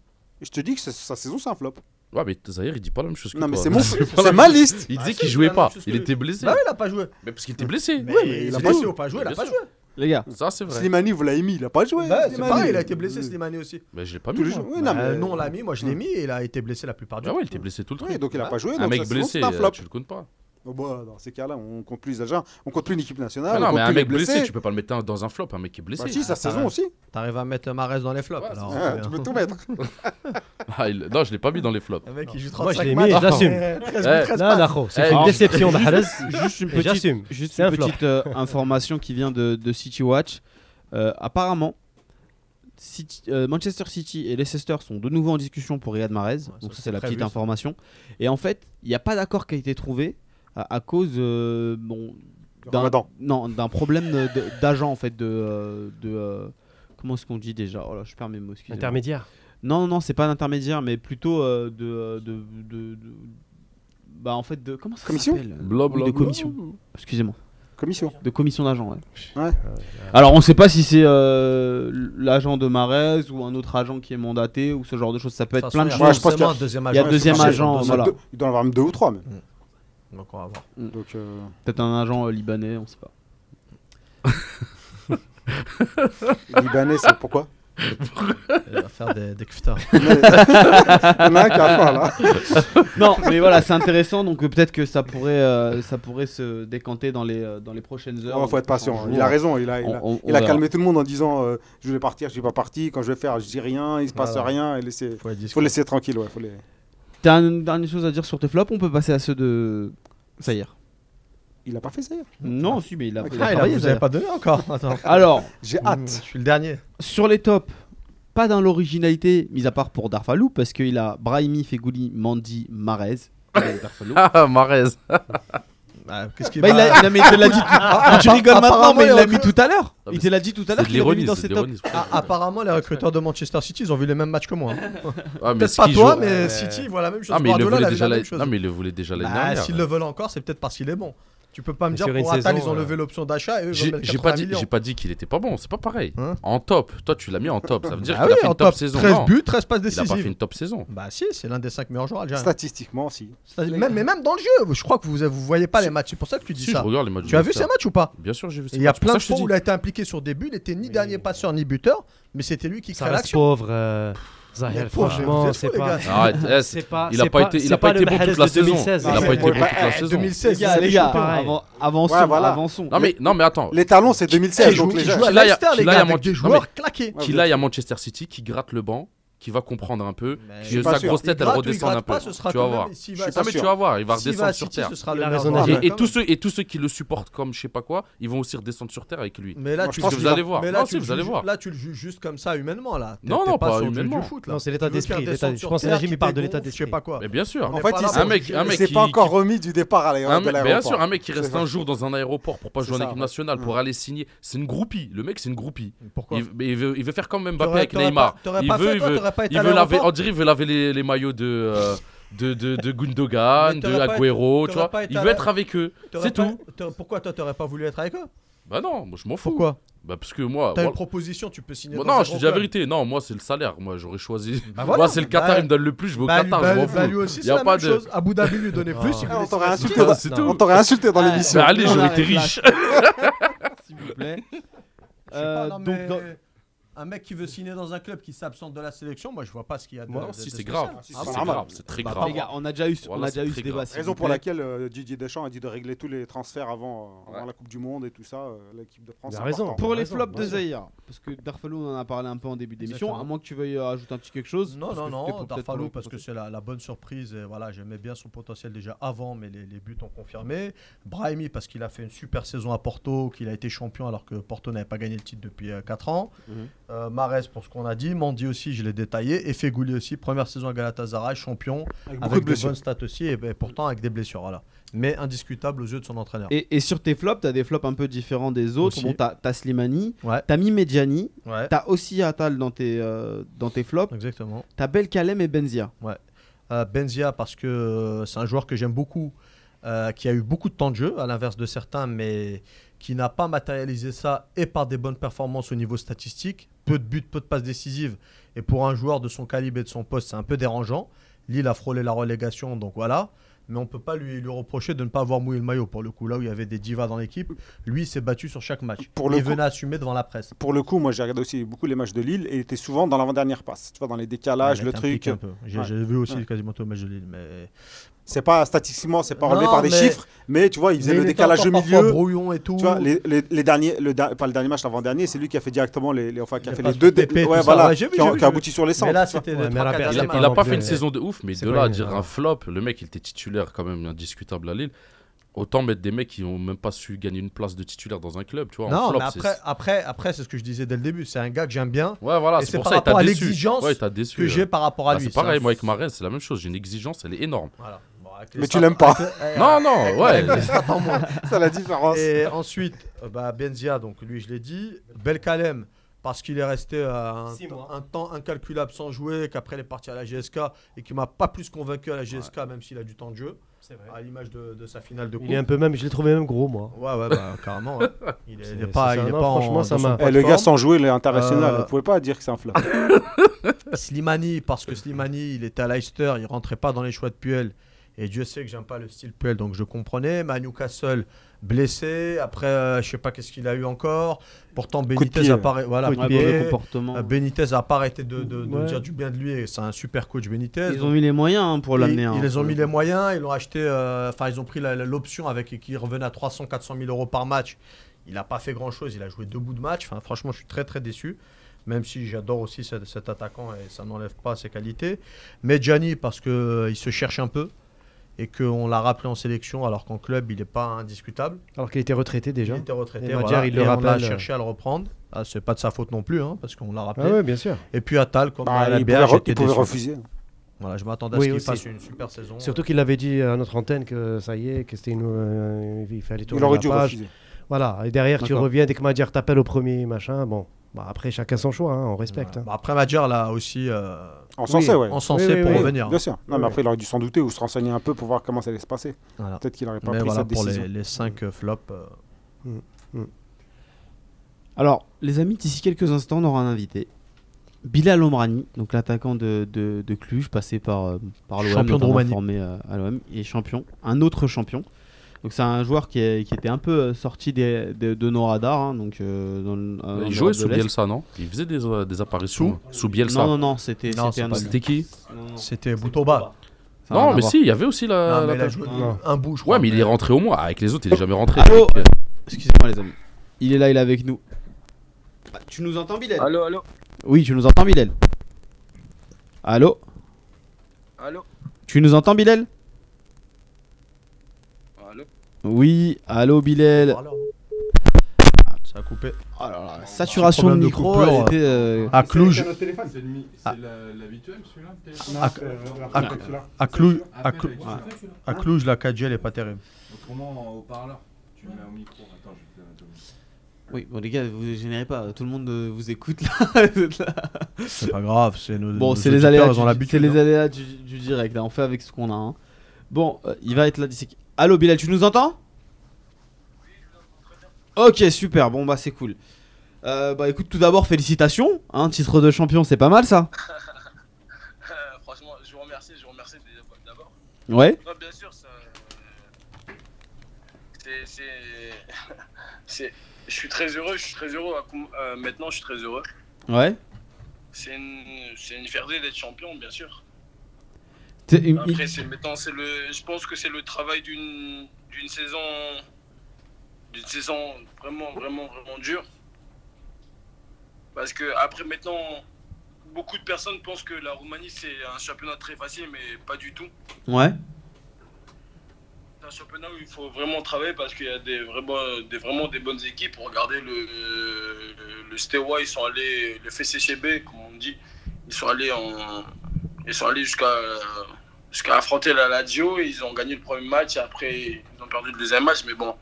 Speaker 5: Je te dis que sa, sa saison c'est un flop.
Speaker 7: Ouais, mais Zahir, il dit pas la même chose que
Speaker 5: Non, mais
Speaker 7: toi.
Speaker 5: c'est mon,
Speaker 7: pas la
Speaker 5: c'est
Speaker 7: même
Speaker 5: ma
Speaker 7: chose.
Speaker 5: liste.
Speaker 7: Il
Speaker 6: Bah,
Speaker 7: disait
Speaker 6: si,
Speaker 7: qu'il
Speaker 6: c'est
Speaker 7: jouait
Speaker 6: la même
Speaker 7: pas.
Speaker 6: chose que
Speaker 7: Il
Speaker 6: lui.
Speaker 7: était blessé.
Speaker 6: Bah oui, il a pas joué.
Speaker 7: Mais parce qu'il était blessé.
Speaker 5: Ouais, mais il a
Speaker 6: c'est
Speaker 5: pas
Speaker 6: blessé
Speaker 5: joué.
Speaker 6: ou pas joué, il a
Speaker 7: Bien
Speaker 6: pas
Speaker 7: sûr.
Speaker 6: joué.
Speaker 3: Les gars,
Speaker 7: Ça, c'est vrai.
Speaker 5: Slimani, vous l'avez mis, il a pas joué.
Speaker 6: Bah, c'est
Speaker 5: Slimani.
Speaker 6: pareil, il a été blessé Slimani aussi.
Speaker 7: Mais je l'ai pas
Speaker 5: Tous
Speaker 7: mis.
Speaker 5: les
Speaker 7: moi.
Speaker 5: jours. Oui, non,
Speaker 6: Euh,
Speaker 5: mais.
Speaker 6: nous on l'a mis, moi je l'ai mis et il a été blessé la plupart du
Speaker 7: Ah
Speaker 6: temps.
Speaker 7: ouais, il était blessé tout le
Speaker 5: Oui,
Speaker 7: truc.
Speaker 5: donc il a pas joué.
Speaker 7: Un
Speaker 5: donc
Speaker 7: mec
Speaker 5: sa saison,
Speaker 7: blessé,
Speaker 5: c'est un
Speaker 7: euh,
Speaker 5: flop.
Speaker 7: tu le comptes pas.
Speaker 5: Bon, bah, dans ces cas-là, on compte plus les agents, on compte plus une équipe
Speaker 7: Ah
Speaker 5: nationale.
Speaker 7: non,
Speaker 5: on
Speaker 7: mais
Speaker 5: compte
Speaker 7: un
Speaker 5: plus les
Speaker 7: mec blessé,
Speaker 5: blessés.
Speaker 7: tu peux pas le mettre un- dans un flop, un mec qui est blessé.
Speaker 5: Bah, si, sa
Speaker 6: Ah,
Speaker 5: saison
Speaker 6: pareil.
Speaker 5: aussi.
Speaker 6: T'arrives à mettre Marez dans les flops.
Speaker 7: Ouais,
Speaker 6: alors,
Speaker 5: Ah,
Speaker 6: euh,
Speaker 5: Tu peux tout mettre.
Speaker 7: Ah, il- Non, je l'ai pas mis dans les flops.
Speaker 6: Un mec qui joue
Speaker 4: Moi, je
Speaker 6: 35
Speaker 4: l'ai mis et je
Speaker 6: matchs.
Speaker 4: l'assume.
Speaker 7: Eh,
Speaker 4: Là, Nacho, c'est
Speaker 7: Eh,
Speaker 4: une
Speaker 7: alors-
Speaker 4: déception d'Ahrez.
Speaker 3: juste une
Speaker 4: Et j'assume.
Speaker 3: petite, juste
Speaker 4: C'est
Speaker 3: une
Speaker 4: un flop.
Speaker 3: petite, euh, information qui vient de, de City Watch. Euh, apparemment, City- euh, Manchester City et Leicester sont de nouveau en discussion pour Riyad Mahrez. donc ça
Speaker 6: c'est
Speaker 3: c'est la
Speaker 6: prévu,
Speaker 3: petite
Speaker 6: ça.
Speaker 3: information. Et en fait, il n'y a pas d'accord qui a été trouvé à, à cause euh, bon, d'un
Speaker 5: Ramadan.
Speaker 3: non d'un problème de- d'agent en fait de euh, de euh, comment est-ce qu'on dit déjà Oh là, je perds mes mots. excusez-moi.
Speaker 4: Intermédiaire.
Speaker 3: Non, non, non, c'est pas un intermédiaire, mais plutôt euh, de, de, de- de- Bah, en fait, de. Comment ça
Speaker 5: Commission
Speaker 3: s'appelle
Speaker 7: Bla,
Speaker 3: Oui,
Speaker 7: bla,
Speaker 3: De
Speaker 7: bla.
Speaker 3: commission. Excusez-moi.
Speaker 5: Commission.
Speaker 3: De commission d'agent, ouais.
Speaker 5: Ouais. euh,
Speaker 3: Alors, on sait pas si c'est euh, l'agent de Marez ou un autre agent qui est mandaté ou ce genre de choses. Ça peut être plein de
Speaker 5: Ouais,
Speaker 3: choses.
Speaker 5: je pense qu'il y a-
Speaker 6: deuxième
Speaker 3: il y a
Speaker 5: Ouais,
Speaker 3: deuxième
Speaker 5: c'est pas cher.
Speaker 3: agent,
Speaker 5: Deux-
Speaker 3: voilà.
Speaker 5: deux- Il doit en avoir même deux ou trois, même.
Speaker 6: Donc on va voir.
Speaker 5: Donc, euh,
Speaker 3: Peut-être un agent euh, libanais, on sait pas.
Speaker 5: Libanais, c'est pourquoi
Speaker 6: Elle va faire des, des keftas.
Speaker 5: Il y en a un qui a faim, là.
Speaker 3: Non, mais voilà, c'est intéressant. Donc, euh, peut-être que ça pourrait, euh, ça pourrait se décanter dans les, euh, dans les prochaines heures.
Speaker 5: Il faut être patient. hein.
Speaker 3: Jour.
Speaker 5: Il a raison. Il a, il
Speaker 3: On-
Speaker 5: a,
Speaker 3: on-
Speaker 5: il
Speaker 3: on
Speaker 5: a
Speaker 3: verra.
Speaker 5: calmé tout le monde en disant euh, Je voulais partir, je suis pas parti. Quand je vais faire, je dis rien, il se passe
Speaker 6: Voilà.
Speaker 5: rien. Il laisser...
Speaker 6: Faut être
Speaker 5: faut
Speaker 6: discret.
Speaker 5: laisser tranquille. Ouais, faut les...
Speaker 3: T'as une dernière chose à dire sur tes flops On peut passer à ceux de. Ça y est.
Speaker 5: Il a pas fait ça hier.
Speaker 3: Non, si, mais il a, il a
Speaker 6: Ah, il a-
Speaker 3: travaillé,
Speaker 6: vous
Speaker 3: Zahir.
Speaker 6: avez pas donné encore. Attends.
Speaker 3: Alors,
Speaker 5: J'ai
Speaker 6: Mm,
Speaker 5: hâte.
Speaker 6: Je suis le dernier.
Speaker 3: sur les tops, pas dans l'originalité, mis à part pour Darfalou, parce qu'il a Brahimi, Fegouli, Mandy, Marez. Darfalou.
Speaker 7: Ah, Marez.
Speaker 6: Ah, Qu'est-ce qu'il
Speaker 3: Bah, il
Speaker 6: va-
Speaker 3: a- non, mais il te l'a dit. tout- Ah, tu rigoles maintenant, mais il l'a
Speaker 6: apparemment,
Speaker 3: mis tout à l'heure.
Speaker 7: Ah, mais
Speaker 3: Il te l'a dit tout à
Speaker 7: C'est
Speaker 3: l'heure
Speaker 7: de
Speaker 3: qu'il l'avait mis
Speaker 7: l'ironie,
Speaker 3: dans
Speaker 7: c'est
Speaker 3: ses
Speaker 7: de
Speaker 3: tops.
Speaker 7: l'ironie.
Speaker 6: Ah, apparemment, les recruteurs de Manchester City, ils ont vu les mêmes matchs que moi. hein.
Speaker 7: Ah, mais
Speaker 6: Peut-être
Speaker 7: ce
Speaker 6: pas
Speaker 7: qui
Speaker 6: toi,
Speaker 7: joue-
Speaker 6: mais
Speaker 3: Ouais.
Speaker 6: City, ils voient la même chose.
Speaker 7: Ah, mais il le
Speaker 6: Guardiola, il
Speaker 7: voulait
Speaker 6: avait
Speaker 7: déjà
Speaker 6: la
Speaker 7: la-
Speaker 6: même chose.
Speaker 7: non, mais il le voulait déjà l'année
Speaker 6: Bah,
Speaker 7: dernière.
Speaker 6: S'ils le veulent encore, c'est peut-être parce qu'il est bon. Tu peux pas me
Speaker 4: Mais
Speaker 6: dire
Speaker 4: sur une
Speaker 6: pour Atal,
Speaker 4: saison,
Speaker 6: ils ont
Speaker 4: euh,
Speaker 6: levé l'option d'achat et eux
Speaker 7: J'ai
Speaker 6: veulent
Speaker 7: j'ai
Speaker 6: 80
Speaker 7: pas, dit-
Speaker 6: millions.
Speaker 7: j'ai pas dit qu'il était pas bon, c'est pas pareil.
Speaker 6: Hein
Speaker 7: en top, toi tu l'as mis en top, ça veut dire
Speaker 6: Ah
Speaker 7: qu'il a
Speaker 6: oui,
Speaker 7: fait
Speaker 6: en
Speaker 7: une top,
Speaker 6: top,
Speaker 7: saison.
Speaker 6: 13
Speaker 7: Non,
Speaker 6: buts, 13 passes
Speaker 7: il a pas fait
Speaker 6: décisives.
Speaker 7: une top saison.
Speaker 6: Bah si, c'est l'un des 5 meilleurs joueurs algériens.
Speaker 5: Statistiquement, si.
Speaker 6: C'est-à-dire- Même, mais même dans le jeu, je crois que vous vous voyez pas les matchs. C'est pour ça que tu dis
Speaker 7: Si, je
Speaker 6: ça.
Speaker 7: regarde les matchs du
Speaker 6: Tu as vu ces
Speaker 7: Leicester.
Speaker 6: matchs ou pas
Speaker 7: Bien sûr, j'ai vu ça.
Speaker 6: Et Il y a plein de fois où il a été impliqué sur des buts. Il était ni
Speaker 4: Mais-
Speaker 6: dernier passeur ni buteur, mais c'était lui qui
Speaker 4: Ça
Speaker 6: crée
Speaker 4: reste
Speaker 6: l'action.
Speaker 4: pauvre, euh, Zahir,
Speaker 6: Mais pauvre, vous
Speaker 4: franchement,
Speaker 6: êtes fous,
Speaker 4: c'est
Speaker 6: les
Speaker 4: pas...
Speaker 6: gars.
Speaker 7: Arrête, eh, c'est-
Speaker 4: C'est pas,
Speaker 7: il a
Speaker 4: c'est
Speaker 7: pas été, il
Speaker 4: c'est
Speaker 7: a pas été
Speaker 4: le
Speaker 7: bon
Speaker 4: Mahrez
Speaker 7: toute la
Speaker 4: de
Speaker 7: saison.
Speaker 4: 2016.
Speaker 7: Il a pas été bon toute la
Speaker 6: Eh,
Speaker 7: saison.
Speaker 6: 2016,
Speaker 3: Les gars,
Speaker 6: c'est
Speaker 3: les gars,
Speaker 4: pareil.
Speaker 3: avan- avançons,
Speaker 5: Ouais, voilà.
Speaker 3: avançons.
Speaker 7: Non mais non mais attends.
Speaker 5: Les talons, c'est
Speaker 6: Il
Speaker 5: 2016.
Speaker 6: joue
Speaker 5: Donc, les
Speaker 6: il
Speaker 5: gens.
Speaker 6: joue à
Speaker 7: Qui là, y a-
Speaker 6: Leicester, les
Speaker 7: qui là, y
Speaker 6: gars,
Speaker 7: a
Speaker 6: avec
Speaker 7: manqué-
Speaker 6: des
Speaker 7: non,
Speaker 6: joueurs claqués.
Speaker 5: Ouais,
Speaker 7: Qui là, il y a Manchester City qui gratte le banc, qui va comprendre un peu,
Speaker 6: Mais
Speaker 7: qui
Speaker 6: je suis
Speaker 5: pas
Speaker 7: sa
Speaker 5: sûr.
Speaker 7: grosse
Speaker 6: Il
Speaker 7: tête elle
Speaker 6: gratte ou il
Speaker 7: redescend un
Speaker 6: gratte
Speaker 7: peu.
Speaker 6: pas, ce sera
Speaker 7: Tu vas
Speaker 6: tout de
Speaker 7: voir.
Speaker 6: même, s'il
Speaker 5: Je
Speaker 6: va
Speaker 5: suis
Speaker 7: Ah
Speaker 5: pas
Speaker 7: mais tu
Speaker 5: sûr.
Speaker 7: vas voir, il va
Speaker 6: S'il va à
Speaker 7: redescendre sur
Speaker 6: City,
Speaker 7: terre.
Speaker 6: ce sera
Speaker 4: Il
Speaker 6: le
Speaker 4: a
Speaker 6: meilleur
Speaker 4: raison
Speaker 6: joueur
Speaker 4: d'agir.
Speaker 6: quand
Speaker 7: Et, et
Speaker 6: même.
Speaker 7: tous ceux et tous ceux qui le supportent comme je sais pas quoi, ils vont aussi redescendre sur terre avec lui.
Speaker 6: Mais là,
Speaker 5: Moi,
Speaker 6: tu
Speaker 5: je pense
Speaker 6: le
Speaker 5: que
Speaker 6: juges-
Speaker 5: vous
Speaker 7: allez voir.
Speaker 6: mais là,
Speaker 7: Non, si,
Speaker 6: tu le
Speaker 7: vous allez
Speaker 6: juges-
Speaker 7: voir.
Speaker 6: Là, tu le juges juste comme ça, humainement. Là. T'es-
Speaker 7: Non,
Speaker 6: t'es
Speaker 7: non,
Speaker 6: pas,
Speaker 7: pas
Speaker 6: sur le jeu
Speaker 7: humainement.
Speaker 6: du foot. Là.
Speaker 4: Non, c'est l'état
Speaker 6: Tu veux faire
Speaker 4: d'esprit.
Speaker 6: descendre
Speaker 4: l'état- Je
Speaker 6: sur
Speaker 4: pense que
Speaker 6: terre,
Speaker 4: Najim,
Speaker 6: qui
Speaker 4: il parle de
Speaker 6: dégonfle,
Speaker 4: l'état d'esprit.
Speaker 6: Je sais pas quoi.
Speaker 7: Mais bien sûr.
Speaker 5: En
Speaker 6: On est
Speaker 5: fait,
Speaker 6: pas
Speaker 5: il-
Speaker 6: là
Speaker 5: un
Speaker 6: pour
Speaker 7: mec-
Speaker 6: juger
Speaker 7: un
Speaker 6: les-
Speaker 7: mec-
Speaker 5: C'est
Speaker 7: qui-
Speaker 5: pas encore remis du départ à
Speaker 7: Un
Speaker 5: l'aéroport. de
Speaker 7: mec- bien sûr,
Speaker 5: l'aéroport.
Speaker 7: un mec qui reste
Speaker 5: C'est
Speaker 7: un
Speaker 5: ça.
Speaker 7: jour dans un aéroport pour pas jouer en
Speaker 5: C'est ça,
Speaker 7: équipe nationale,
Speaker 6: Mm.
Speaker 7: pour aller signer, c'est une groupie. Le mec, c'est une groupie.
Speaker 6: Pourquoi
Speaker 7: Il, mais il veut, il veut faire comme Mbappé
Speaker 6: T'aurais-
Speaker 7: avec
Speaker 6: t'aurais
Speaker 7: Neymar.
Speaker 6: pas- t'aurais
Speaker 7: il
Speaker 6: pas
Speaker 7: veut,
Speaker 6: fait,
Speaker 7: il
Speaker 6: toi,
Speaker 7: veut,
Speaker 6: t'aurais pas été
Speaker 7: il
Speaker 6: à
Speaker 7: veut laver,
Speaker 6: l'aéroport
Speaker 7: on dirait, il veut laver les, les maillots de, euh, de, de, de
Speaker 6: Mais
Speaker 7: Gundogan, de
Speaker 6: t'aurais pas été-
Speaker 7: Agüero, tu
Speaker 6: t'aurais
Speaker 7: vois.
Speaker 6: pas été
Speaker 7: Il
Speaker 6: à
Speaker 7: veut
Speaker 6: la-
Speaker 7: être avec eux,
Speaker 6: T'aurais
Speaker 7: c'est
Speaker 6: pas-
Speaker 7: tout.
Speaker 6: t'aurais- Pourquoi toi, t'aurais pas voulu être avec eux
Speaker 7: Bah non, moi je m'en fous.
Speaker 6: Pourquoi
Speaker 7: Bah parce que moi.
Speaker 6: T'as
Speaker 7: moi-
Speaker 6: une proposition, tu peux signer.
Speaker 7: moi-
Speaker 6: dans un
Speaker 7: non, je te
Speaker 6: gros
Speaker 7: dis la
Speaker 6: club.
Speaker 7: vérité. Non, moi c'est le salaire. Moi j'aurais choisi.
Speaker 6: Bah voilà.
Speaker 7: Moi c'est le Qatar,
Speaker 6: Bah,
Speaker 7: il me donne le plus. Je vais au
Speaker 6: Bah,
Speaker 7: Qatar,
Speaker 6: bah,
Speaker 7: je m'en
Speaker 6: bah, lui
Speaker 7: fous.
Speaker 6: aussi,
Speaker 7: Y
Speaker 6: c'est
Speaker 7: a
Speaker 6: la
Speaker 7: pas
Speaker 6: même
Speaker 7: de-
Speaker 6: chose. Abu Dhabi lui donnait
Speaker 4: Ah.
Speaker 6: plus. il
Speaker 5: Ah,
Speaker 6: voulait
Speaker 5: on t'aurait
Speaker 6: signer à
Speaker 5: insulté,
Speaker 6: City.
Speaker 5: dans-
Speaker 7: C'est
Speaker 5: on
Speaker 7: tout.
Speaker 5: t'aurait insulté dans
Speaker 3: Ah,
Speaker 5: l'émission.
Speaker 7: Bah allez,
Speaker 3: Non,
Speaker 7: j'aurais
Speaker 3: arrête,
Speaker 7: été riche.
Speaker 3: s'il vous plaît.
Speaker 6: Je sais pas,
Speaker 3: Euh,
Speaker 6: non,
Speaker 3: donc,
Speaker 6: mais
Speaker 3: dans-
Speaker 6: Un mec qui veut signer dans un club qui s'absente de la sélection, moi je vois pas ce qu'il y a de.
Speaker 7: Non,
Speaker 6: de-
Speaker 7: si
Speaker 6: de
Speaker 7: c'est
Speaker 6: spécial.
Speaker 7: grave.
Speaker 5: si,
Speaker 7: C'est
Speaker 5: c'est
Speaker 7: c'est
Speaker 5: normal.
Speaker 7: grave. C'est très
Speaker 6: Bah,
Speaker 7: grave.
Speaker 3: les gars, on a déjà eu, ce- on
Speaker 7: Voilà,
Speaker 3: a déjà
Speaker 7: c'est
Speaker 3: eu ce
Speaker 7: très
Speaker 3: débat.
Speaker 7: grave.
Speaker 3: s'il
Speaker 5: Raison
Speaker 3: vous
Speaker 5: pour
Speaker 3: plaît.
Speaker 5: laquelle euh, Didier Deschamps a dit de régler tous les transferts avant, euh, avant
Speaker 7: Ouais.
Speaker 5: la Coupe du Monde et tout ça. euh, L'équipe de France.
Speaker 4: Il a
Speaker 5: c'est
Speaker 4: raison.
Speaker 5: important.
Speaker 3: Pour les
Speaker 4: raison,
Speaker 3: flops
Speaker 4: bien
Speaker 3: de
Speaker 4: sûr.
Speaker 3: Zahir, parce que Darfalou on en a parlé un peu en début d'émission,
Speaker 6: Exactement.
Speaker 3: à moins que tu veuilles euh, ajouter un petit quelque chose.
Speaker 6: Non,
Speaker 3: parce que
Speaker 6: non,
Speaker 3: c'était
Speaker 6: non,
Speaker 3: pour- peut-être
Speaker 6: Darfalou,
Speaker 3: pour-
Speaker 6: parce que c'est la, la bonne surprise. Et voilà, j'aimais bien son potentiel déjà avant, mais les, les buts ont confirmé. Brahimi, parce qu'il a fait une super saison à Porto, qu'il a été champion alors que Porto n'avait pas gagné le titre depuis 4 ans.
Speaker 3: Mhm.
Speaker 6: Euh, Marez, pour ce qu'on a dit. Mandy aussi, je l'ai détaillé. Et Fegouli aussi, première saison à Galatasaray, champion,
Speaker 5: Avec beaucoup
Speaker 6: avec
Speaker 5: de
Speaker 6: des
Speaker 5: blessures.
Speaker 6: bonnes stats aussi, et, et pourtant avec des blessures. Voilà. Mais indiscutable aux yeux de son entraîneur.
Speaker 3: Et, et sur tes flops, t'as des flops un peu différents des autres.
Speaker 6: Aussi.
Speaker 3: Bon, t'as t'as Slimani,
Speaker 6: Ouais.
Speaker 3: t'as mis Medjani,
Speaker 6: Ouais,
Speaker 3: t'as aussi Atal dans tes, euh, dans tes flops,
Speaker 6: exactement.
Speaker 3: t'as Belkalem et Benzia.
Speaker 6: Euh, Benzia parce que euh, c'est un joueur que j'aime beaucoup, euh, qui a eu beaucoup de temps de jeu, à l'inverse de certains, mais qui n'a pas matérialisé ça et par des bonnes performances au niveau statistique. Peu de buts, peu de passes décisives. Et pour un joueur de son calibre et de son poste, c'est un peu dérangeant. Lille a frôlé la relégation, donc voilà. Mais on ne peut pas lui, lui reprocher de ne pas avoir mouillé le maillot. Pour le coup, là où il y avait des divas dans l'équipe, lui il s'est battu sur chaque match.
Speaker 5: Pour le
Speaker 6: il
Speaker 5: coup-
Speaker 6: venait assumer devant la presse.
Speaker 5: Pour le coup, moi j'ai regardé aussi beaucoup les matchs de Lille et il était souvent dans l'avant-dernière passe. Tu vois, dans les décalages,
Speaker 6: Il a
Speaker 5: le
Speaker 6: été impliqué
Speaker 5: truc.
Speaker 6: un peu. J'ai
Speaker 5: Ouais.
Speaker 6: j'ai vu aussi
Speaker 5: Ouais.
Speaker 6: quasiment tout le match de Lille. Mais...
Speaker 5: C'est pas statistiquement, c'est pas relevé
Speaker 6: Non,
Speaker 5: par des
Speaker 6: mais-
Speaker 5: chiffres, mais tu vois, il faisait
Speaker 6: Mais
Speaker 5: le
Speaker 6: était
Speaker 5: décalage au
Speaker 6: encore parfois
Speaker 5: milieu.
Speaker 6: brouillon et tout.
Speaker 5: Tu vois, les, les- les derniers, le, da- pas le dernier match, l'avant-dernier, c'est lui qui a fait directement les, les- enfin, qui a
Speaker 6: Les
Speaker 5: fait les
Speaker 6: passes
Speaker 5: deux, dé-
Speaker 6: TP, tout
Speaker 5: ouais,
Speaker 6: ça.
Speaker 5: voilà,
Speaker 6: Ouais, j'ai vu,
Speaker 5: qui, ont-
Speaker 6: j'ai vu,
Speaker 5: qui a
Speaker 6: j'ai vu.
Speaker 5: abouti sur les centres.
Speaker 6: Mais là,
Speaker 5: tu vois.
Speaker 6: c'était les
Speaker 4: Ouais, mais
Speaker 6: trois,
Speaker 4: la
Speaker 6: quatre
Speaker 4: perte,
Speaker 7: Il a,
Speaker 6: dernières
Speaker 4: pas
Speaker 7: il a
Speaker 4: non
Speaker 7: pas
Speaker 4: plus
Speaker 7: fait une
Speaker 4: un-
Speaker 7: saison de ouf, mais
Speaker 4: c'est
Speaker 7: de
Speaker 4: pas
Speaker 7: là à
Speaker 4: une-
Speaker 7: dire
Speaker 4: voilà.
Speaker 7: un flop, le mec il était titulaire quand même, indiscutable à Lille. Autant mettre des mecs qui ont même pas su gagner une place de titulaire dans un club, tu vois. en
Speaker 6: Non,
Speaker 7: flop,
Speaker 6: mais
Speaker 7: c'est-
Speaker 6: après, après, après c'est ce que je disais dès le début. C'est un gars que j'aime bien,
Speaker 7: Ouais, voilà,
Speaker 6: Et
Speaker 7: c'est
Speaker 6: c'est
Speaker 7: pour
Speaker 6: par
Speaker 7: ça il t'a
Speaker 6: rapport à
Speaker 7: déçu.
Speaker 6: l'exigence
Speaker 7: Ouais, il t'a déçu.
Speaker 6: que j'ai par rapport à
Speaker 7: Bah,
Speaker 6: lui.
Speaker 7: c'est
Speaker 6: un-
Speaker 7: pareil, moi avec Marez, c'est la même chose. J'ai une exigence, elle est énorme.
Speaker 6: Voilà. Bon, avec les
Speaker 5: Mais tu
Speaker 6: stats-
Speaker 5: l'aimes pas.
Speaker 6: avec les- eh,
Speaker 7: Non,
Speaker 6: avec-
Speaker 7: non,
Speaker 6: avec-
Speaker 7: ouais.
Speaker 6: avec les stats en moins.
Speaker 5: C'est la différence.
Speaker 6: Et ensuite, euh, bah, Benzia, donc lui, je l'ai dit. Belkalem, parce qu'il est resté euh, un,
Speaker 4: Six mois.
Speaker 6: un temps incalculable sans jouer, qu'après il est parti à la GSK et qui m'a pas plus convaincu à la GSK, même s'il a du temps de jeu,
Speaker 4: C'est
Speaker 6: à l'image de, de sa finale de coupe.
Speaker 4: Il est un peu même, je l'ai trouvé même gros, moi.
Speaker 6: Ouais, ouais, bah, carrément. ouais. Il est, il est
Speaker 4: C'est-
Speaker 6: pas,
Speaker 4: c'est
Speaker 6: il est pas
Speaker 4: un- non,
Speaker 6: en-
Speaker 4: franchement, ça
Speaker 6: dans son
Speaker 4: m'a-
Speaker 6: poids
Speaker 5: Eh,
Speaker 6: de
Speaker 5: le gars
Speaker 6: forme.
Speaker 5: sans jouer, il est international.
Speaker 6: Euh,
Speaker 5: Vous pouvez pas dire que c'est un flop.
Speaker 6: Slimani, parce que Slimani, il était à Leicester, il rentrait pas dans les choix de Puel. Et Dieu sait que j'aime pas le style Puel, donc je comprenais. Manu Castle, blessé. Après, euh, je sais pas qu'est-ce qu'il a eu encore. Pourtant, Benitez
Speaker 5: pied.
Speaker 6: a pas, arrê- voilà,
Speaker 3: Ouais,
Speaker 6: coup de
Speaker 3: pour le
Speaker 6: pied.
Speaker 3: comportement.
Speaker 6: Euh, Benitez a pas arrêté de, de- de
Speaker 4: Ouais.
Speaker 6: dire du bien de lui. et C'est un super coach, Benitez.
Speaker 3: Ils ont mis les moyens hein, pour l'amener.
Speaker 6: Ils,
Speaker 3: hein,
Speaker 6: ils les ont
Speaker 3: pour
Speaker 6: mis
Speaker 3: le
Speaker 6: les
Speaker 3: coup.
Speaker 6: moyens, ils l'ont acheté, euh, enfin ils ont pris la- la- l'option avec qui revenait à 300, 400 000 euros par match. Il n'a pas fait grand chose, il a joué deux bouts de match. Enfin, franchement, je suis très très déçu. Même si j'adore aussi cet, cet attaquant et ça n'enlève pas ses qualités. Mais Gianni, parce qu'il se cherche un peu et qu'on l'a rappelé en sélection alors qu'en club il n'est pas indiscutable.
Speaker 4: Alors qu'il était retraité déjà.
Speaker 6: Il était retraité,
Speaker 4: Et Madjar,
Speaker 6: voilà,
Speaker 4: il le
Speaker 6: et on a
Speaker 4: rappelle.
Speaker 6: cherché à le reprendre. Ah, c'est pas de sa faute non plus, hein, parce qu'on l'a rappelé.
Speaker 4: Ah ouais, bien sûr.
Speaker 6: Et puis Atal, comme à
Speaker 5: Bah,
Speaker 6: la
Speaker 5: il
Speaker 6: BR,
Speaker 5: pouvait, re-
Speaker 6: j'étais
Speaker 5: il pouvait
Speaker 6: déçu.
Speaker 5: refuser.
Speaker 6: Voilà, je m'attendais à
Speaker 4: Oui,
Speaker 6: ce qu'il
Speaker 4: aussi.
Speaker 6: fasse une super saison.
Speaker 4: Surtout qu'il avait dit à notre antenne que ça y est, que c'était une, euh, il fallait tourner
Speaker 5: Il aurait
Speaker 4: la
Speaker 5: dû
Speaker 4: page.
Speaker 5: refuser.
Speaker 4: Voilà, et derrière tu
Speaker 3: D'accord.
Speaker 4: reviens dès que Madjar t'appelle au premier machin. Bon, bah, après chacun son choix, hein, on respecte.
Speaker 6: Voilà.
Speaker 4: hein.
Speaker 6: Bah, après, Madjar l'a aussi euh,
Speaker 5: En censé, ouais.
Speaker 6: encensé
Speaker 4: Oui, oui,
Speaker 6: pour
Speaker 4: oui.
Speaker 6: revenir. hein.
Speaker 5: Bien sûr. Non,
Speaker 4: Ouais.
Speaker 5: mais après, il aurait dû s'en douter ou se renseigner un peu pour voir comment ça allait se passer.
Speaker 6: Voilà.
Speaker 5: Peut-être qu'il n'aurait pas
Speaker 6: Mais
Speaker 5: pris
Speaker 6: voilà
Speaker 5: cette
Speaker 6: pour
Speaker 5: décision.
Speaker 6: les, les cinq euh, flops. euh,
Speaker 3: Alors, les amis, d'ici quelques instants, on aura un invité. Bilal Omrani, donc l'attaquant de, de- de Cluj, passé par, euh, par l'OM,
Speaker 6: Champion de
Speaker 3: notamment
Speaker 6: Roumanie.
Speaker 3: formé euh, à l'OM, et champion, un autre champion. Donc c'est un joueur qui, est- qui était un peu euh, sorti des- de, de nos radars. hein, donc, euh, dans le- en
Speaker 7: Il
Speaker 3: Europe
Speaker 7: jouait
Speaker 3: de
Speaker 7: sous
Speaker 3: l'Est.
Speaker 7: Bielsa, non Il faisait des, euh, des apparitions sous Bielsa.
Speaker 3: Non, non, non, c'était
Speaker 6: Non, c'est
Speaker 3: un
Speaker 6: pas
Speaker 3: autre.
Speaker 7: C'était qui
Speaker 3: Non, non.
Speaker 6: C'était Boutoba.
Speaker 3: Ça n'a rien
Speaker 7: Non,
Speaker 3: à
Speaker 7: mais
Speaker 3: voir.
Speaker 7: si, il y avait aussi la.
Speaker 5: Euh,
Speaker 6: Non,
Speaker 7: la
Speaker 6: mais il a
Speaker 5: bah,
Speaker 7: page.
Speaker 6: joué
Speaker 4: Non.
Speaker 6: un bout, je crois.
Speaker 7: Ouais, mais il est rentré au moins. Avec les autres, il est jamais rentré.
Speaker 3: Allô
Speaker 7: Donc, euh,
Speaker 3: Excusez-moi, les amis. Il est là, il est avec nous. Ah, tu nous entends, Bilal
Speaker 8: Allô, allô,
Speaker 3: Oui, tu nous entends, Bilal. Allô
Speaker 8: allô,
Speaker 3: Tu nous entends, Bilal
Speaker 8: allô.
Speaker 3: Oui, allô Bilal.
Speaker 6: Voilà. Ça a coupé.
Speaker 3: Oh là là, saturation de
Speaker 6: Problème de
Speaker 3: micro,
Speaker 6: coupure.
Speaker 3: elle était, euh,
Speaker 6: À Cluj,
Speaker 9: C'est le mi-
Speaker 6: Ah.
Speaker 9: c'est la- l'habituel celui-là le téléphone
Speaker 6: Ah,
Speaker 5: c'est, euh,
Speaker 6: ah,
Speaker 5: ouais, celui-là.
Speaker 6: à Cluj, à
Speaker 9: Appelle
Speaker 6: Cluj,
Speaker 9: avec
Speaker 3: ouais.
Speaker 9: celui-là.
Speaker 6: à Cluj, la 4G, elle est pas terrible.
Speaker 9: Autrement, en haut-parleur, tu le mets au micro. Attends, je vais te le mettre au micro.
Speaker 3: Oui, bon les gars, vous générez pas, tout le monde euh, vous écoute là. Vous êtes là.
Speaker 6: C'est pas grave, c'est nos.
Speaker 3: Bon,
Speaker 6: nos
Speaker 3: c'est les
Speaker 6: auditeurs,
Speaker 3: aléas,
Speaker 6: Ils ont
Speaker 3: du, c'est
Speaker 6: l'habitude.
Speaker 3: les
Speaker 6: hein.
Speaker 3: aléas du, du direct, là, on fait avec ce qu'on a. hein. Bon, euh, il va être là d'ici. Allô Bilal, tu nous entends Ok, super, bon bah c'est cool. Euh, bah écoute, tout d'abord, félicitations, hein, titre de champion, c'est pas mal ça
Speaker 8: Euh, franchement, je vous remercie, je vous remercie déjà- d'abord.
Speaker 3: Ouais
Speaker 8: Non, bien sûr, ça. C'est. c'est- c'est- Je suis très heureux, je suis très heureux. à com- euh, maintenant, je suis très heureux.
Speaker 3: Ouais
Speaker 8: C'est une, c'est une fierté d'être champion, bien sûr.
Speaker 3: T'es- il- il-
Speaker 8: Après, c'est maintenant, c'est le. Je pense que c'est le travail d'une, d'une saison, d'une saison vraiment, vraiment, vraiment dure. Parce que après, maintenant, beaucoup de personnes pensent que la Roumanie c'est un championnat très facile, mais pas du tout.
Speaker 3: Ouais
Speaker 8: C'est un championnat où il faut vraiment travailler parce qu'il y a des vraiment des, vraiment des bonnes équipes. Regardez le, le, le Steaua, ils sont allés, le FCCB, comme on dit, ils sont allés, en, ils sont allés jusqu'à jusqu'à affronter la Lazio. et Ils ont gagné le premier match, et après ils ont perdu le deuxième match, mais bon.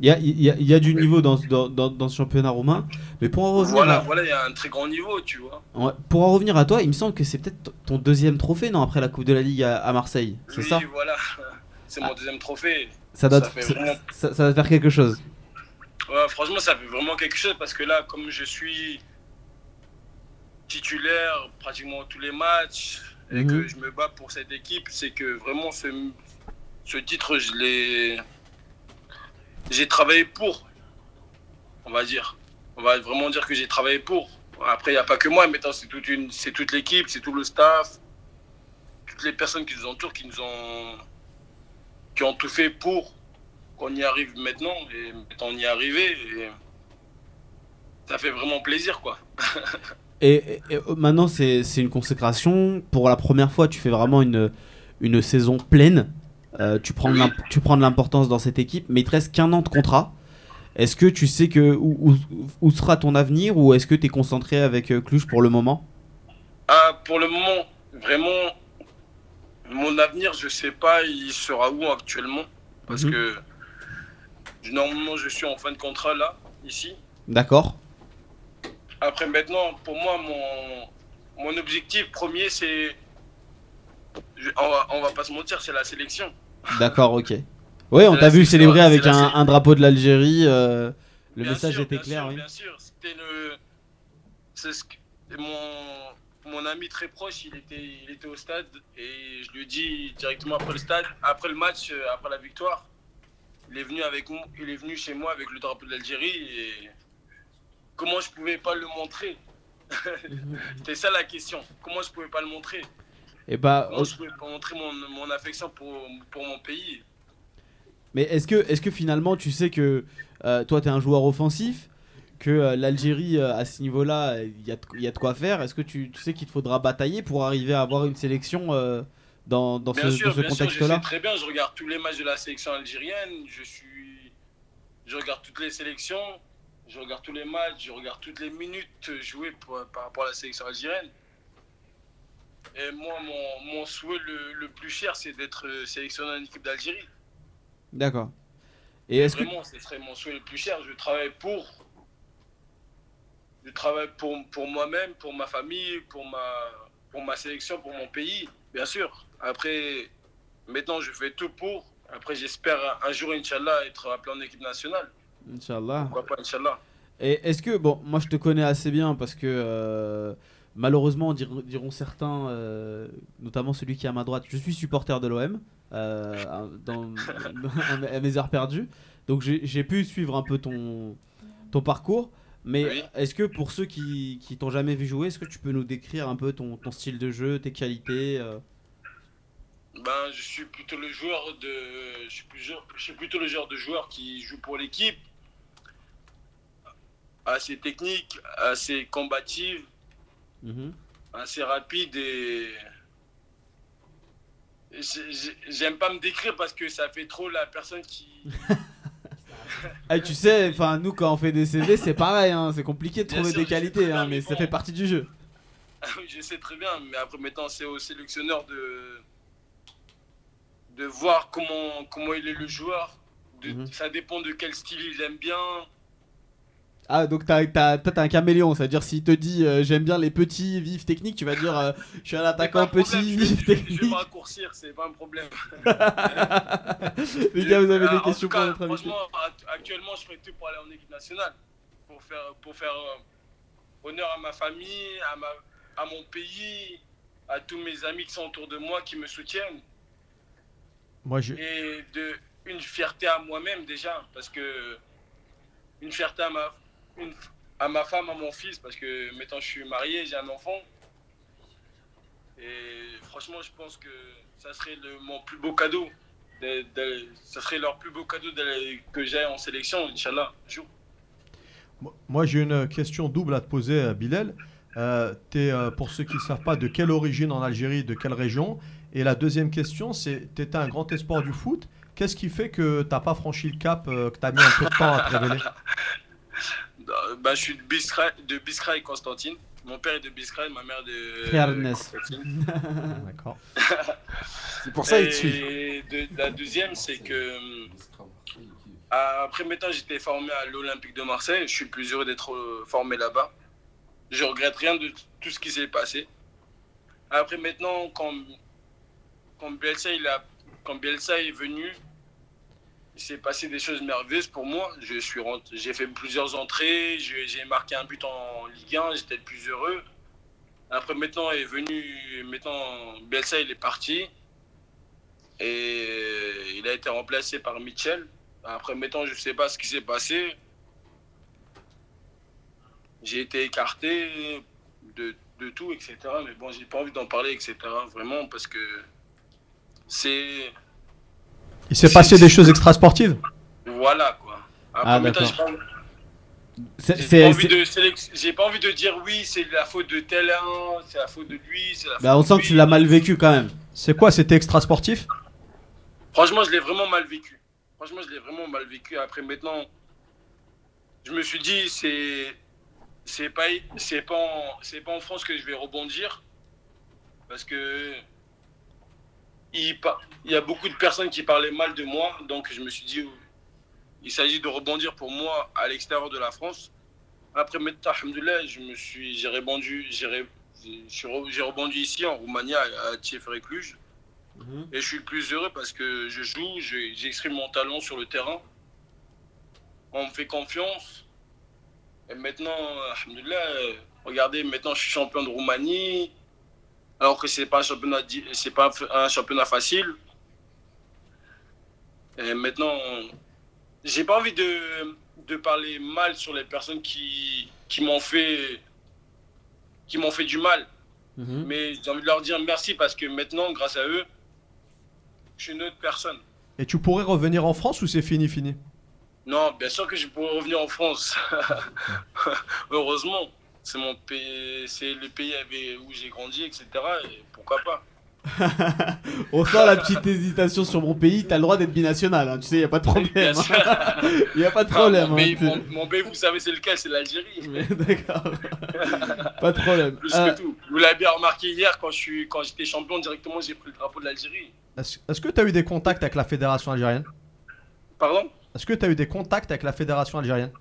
Speaker 3: Il y a, il y a- il y a du niveau dans, ce- dans, dans- dans ce championnat roumain, mais pour en revenir,
Speaker 8: Voilà,
Speaker 3: à,
Speaker 8: voilà, il y a un très grand niveau, tu vois.
Speaker 3: ouais, pour en revenir à toi, il me semble que c'est peut-être ton- ton deuxième trophée, non, après la Coupe de la Ligue à, à Marseille, c'est
Speaker 8: Oui,
Speaker 3: ça Ah.
Speaker 8: voilà. C'est mon deuxième trophée.
Speaker 3: ça, doit
Speaker 8: ça
Speaker 3: te-
Speaker 8: fait
Speaker 3: ça-
Speaker 8: vraiment-
Speaker 3: ça- ça va te faire quelque chose.
Speaker 8: Ouais, franchement, ça fait vraiment quelque chose parce que là, comme je suis titulaire pratiquement tous les matchs et
Speaker 3: Mhm.
Speaker 8: que je me bats pour cette équipe, c'est que vraiment ce, ce titre, je l'ai. J'ai travaillé pour, on va dire. On va vraiment dire que j'ai travaillé pour. Après, il n'y a pas que moi, mais attends, c'est toute, une- c'est toute l'équipe, c'est tout le staff, toutes les personnes qui nous entourent, qui nous ont, qui ont tout fait pour qu'on y arrive maintenant et maintenant on y est arrivé et ça fait vraiment plaisir quoi.
Speaker 3: Et, et- et, euh, maintenant, c'est c'est une consécration. Pour la première fois, tu fais vraiment une, une saison pleine. Euh, tu, prends de l'imp- tu prends de l'importance dans cette équipe, mais il te reste qu'un an de contrat. Est-ce que tu sais que où, où- où sera ton avenir ou est-ce que tu es concentré avec euh, Cluj pour le moment
Speaker 8: Ah, pour le moment, vraiment, mon avenir, je sais pas, il sera où actuellement parce
Speaker 3: Mhm.
Speaker 8: que normalement je suis en fin de contrat là, ici.
Speaker 3: D'accord
Speaker 8: Après, maintenant, pour moi, mon, mon objectif premier, c'est. je- On va, on va pas se mentir, c'est la sélection.
Speaker 3: D'accord, ok. Ouais, on
Speaker 8: C'est
Speaker 3: t'a
Speaker 8: la-
Speaker 3: vu
Speaker 8: c'est
Speaker 3: célébrer
Speaker 8: la-
Speaker 3: avec
Speaker 8: c'est la-
Speaker 3: un,
Speaker 8: c'est-
Speaker 3: un drapeau de l'Algérie. euh, le
Speaker 8: Bien
Speaker 3: message
Speaker 8: sûr,
Speaker 3: était
Speaker 8: bien
Speaker 3: clair,
Speaker 8: sûr,
Speaker 3: oui.
Speaker 8: Bien sûr, c'était le. C'est ce que- mon, mon ami très proche, il était, il était au stade et je lui ai dit directement après le stade, après le match, euh, après la victoire, il est venu, avec, mo- il est venu chez moi avec le drapeau de l'Algérie et comment je pouvais pas le montrer C'était ça la question. Comment je pouvais pas le montrer
Speaker 3: Et bah,
Speaker 8: Comment je pouvais pas montrer mon, mon affection pour, pour mon pays
Speaker 3: mais est-ce que, est-ce que finalement tu sais que euh, toi t'es un joueur offensif, que euh, l'Algérie euh, à ce niveau-là, euh, il y, a de- il y a de quoi faire Est-ce que tu, tu sais qu'il te faudra batailler pour arriver à avoir une sélection euh, dans, dans ce,
Speaker 8: Bien sûr,
Speaker 3: dans ce
Speaker 8: bien sûr, je sais
Speaker 3: contexte-là
Speaker 8: très bien, je regarde tous les matchs de la sélection algérienne, je suis je regarde toutes les sélections, je regarde tous les matchs, je regarde toutes les minutes jouées pour- par rapport à la sélection algérienne. Et moi mon, mon souhait le, le plus cher c'est d'être euh, sélectionné en équipe d'Algérie.
Speaker 3: D'accord. Et est-ce que
Speaker 8: Vraiment, ce serait mon souhait le plus cher. Je travaille pour. Je travaille pour, pour moi-même, pour ma famille, pour ma, pour ma sélection, pour mon pays, bien sûr. Après, maintenant, je fais tout pour. Après, j'espère un jour, Inch'Allah, être appelé en équipe nationale.
Speaker 3: Inch'Allah.
Speaker 8: Pourquoi pas, Inch'Allah
Speaker 3: Et est-ce que, bon, moi je te connais assez bien parce que euh, malheureusement, dir- diront certains, euh, notamment celui qui est à ma droite, je suis supporter de l'OM, euh, à- dans, à mes heures perdues. Donc j'ai j'ai pu suivre un peu ton, ton parcours. Mais
Speaker 8: Oui.
Speaker 3: est-ce que pour ceux qui, qui t'ont jamais vu jouer, est-ce que tu peux nous décrire un peu ton, ton style de jeu, tes qualités euh
Speaker 8: Ben, je suis plutôt le joueur de, je suis, plus joueur- je suis plutôt le genre de joueur qui joue pour l'équipe, assez technique, assez combative,
Speaker 3: Mhm.
Speaker 8: assez rapide et J'ai- j'ai- j'aime pas me décrire parce que ça fait trop la personne qui
Speaker 3: Eh, tu sais, enfin nous quand on fait des CV, c'est pareil, hein, c'est compliqué de
Speaker 8: Bien
Speaker 3: trouver
Speaker 8: sûr,
Speaker 3: des
Speaker 8: je sais
Speaker 3: qualités,
Speaker 8: très
Speaker 3: hein,
Speaker 8: bien,
Speaker 3: mais
Speaker 8: mais
Speaker 3: ça
Speaker 8: bon.
Speaker 3: fait partie du jeu.
Speaker 8: Ah je sais très bien mais après maintenant c'est au sélectionneur de de voir comment comment il est le joueur De-
Speaker 3: Mhm.
Speaker 8: ça dépend de quel style il aime bien
Speaker 3: Ah, donc t'as, t'as, toi, t'as un caméléon, c'est-à-dire s'il te dit euh, j'aime bien les petits vifs techniques, tu vas dire euh, je suis un attaquant
Speaker 8: C'est pas un problème,
Speaker 3: petit
Speaker 8: je vais- je
Speaker 3: vif
Speaker 8: vais- je vais me
Speaker 3: technique.
Speaker 8: raccourcir c'est pas un problème
Speaker 3: Les gars, vous avez
Speaker 8: Euh,
Speaker 3: des
Speaker 8: en
Speaker 3: questions
Speaker 8: tout cas,
Speaker 3: pour notre invité
Speaker 8: Franchement, act- actuellement, je ferai tout pour aller en équipe nationale. Pour faire, pour faire euh, honneur à ma famille, à, ma, à mon pays, à tous mes amis qui sont autour de moi, qui me soutiennent.
Speaker 6: Moi, j'ai-
Speaker 8: Et de, une fierté à moi-même déjà, parce que. Une fierté à ma, une- à ma femme, à mon fils, parce que maintenant je suis marié, j'ai un enfant. Et franchement, je pense que ça serait le, mon plus beau cadeau. De- de- ça serait leur plus beau cadeau de- que j'ai en sélection, Inch'Allah, un jour.
Speaker 6: Moi- Moi, j'ai une question double à te poser, euh, Bilal. Euh, t'es, euh, pour ceux qui ne savent pas, de quelle origine en Algérie, de quelle région Et la deuxième question, c'est tu étais un grand espoir du foot. Qu'est-ce qui fait que tu n'as pas franchi le cap, euh, que tu as mis un peu de temps à te révéler
Speaker 8: Euh, bah, je suis de Biskra, de Biskra et Constantine. Mon père est de Biskra et ma mère de
Speaker 3: Khayarnes.
Speaker 8: Constantine.
Speaker 6: ah, D'accord.
Speaker 5: C'est pour ça
Speaker 8: et
Speaker 5: il te suit.
Speaker 8: de- la deuxième, c'est que euh, après mes temps, j'étais formé à l'Olympique de Marseille. Je suis plus heureux d'être euh, formé là-bas. Je regrette rien de t- tout ce qui s'est passé. Après maintenant, quand, quand, Bielsa, il a, quand Bielsa est venu, il s'est passé des choses merveilleuses pour moi. Je suis rent- j'ai fait plusieurs entrées, je- j'ai marqué un but en Ligue 1, j'étais le plus heureux. Après maintenant est venu, maintenant Bielsa il est parti et il a été remplacé par Mitchell. Après maintenant je sais pas ce qui s'est passé. J'ai été écarté de, de tout, etc. Mais bon, j'ai pas envie d'en parler, etc. Vraiment parce que c'est
Speaker 6: Il s'est passé des choses extrasportives
Speaker 8: voilà quoi. Après,
Speaker 3: Ah,
Speaker 8: maintenant,
Speaker 3: d'accord.
Speaker 8: j'ai pas envie-
Speaker 3: C'est-
Speaker 8: J'ai
Speaker 3: c'est-
Speaker 8: pas envie
Speaker 3: c'est-
Speaker 8: de sélec- J'ai pas envie de dire oui, c'est la faute de tel un, c'est la faute de lui, c'est la faute
Speaker 3: Bah, on
Speaker 8: de
Speaker 3: sent que
Speaker 8: lui.
Speaker 3: tu l'as mal vécu quand même.
Speaker 6: C'est quoi C'était extrasportif
Speaker 8: Franchement, je l'ai vraiment mal vécu. Franchement, je l'ai vraiment mal vécu. Après, maintenant, je me suis dit, c'est c'est pas c'est pas en- c'est pas en France que je vais rebondir parce que il, pa- il y a beaucoup de personnes qui parlaient mal de moi, donc je me suis dit, il s'agit de rebondir pour moi à l'extérieur de la France. Après Metta, alhamdoulilah, je me suis, j'ai rebondi, j'ai ré- j'ai- je suis re- j'ai rebondi ici en Roumanie à, à Cluj. Et je suis le plus heureux parce que je joue, je- j'exprime mon talent sur le terrain. On me fait confiance. Et maintenant, euh, alhamdoulilah, euh, regardez, maintenant je suis champion de Roumanie. Alors que c'est pas un championnat, di- c'est pas un championnat facile. Et maintenant, j'ai pas envie de, de parler mal sur les personnes qui, qui m'ont fait qui m'ont fait du mal.
Speaker 3: Mhm.
Speaker 8: Mais j'ai envie de leur dire merci parce que maintenant, grâce à eux, je suis une autre personne.
Speaker 6: Et tu pourrais revenir en France ou c'est fini, fini
Speaker 8: Non, bien sûr que je pourrais revenir en France. Heureusement, c'est mon pays, c'est le pays avec- où j'ai grandi, etc. Et pourquoi pas
Speaker 3: On sent la petite hésitation sur mon pays, t'as le droit d'être binational, hein, tu sais, y a pas de
Speaker 8: Bien
Speaker 6: Eh,
Speaker 3: problème.
Speaker 8: sûr. Ah,
Speaker 3: Il y a pas de
Speaker 8: Enfin,
Speaker 3: problème.
Speaker 8: mon,
Speaker 3: hein,
Speaker 8: pays,
Speaker 3: tu-
Speaker 8: mon- mon pays, vous savez, c'est lequel C'est l'Algérie.
Speaker 3: Mais D'accord. pas de problème.
Speaker 8: Plus
Speaker 6: Ah.
Speaker 3: Euh,
Speaker 8: que tout. Vous l'avez bien remarqué hier quand je suis, quand j'étais champion directement, j'ai pris le drapeau de l'Algérie.
Speaker 6: Est-ce est-ce que tu as eu des contacts avec la fédération algérienne
Speaker 8: Pardon
Speaker 6: Est-ce que tu as eu des contacts avec la fédération algérienne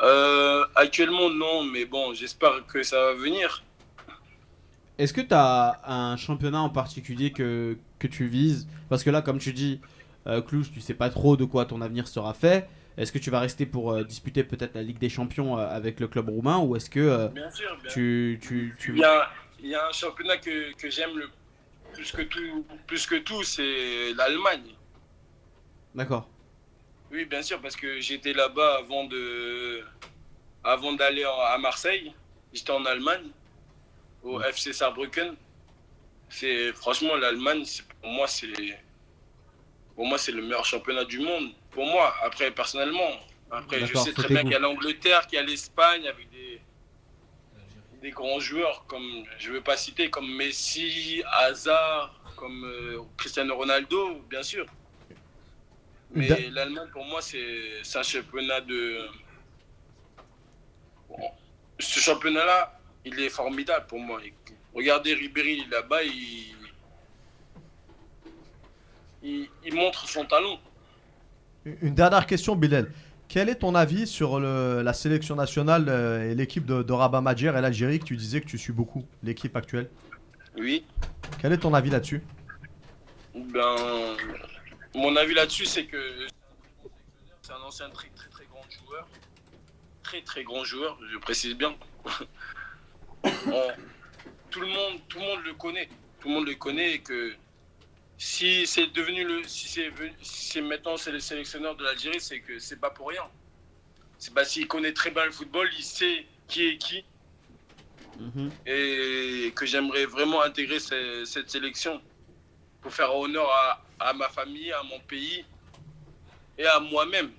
Speaker 8: Euh, actuellement, non, mais bon, j'espère que ça va venir.
Speaker 3: Est-ce que tu as un championnat en particulier que, que tu vises Parce que là, comme tu dis, euh, Cluj, tu sais pas trop de quoi ton avenir sera fait. Est-ce que tu vas rester pour euh, disputer peut-être la Ligue des Champions euh, avec le club roumain ou est-ce que euh,
Speaker 8: Bien sûr, bien
Speaker 3: tu, tu, tu...
Speaker 8: Il y a, il y a un championnat que, que j'aime le plus que tout, plus que tout, c'est l'Allemagne.
Speaker 3: D'accord.
Speaker 8: Oui, bien sûr, parce que j'étais là-bas avant de, avant d'aller en- à Marseille. J'étais en Allemagne, au
Speaker 3: Mm.
Speaker 8: FC Saarbrücken. C'est franchement l'Allemagne, c'est- pour moi, c'est, pour moi, c'est le meilleur championnat du monde. Pour moi, après personnellement, après je
Speaker 3: D'accord,
Speaker 8: sais
Speaker 3: faut
Speaker 8: très
Speaker 3: tes
Speaker 8: bien
Speaker 3: goûts.
Speaker 8: qu'il y a l'Angleterre, qu'il y a l'Espagne avec des des grands joueurs comme je veux pas citer comme Messi, Hazard, comme euh, Cristiano Ronaldo, bien sûr. Mais
Speaker 6: Da-
Speaker 8: l'Allemagne pour moi c'est c'est un championnat de Bon, ce championnat là, il est formidable pour moi. Regardez Ribéry là-bas, il... il il montre son talent.
Speaker 6: Une une dernière question, Bilal. Quel est ton avis sur le- la sélection nationale euh, et l'équipe de, de Rabat Madjer et l'Algérie que tu disais que tu suis beaucoup, l'équipe actuelle
Speaker 8: Oui.
Speaker 6: Quel est ton avis là-dessus
Speaker 8: Ben, mon avis là-dessus, c'est que c'est un ancien très, très très grand joueur. Très très grand joueur, je précise bien. On- tout, le monde, tout le monde le connaît. Tout le monde le connaît et que si c'est devenu le. Si c'est venu- si c'est maintenant c'est le sélectionneur de l'Algérie, c'est que c'est pas pour rien. C'est pas s'il connaît très bien le football, il sait qui est qui
Speaker 3: Mhm.
Speaker 8: et que j'aimerais vraiment intégrer ce- cette sélection pour faire honneur à, à ma famille, à mon pays et à moi-même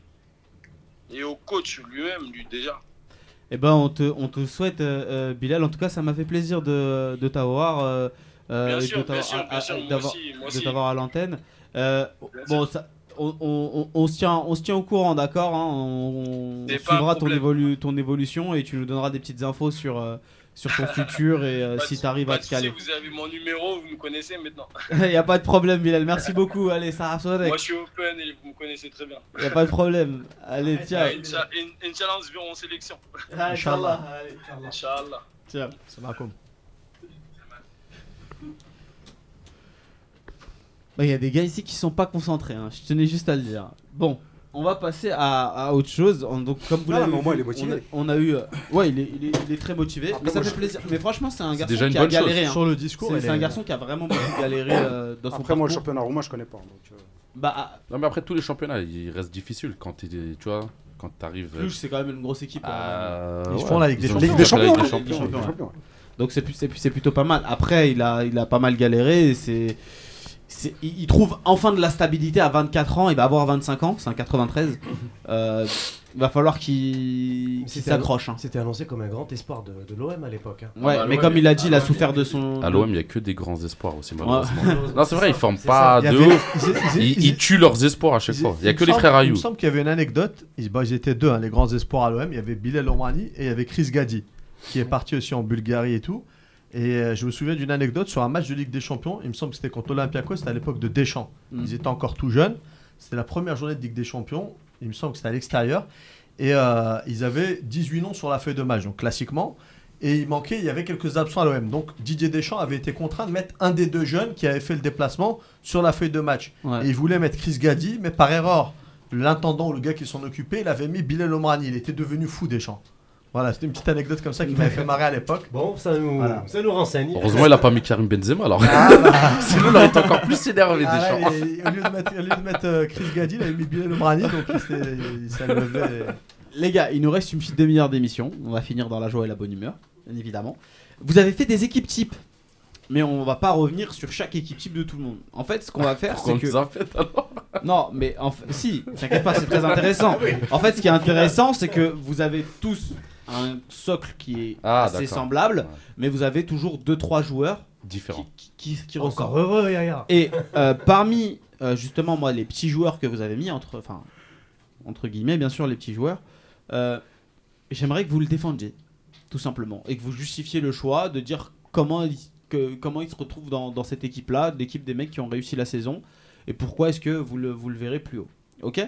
Speaker 8: et au coach lui-même, lui déjà.
Speaker 3: Eh ben, on te, on te souhaite, euh, euh, Bilal. En tout cas, ça m'a fait plaisir de, de t'avoir. euh, euh,
Speaker 8: Bien
Speaker 3: et
Speaker 8: sûr,
Speaker 3: de t'avoir-
Speaker 8: bien sûr,
Speaker 3: à- à-
Speaker 8: bien sûr, moi
Speaker 3: d'avoir-
Speaker 8: aussi, moi
Speaker 3: de
Speaker 8: aussi.
Speaker 3: t'avoir à l'antenne. Euh,
Speaker 8: Bien
Speaker 3: bon, ça- on, on- on- on se tient, on se tient au courant, d'accord hein, On, on
Speaker 8: C'est pas un
Speaker 3: suivra ton,
Speaker 8: problème.
Speaker 3: évolu- ton évolution et tu nous donneras des petites infos sur, euh, sur ton futur et euh,
Speaker 8: Pas de-
Speaker 3: si tu arrives
Speaker 8: pas
Speaker 3: à
Speaker 8: de
Speaker 3: te
Speaker 8: souci,
Speaker 3: caler.
Speaker 8: vous avez mon numéro, vous me connaissez maintenant.
Speaker 3: Il n'y a pas de problème, Bilal. Merci beaucoup. Allez, ça a sonné.
Speaker 8: Moi, je suis open et vous me connaissez très bien.
Speaker 3: Il n'y a pas de problème. Allez, ciao.
Speaker 8: Allez, Incha- In- Inch'Allah, on se verra en sélection.
Speaker 3: Inch'Allah. Allez,
Speaker 8: Inch'Allah.
Speaker 3: ciao.
Speaker 6: Ça va comme
Speaker 3: Bah, Il y a des gars ici qui sont pas concentrés, hein. je tenais juste à le dire. Bon, on va passer à, à autre chose. On- donc, comme vous
Speaker 5: Ah,
Speaker 3: l'avez
Speaker 5: mais au
Speaker 3: vu,
Speaker 5: moins, il est
Speaker 3: on a,
Speaker 5: motivé.
Speaker 3: on a eu. euh, ouais, il est, il est- il est très motivé.
Speaker 5: Après,
Speaker 3: mais ça
Speaker 5: moi,
Speaker 3: fait
Speaker 5: je-
Speaker 3: plaisir. Mais franchement, c'est un garçon
Speaker 7: déjà une
Speaker 3: qui a
Speaker 7: bonne chose.
Speaker 3: galéré. hein.
Speaker 6: Sur le discours,
Speaker 3: C'est
Speaker 6: elle
Speaker 3: c'est un
Speaker 6: est-
Speaker 3: garçon qui a vraiment beaucoup galéré euh, dans son
Speaker 5: Après, moi, le
Speaker 3: parcours.
Speaker 5: championnat roumain, je connais pas. donc, euh,
Speaker 3: Bah, à
Speaker 7: Non, mais après, tous les championnats, ils restent difficiles quand t'es- tu vois, quand t'arrives.
Speaker 3: Cluj, c'est quand même une grosse équipe. hein.
Speaker 7: euh,
Speaker 6: Ils
Speaker 7: ouais,
Speaker 6: font la Ligue des
Speaker 7: ont-
Speaker 5: Ligue
Speaker 7: ils ont
Speaker 5: des
Speaker 7: fait la
Speaker 5: Champions,
Speaker 7: Ligue des
Speaker 5: hein.
Speaker 7: Champions.
Speaker 5: champion,
Speaker 3: ouais.
Speaker 5: champion, ouais.
Speaker 3: Donc c'est plus- c'est plus- c'est plutôt pas mal. Après, il a, il a pas mal galéré. et C'est, c'est- il il trouve enfin de la stabilité à 24 ans. Il va avoir 25 ans. C'est un 93. Euh, il va falloir qu'il,
Speaker 4: Mais
Speaker 3: qu'il
Speaker 4: c'était un-
Speaker 3: s'accroche. hein.
Speaker 4: C'était annoncé comme un grand espoir de, de l'OM Ah à l'époque. hein.
Speaker 3: Ouais,
Speaker 9: Ah bah,
Speaker 3: mais
Speaker 9: l'OM,
Speaker 3: comme il a dit, il a
Speaker 9: ah ouais,
Speaker 3: souffert
Speaker 9: mais-
Speaker 3: de son.
Speaker 7: À l'OM, il y a que des grands espoirs aussi,
Speaker 3: Ouais.
Speaker 7: malheureusement. Non, c'est vrai, ils forment
Speaker 4: C'est
Speaker 7: pas
Speaker 6: ça.
Speaker 7: Ah, de
Speaker 6: Il y avait-
Speaker 7: ouf.
Speaker 6: ils- ils-
Speaker 7: Ils,
Speaker 6: ils-
Speaker 7: ils tuent leurs espoirs à chaque fois. Il y a
Speaker 6: me
Speaker 7: que les
Speaker 6: semble-
Speaker 7: frères
Speaker 6: Il
Speaker 7: Ayou.
Speaker 6: me semble qu'il y avait une anecdote. Ils, bah, ils étaient deux, hein, les grands espoirs à l'OM. Il y avait Bilal Omrani et il y avait Chris Gadi, qui est parti aussi en Bulgarie et tout. Et euh, je me souviens d'une anecdote sur un match de Ligue des Champions. Il me semble que c'était contre l'Olympiakos, c'était à l'époque de Deschamps.
Speaker 3: Mm.
Speaker 6: Ils étaient encore tout jeunes. C'était la première journée de Ligue des Champions. Il me semble que c'était à l'extérieur. Et euh, ils avaient 18 noms sur la feuille de match, donc classiquement. Et il manquait, il y avait quelques absents à l'OM. Donc Didier Deschamps avait été contraint de mettre un des deux jeunes qui avait fait le déplacement sur la feuille de match.
Speaker 3: Ouais.
Speaker 6: Et il voulait mettre Chris Gadi, mais par erreur, l'intendant ou le gars qui s'en occupait, il avait mis Bilal Omrani. Il était devenu fou Deschamps. Voilà, c'était une petite anecdote comme ça qui m'avait fait marrer à l'époque.
Speaker 4: Bon, ça nous,
Speaker 6: Voilà.
Speaker 4: ça nous renseigne.
Speaker 7: Heureusement, il a pas mis Karim Benzema alors. Sinon, il aurait été encore plus énervé
Speaker 6: Ah
Speaker 7: Deschamps.
Speaker 6: ouais, il- au lieu de mettre, au lieu de mettre, euh, Chris Gadi, il avait mis Bilal Omrani, donc il s'est- il s'est levé.
Speaker 3: Les gars, il nous reste une petite demi-heure d'émission. On va finir dans la joie et la bonne humeur, bien évidemment. Vous avez fait des équipes types, mais on va pas revenir sur chaque équipe type de tout le monde. En fait, ce qu'on va faire,
Speaker 7: Pourquoi
Speaker 3: c'est
Speaker 7: on
Speaker 3: que
Speaker 7: nous a fait alors
Speaker 3: non, mais en fait- si, t'inquiète pas, c'est très
Speaker 4: Ah
Speaker 3: intéressant. En fait, ce qui est intéressant, c'est que vous avez tous un socle qui est
Speaker 7: Ah,
Speaker 3: assez
Speaker 7: d'accord.
Speaker 3: semblable,
Speaker 7: Ouais.
Speaker 3: mais vous avez toujours deux trois joueurs
Speaker 7: Différent.
Speaker 3: qui, qui, qui ressortent.
Speaker 4: Encore heureux, Yaya.
Speaker 3: Et euh, parmi euh, justement moi les petits joueurs que vous avez mis entre enfin entre guillemets bien sûr les petits joueurs, euh, j'aimerais que vous le défendiez tout simplement et que vous justifiez le choix de dire comment il, que- comment il se retrouve dans, dans cette équipe là, l'équipe des mecs qui ont réussi la saison et pourquoi est-ce que vous le vous le verrez plus haut. OK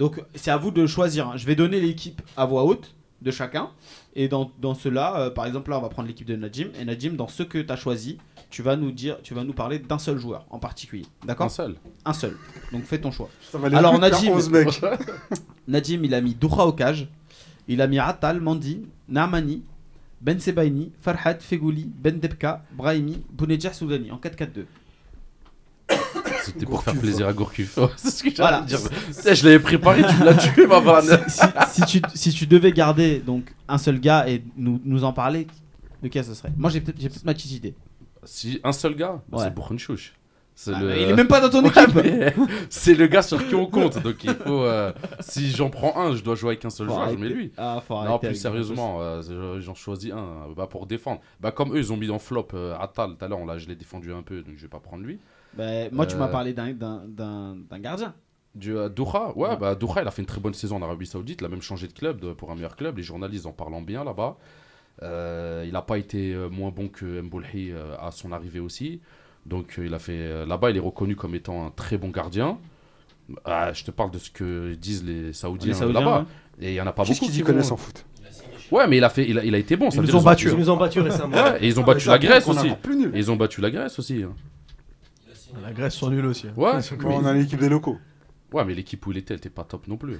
Speaker 3: Donc c'est à vous de choisir. hein. Je vais donner l'équipe à voix haute de chacun et dans, dans cela euh, par exemple là on va prendre l'équipe de Najim et Najim dans ce que tu as choisi tu vas nous dire, tu vas nous parler d'un seul joueur en particulier,
Speaker 7: Un
Speaker 3: d'accord
Speaker 7: seul.
Speaker 3: Un seul. Donc fais ton choix.
Speaker 5: Ça valait
Speaker 3: Alors,
Speaker 5: plus
Speaker 3: on a
Speaker 5: qu'un
Speaker 3: dit-
Speaker 5: 11 mecs.
Speaker 3: Nadim, il a mis Doura Okage, il a mis Atal, Mandi, Narmani, Ben Sebaini, Farhad, Fegouli, Ben Debka, Brahimi, Bounedjah Soudani en 4-4-2.
Speaker 7: C'était pour faire
Speaker 5: Gourcuff.
Speaker 7: plaisir à Gourcuff. Ouais, c'est ce que j'allais
Speaker 3: Voilà.
Speaker 7: dire. Putain, Je l'avais préparé, tu me l'as tué, ma vanne.
Speaker 3: si, si tu, si tu devais garder donc un seul gars et nous, nous en parler, lequel ce serait Moi j'ai peut-être j'ai peut-être ma petite idée.
Speaker 7: Si un seul gars, bah,
Speaker 3: Ouais.
Speaker 7: c'est Bourrenchouch. C'est
Speaker 3: Ah,
Speaker 7: le...
Speaker 3: mais Il est même pas dans ton équipe
Speaker 7: Ouais, mais C'est le gars sur qui on compte. Donc il faut. euh, si j'en prends un, je dois jouer avec un seul
Speaker 3: Faut
Speaker 7: joueur, je
Speaker 3: arrêter.
Speaker 7: mets lui.
Speaker 3: Ah, faut
Speaker 7: Non,
Speaker 3: arrêter
Speaker 7: plus
Speaker 3: avec-
Speaker 7: sérieusement, euh, j'en choisis un bah, pour défendre. Bah, comme eux, ils ont mis en flop euh, Atal. Tout à l'heure, on l'a- je l'ai défendu un peu, donc je vais pas prendre lui.
Speaker 3: Bah, moi tu m'as
Speaker 7: Euh.
Speaker 3: parlé d'un- d'un d'un- d'un gardien.
Speaker 7: Du, euh, Doha, ouais,
Speaker 3: Ouais.
Speaker 7: bah Doha, il a fait une très bonne saison en Arabie Saoudite, il a même changé de club de- pour un meilleur club, les journalistes en parlant bien là-bas. Euh, il n'a pas été euh, moins bon que Mboulhi euh, à son arrivée aussi. Donc euh, il a fait euh, là-bas, il est reconnu comme étant un très bon gardien. Ah, je te parle de ce que disent les Saoudiens,
Speaker 3: Les Saoudiens,
Speaker 7: là-bas.
Speaker 3: ouais.
Speaker 7: Et il y en a pas
Speaker 5: Qu'est-ce
Speaker 7: beaucoup
Speaker 5: qu'ils y
Speaker 7: qui
Speaker 5: connaissent
Speaker 7: vont-
Speaker 5: en foot
Speaker 7: Ouais, mais il a fait, il a, il a été bon. ça
Speaker 6: Ils
Speaker 7: veut
Speaker 6: nous
Speaker 7: dire
Speaker 6: ont battus. hein.
Speaker 4: Ils nous ont battus récemment.
Speaker 7: Ouais, et ils ont
Speaker 5: Ah, mais
Speaker 7: battu
Speaker 5: ça
Speaker 7: la
Speaker 5: prouve
Speaker 7: Grèce
Speaker 5: qu'on est
Speaker 7: aussi.
Speaker 5: encore plus nul.
Speaker 7: Et ils ont battu la Grèce aussi. hein.
Speaker 6: La Grèce sont nuls aussi. hein.
Speaker 7: Ouais.
Speaker 6: Ils sont
Speaker 5: Bon, on a l'équipe des locaux.
Speaker 7: Ouais, mais l'équipe où il était, elle était pas top non plus.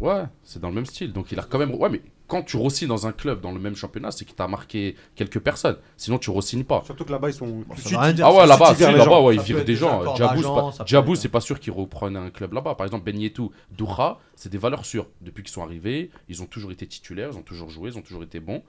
Speaker 7: Ouais, c'est dans le même style. Donc il a quand même. Ouais, mais quand tu re dans un club, dans le même championnat, c'est qu'il t'a marqué quelques personnes. Sinon, tu re pas.
Speaker 5: Surtout que là-bas, ils sont.
Speaker 6: Bon,
Speaker 5: tout de
Speaker 6: ça
Speaker 5: suite,
Speaker 6: veut rien dire,
Speaker 7: Ah
Speaker 6: ça.
Speaker 7: ouais, là-bas,
Speaker 5: tu
Speaker 7: si,
Speaker 5: vires les
Speaker 7: là-bas,
Speaker 5: gens.
Speaker 7: ouais,
Speaker 6: Ça
Speaker 7: ils
Speaker 6: peut
Speaker 7: virent
Speaker 6: être
Speaker 7: des
Speaker 6: des
Speaker 7: gens.
Speaker 6: accords
Speaker 7: Djabou, c'est
Speaker 6: d'argent,
Speaker 7: pas-
Speaker 6: ça peut
Speaker 7: Djabou,
Speaker 6: être-
Speaker 7: c'est pas sûr qu'il reprenne un club là-bas. Par exemple, Ben Yedou, Doura, c'est des valeurs sûres. Depuis qu'ils sont arrivés, ils ont toujours été titulaires, ils ont toujours joué, ils ont toujours été bons.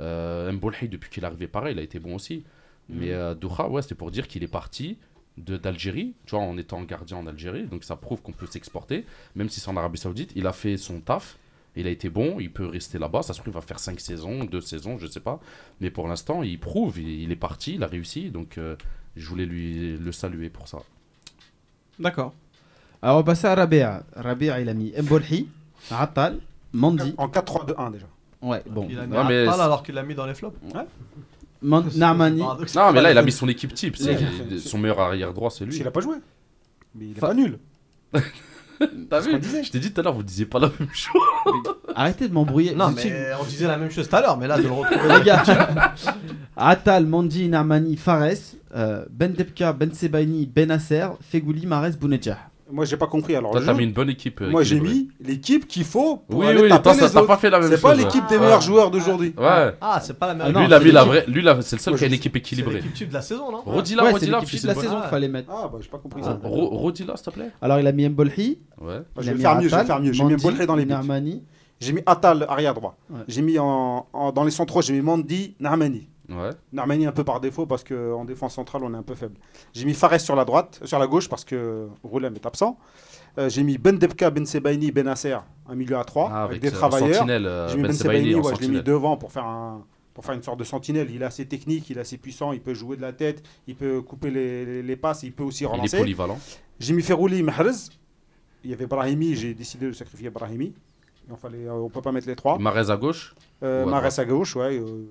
Speaker 7: Euh, Mbolhi, depuis qu'il est arrivé, pareil, il a été bon aussi.
Speaker 6: Mm.
Speaker 7: Mais euh, Doura, ouais, c'était pour dire qu'il est parti de- d'Algérie, tu vois, en étant gardien en Algérie. Donc ça prouve qu'on peut s'exporter, même si c'est en Arabie Saoudite. Il a fait son taf. Il a été bon, il peut rester là-bas. Ça se trouve, il va faire 5 saisons, 2 saisons, je sais pas. Mais pour l'instant, il prouve, il, il est parti, il a réussi. Donc, euh, je voulais lui le saluer pour ça.
Speaker 3: D'accord. Alors on va passer à Rabia. Rabia il a mis Mbolhi, Atal, Mandi.
Speaker 5: En 4-3-2-1 déjà.
Speaker 3: Ouais, bon.
Speaker 6: Il a mis
Speaker 7: Non, mais
Speaker 6: un pal
Speaker 7: c'est-
Speaker 6: alors qu'il l'a mis dans les flops.
Speaker 3: Man- Narmani,
Speaker 6: Paradoxe.
Speaker 7: Non, mais là, il a mis son équipe type. c'est-
Speaker 5: Ouais.
Speaker 7: son meilleur arrière droit, c'est
Speaker 5: Parce
Speaker 7: lui.
Speaker 5: qu'il a pas joué. Mais il est
Speaker 3: Fa-
Speaker 5: pas nul.
Speaker 7: T'as
Speaker 5: ce
Speaker 7: vu
Speaker 5: qu'on disait.
Speaker 7: Je t'ai dit tout à l'heure, vous disiez pas la même chose.
Speaker 3: arrêtez de m'embrouiller.
Speaker 6: Non,
Speaker 3: Vous étiez-
Speaker 6: mais on disait la même chose tout à l'heure, mais là, de le retrouver.
Speaker 3: Les gars, Atal, Mandi, Narmani, Fares, euh, Ben Depka, Ben Sebaini, Ben Nasser, Fegouli, Mares, Bounedjah.
Speaker 5: Moi, j'ai pas compris. Alors,
Speaker 7: Toi,
Speaker 5: je-
Speaker 7: t'as mis une bonne équipe. euh,
Speaker 5: moi, j'ai
Speaker 7: équilibrée.
Speaker 5: mis l'équipe qu'il faut pour
Speaker 7: Oui,
Speaker 5: aller
Speaker 7: oui,
Speaker 5: taper
Speaker 7: toi, ça-
Speaker 5: les
Speaker 7: t'as
Speaker 5: autres.
Speaker 7: pas fait la même chose.
Speaker 5: C'est pas
Speaker 7: ouais.
Speaker 5: l'équipe des
Speaker 7: Ah.
Speaker 5: meilleurs joueurs d'aujourd'hui.
Speaker 7: Ouais.
Speaker 6: Ah, c'est pas la même
Speaker 3: Ah,
Speaker 7: lui,
Speaker 3: non,
Speaker 7: il a
Speaker 3: c'est
Speaker 7: mis la
Speaker 3: l'équipe-
Speaker 7: vraie. Lui, là, c'est le seul
Speaker 5: Moi,
Speaker 7: qui a une
Speaker 5: je-
Speaker 7: équipe
Speaker 6: C'est
Speaker 7: équilibrée.
Speaker 6: l'équipe type de la saison, non
Speaker 7: Redis-la,
Speaker 3: Ouais, c'est
Speaker 7: redis-la.
Speaker 3: l'équipe
Speaker 7: puis
Speaker 3: type de
Speaker 7: c'est
Speaker 3: la
Speaker 7: bon.
Speaker 3: saison qu'il fallait mettre.
Speaker 5: Ah, bah, j'ai pas compris ça.
Speaker 7: Re- Redis-la, s'il te plaît.
Speaker 3: Alors il a mis Mbolhi.
Speaker 7: Ouais.
Speaker 5: Bah,
Speaker 3: il
Speaker 5: je
Speaker 3: a
Speaker 5: vais
Speaker 3: mis
Speaker 5: faire mieux, je vais
Speaker 3: Atal,
Speaker 5: faire mieux. J'ai mis
Speaker 3: Mandi,
Speaker 5: Mbolhi dans les buts.
Speaker 3: Narmani.
Speaker 5: J'ai mis Atal arrière droit.
Speaker 3: Ouais.
Speaker 5: J'ai mis en, en- dans les centraux, j'ai mis Mandi, Narmani.
Speaker 7: Ouais.
Speaker 5: Narmani un peu par défaut parce que en défense centrale on est un peu faible. J'ai mis Fares sur la droite, euh, sur la gauche parce que Roulem est absent. Euh, j'ai mis Ben Debka, Ben Sebaini, Ben Nasser, un milieu à 3
Speaker 7: Ah,
Speaker 5: avec, des
Speaker 7: euh,
Speaker 5: travailleurs.
Speaker 7: Sentinelle, euh,
Speaker 5: J'ai mis
Speaker 7: Ben
Speaker 5: Ben
Speaker 7: Sebaini
Speaker 5: Sebaini,
Speaker 7: en
Speaker 5: ouais, je l'ai mis
Speaker 7: sentinelle.
Speaker 5: devant pour faire, un, pour faire une sorte de sentinelle. Il est assez technique, il est assez puissant, il peut jouer de la tête, il peut couper les, les- les passes, il peut aussi
Speaker 7: Il est
Speaker 5: relancer.
Speaker 7: polyvalent.
Speaker 5: J'ai mis Ferrouli, Mahrez. Il y avait Brahimi, j'ai décidé de sacrifier Brahimi. Et on fallait, euh, on peut pas mettre les trois.
Speaker 7: Marez à gauche.
Speaker 5: Euh,
Speaker 7: Ou à
Speaker 5: Mahrez à gauche, ouais. euh,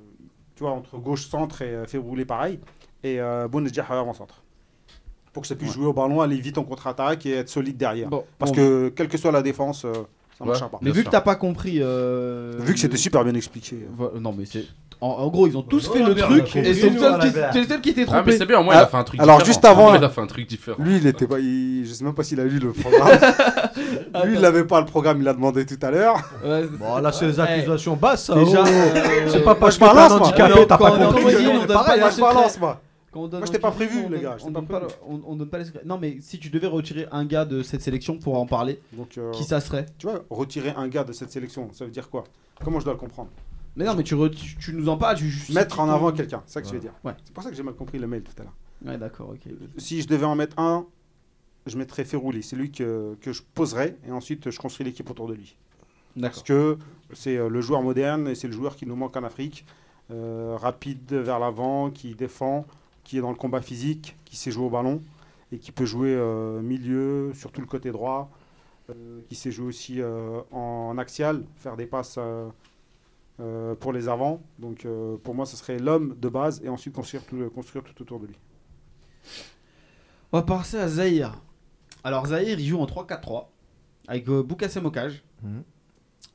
Speaker 5: tu vois, entre gauche, centre et euh, Ferrouli, pareil. Et euh, Bounedjah avant-centre. Pour que ça puisse jouer au ballon, aller vite en contre-attaque et être solide derrière.
Speaker 3: Bon,
Speaker 5: Parce
Speaker 3: bon,
Speaker 5: que, quelle que soit la défense, euh, Ça
Speaker 7: Ouais.
Speaker 5: marchera pas.
Speaker 3: Mais
Speaker 7: Bien
Speaker 3: vu
Speaker 7: sûr.
Speaker 3: que t'as pas compris. euh,
Speaker 5: Vu que c'était
Speaker 3: le-
Speaker 5: super bien expliqué. hein.
Speaker 3: Vo- Non, mais c'est. En, en gros, ils ont tous
Speaker 9: Non,
Speaker 3: fait le
Speaker 9: merde, on a
Speaker 3: truc
Speaker 9: compris,
Speaker 3: et c'est le
Speaker 9: nous,
Speaker 3: seul
Speaker 9: on a
Speaker 3: qui-
Speaker 9: fait.
Speaker 3: c'est le seul qui était
Speaker 7: Ah, mais
Speaker 3: trompé.
Speaker 7: c'est bien, au moins,
Speaker 5: Ah,
Speaker 7: il a fait un truc
Speaker 5: alors,
Speaker 7: différent.
Speaker 5: juste avant,
Speaker 7: Au moins,
Speaker 5: là.
Speaker 7: Il a fait un truc différent.
Speaker 5: Lui, il était pas. il- Je sais même pas s'il a lu le programme. Lui, il n'avait pas le programme, il l'a demandé tout à l'heure.
Speaker 3: Ouais, c'est-
Speaker 6: Bon, là, c'est les
Speaker 3: Ouais.
Speaker 6: accusations basses. ça,
Speaker 3: Déjà,
Speaker 6: oh.
Speaker 3: euh,
Speaker 6: c'est pas
Speaker 5: moi,
Speaker 6: parce
Speaker 5: je
Speaker 6: que t'es
Speaker 5: balance,
Speaker 6: un
Speaker 5: moi.
Speaker 6: handicapé, t'as pas
Speaker 3: Quand on
Speaker 6: compris.
Speaker 3: dit, on
Speaker 6: C'est
Speaker 3: donne
Speaker 5: euh, Pareil,
Speaker 3: pas
Speaker 5: moi,
Speaker 3: les
Speaker 5: je balance,
Speaker 3: secrets.
Speaker 5: moi.
Speaker 3: Quand on donne
Speaker 5: Moi, je
Speaker 3: un
Speaker 5: t'ai pas
Speaker 3: kiff,
Speaker 5: prévu,
Speaker 3: on
Speaker 5: les
Speaker 3: donne-
Speaker 5: gars, je t'ai
Speaker 3: on
Speaker 5: pas
Speaker 3: donne pas
Speaker 5: prévu.
Speaker 3: le- on- on donne pas les secrets. Non, mais si tu devais retirer un gars de cette sélection pour en parler,
Speaker 5: Donc, euh,
Speaker 3: qui ça serait
Speaker 5: tu vois, retirer un gars de cette sélection, ça veut dire quoi Comment je dois le comprendre
Speaker 3: Mais non, mais tu, re- tu- tu nous en parles. Tu, tu-
Speaker 5: Mettre
Speaker 3: tu-
Speaker 5: en avant quelqu'un, c'est ça que tu veux dire.
Speaker 3: Ouais.
Speaker 5: C'est pour ça que j'ai mal compris le mail tout à l'heure.
Speaker 3: Ouais, d'accord, ok.
Speaker 5: Si je devais en mettre un, je mettrais Ferrouli. C'est lui que, que je poserais et ensuite je construis l'équipe autour de lui. Parce
Speaker 3: D'accord.
Speaker 5: que c'est euh, le joueur moderne et c'est le joueur qui nous manque en Afrique. Euh, rapide vers l'avant, qui défend, qui est dans le combat physique, qui sait jouer au ballon et qui peut jouer euh, milieu, surtout le côté droit, euh, qui sait jouer aussi euh, en axial, faire des passes euh, euh, pour les avants. Donc euh, pour moi, ce serait l'homme de base et ensuite construire tout, construire tout autour de lui.
Speaker 3: On va passer à Zahir. Alors, Zahir, il joue en 3-4-3 avec euh, Boukassem au cage,
Speaker 6: Mhm.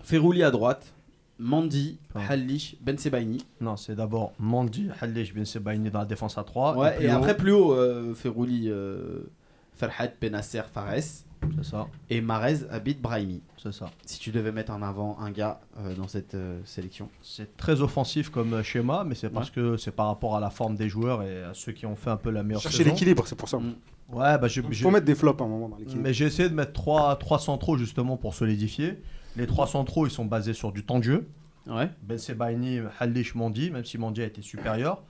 Speaker 3: Ferrouli à droite, Mandy,
Speaker 6: Pardon.
Speaker 3: Hallish, Ben Sebaini.
Speaker 6: Non, c'est d'abord Mandy, Hallish, Ben Sebaini dans la défense à 3.
Speaker 3: Ouais, Ah, et après, plus haut, euh, Ferrouli, euh, Ferhat, Benasser, Fares
Speaker 6: C'est ça,
Speaker 3: et Marez, Habib, Brahimi.
Speaker 6: c'est ça.
Speaker 3: Si tu devais mettre en avant un gars euh, dans cette euh, sélection.
Speaker 6: C'est très offensif comme euh, schéma, mais c'est parce que c'est par rapport à la forme des joueurs et à ceux qui ont fait un peu la meilleure
Speaker 5: Chercher
Speaker 6: saison.
Speaker 5: l'équilibre, c'est pour ça.
Speaker 3: Mm.
Speaker 6: Ouais, bah j'ai-
Speaker 5: Il
Speaker 6: j'ai-
Speaker 5: faut mettre des flops hein, à un moment dans l'équilibre.
Speaker 6: mais j'ai essayé de mettre 3, trois centraux justement pour solidifier. Les 3 centraux, ils sont basés sur du temps de jeu.
Speaker 3: Ouais.
Speaker 6: Ben Sebaini, Hallish, Mandi, même si Mandi a été supérieur.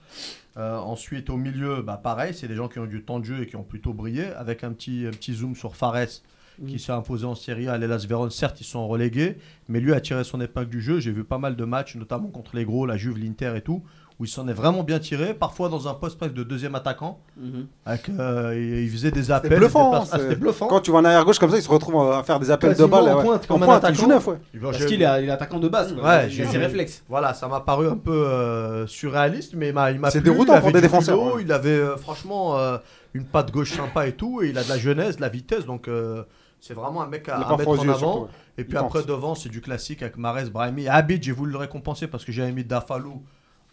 Speaker 6: Euh, ensuite, au milieu, bah, pareil, c'est des gens qui ont du temps de jeu et qui ont plutôt brillé, avec un petit, un petit zoom sur Fares, qui s'est imposé en Serie A à l'Elas Vérone. Certes, ils sont relégués, mais lui a tiré son épingle du jeu. J'ai vu pas mal de matchs, notamment contre les gros, la Juve, l'Inter et tout, où il s'en est vraiment bien tiré, parfois dans un poste presque de deuxième attaquant.
Speaker 3: Mhm.
Speaker 6: Avec, euh, il- il faisait des
Speaker 5: C'était
Speaker 6: appels.
Speaker 5: bluffant,
Speaker 6: des
Speaker 5: hein,
Speaker 6: passes- ah,
Speaker 5: c'est-
Speaker 6: c'était bluffant.
Speaker 5: Quand tu vas en arrière-gauche comme ça, il se retrouve euh, à faire des appels de
Speaker 6: Quasiment
Speaker 5: balles.
Speaker 6: en
Speaker 5: ouais.
Speaker 6: pointe, comme un
Speaker 5: il joue
Speaker 6: attaquant.
Speaker 5: neuf, ouais.
Speaker 6: Il va-
Speaker 3: Parce
Speaker 6: j'ai-
Speaker 3: qu'il est, il est attaquant de base. quoi.
Speaker 6: Ouais,
Speaker 3: il a
Speaker 6: j'ai-
Speaker 3: ses réflexes.
Speaker 6: Voilà, ça m'a paru un peu euh, surréaliste, mais il m'a, il m'a
Speaker 5: C'est
Speaker 6: plu,
Speaker 5: déroutant
Speaker 6: il avait
Speaker 5: pour des
Speaker 6: du
Speaker 5: défenseurs,
Speaker 6: culot,
Speaker 5: ouais.
Speaker 6: Il avait euh, franchement euh, une patte gauche sympa et tout, et il a de la jeunesse, de la vitesse, donc euh, c'est vraiment un mec à,
Speaker 5: Il a
Speaker 6: à
Speaker 5: pas
Speaker 6: mettre
Speaker 5: froid aux
Speaker 6: en
Speaker 5: yeux,
Speaker 6: avant.
Speaker 5: surtout, ouais.
Speaker 6: Et puis
Speaker 5: Il
Speaker 6: après
Speaker 5: tente.
Speaker 6: devant, c'est du classique avec Mares, Brahimi, Abid. J'ai voulu le récompenser parce que j'avais mis Dafalou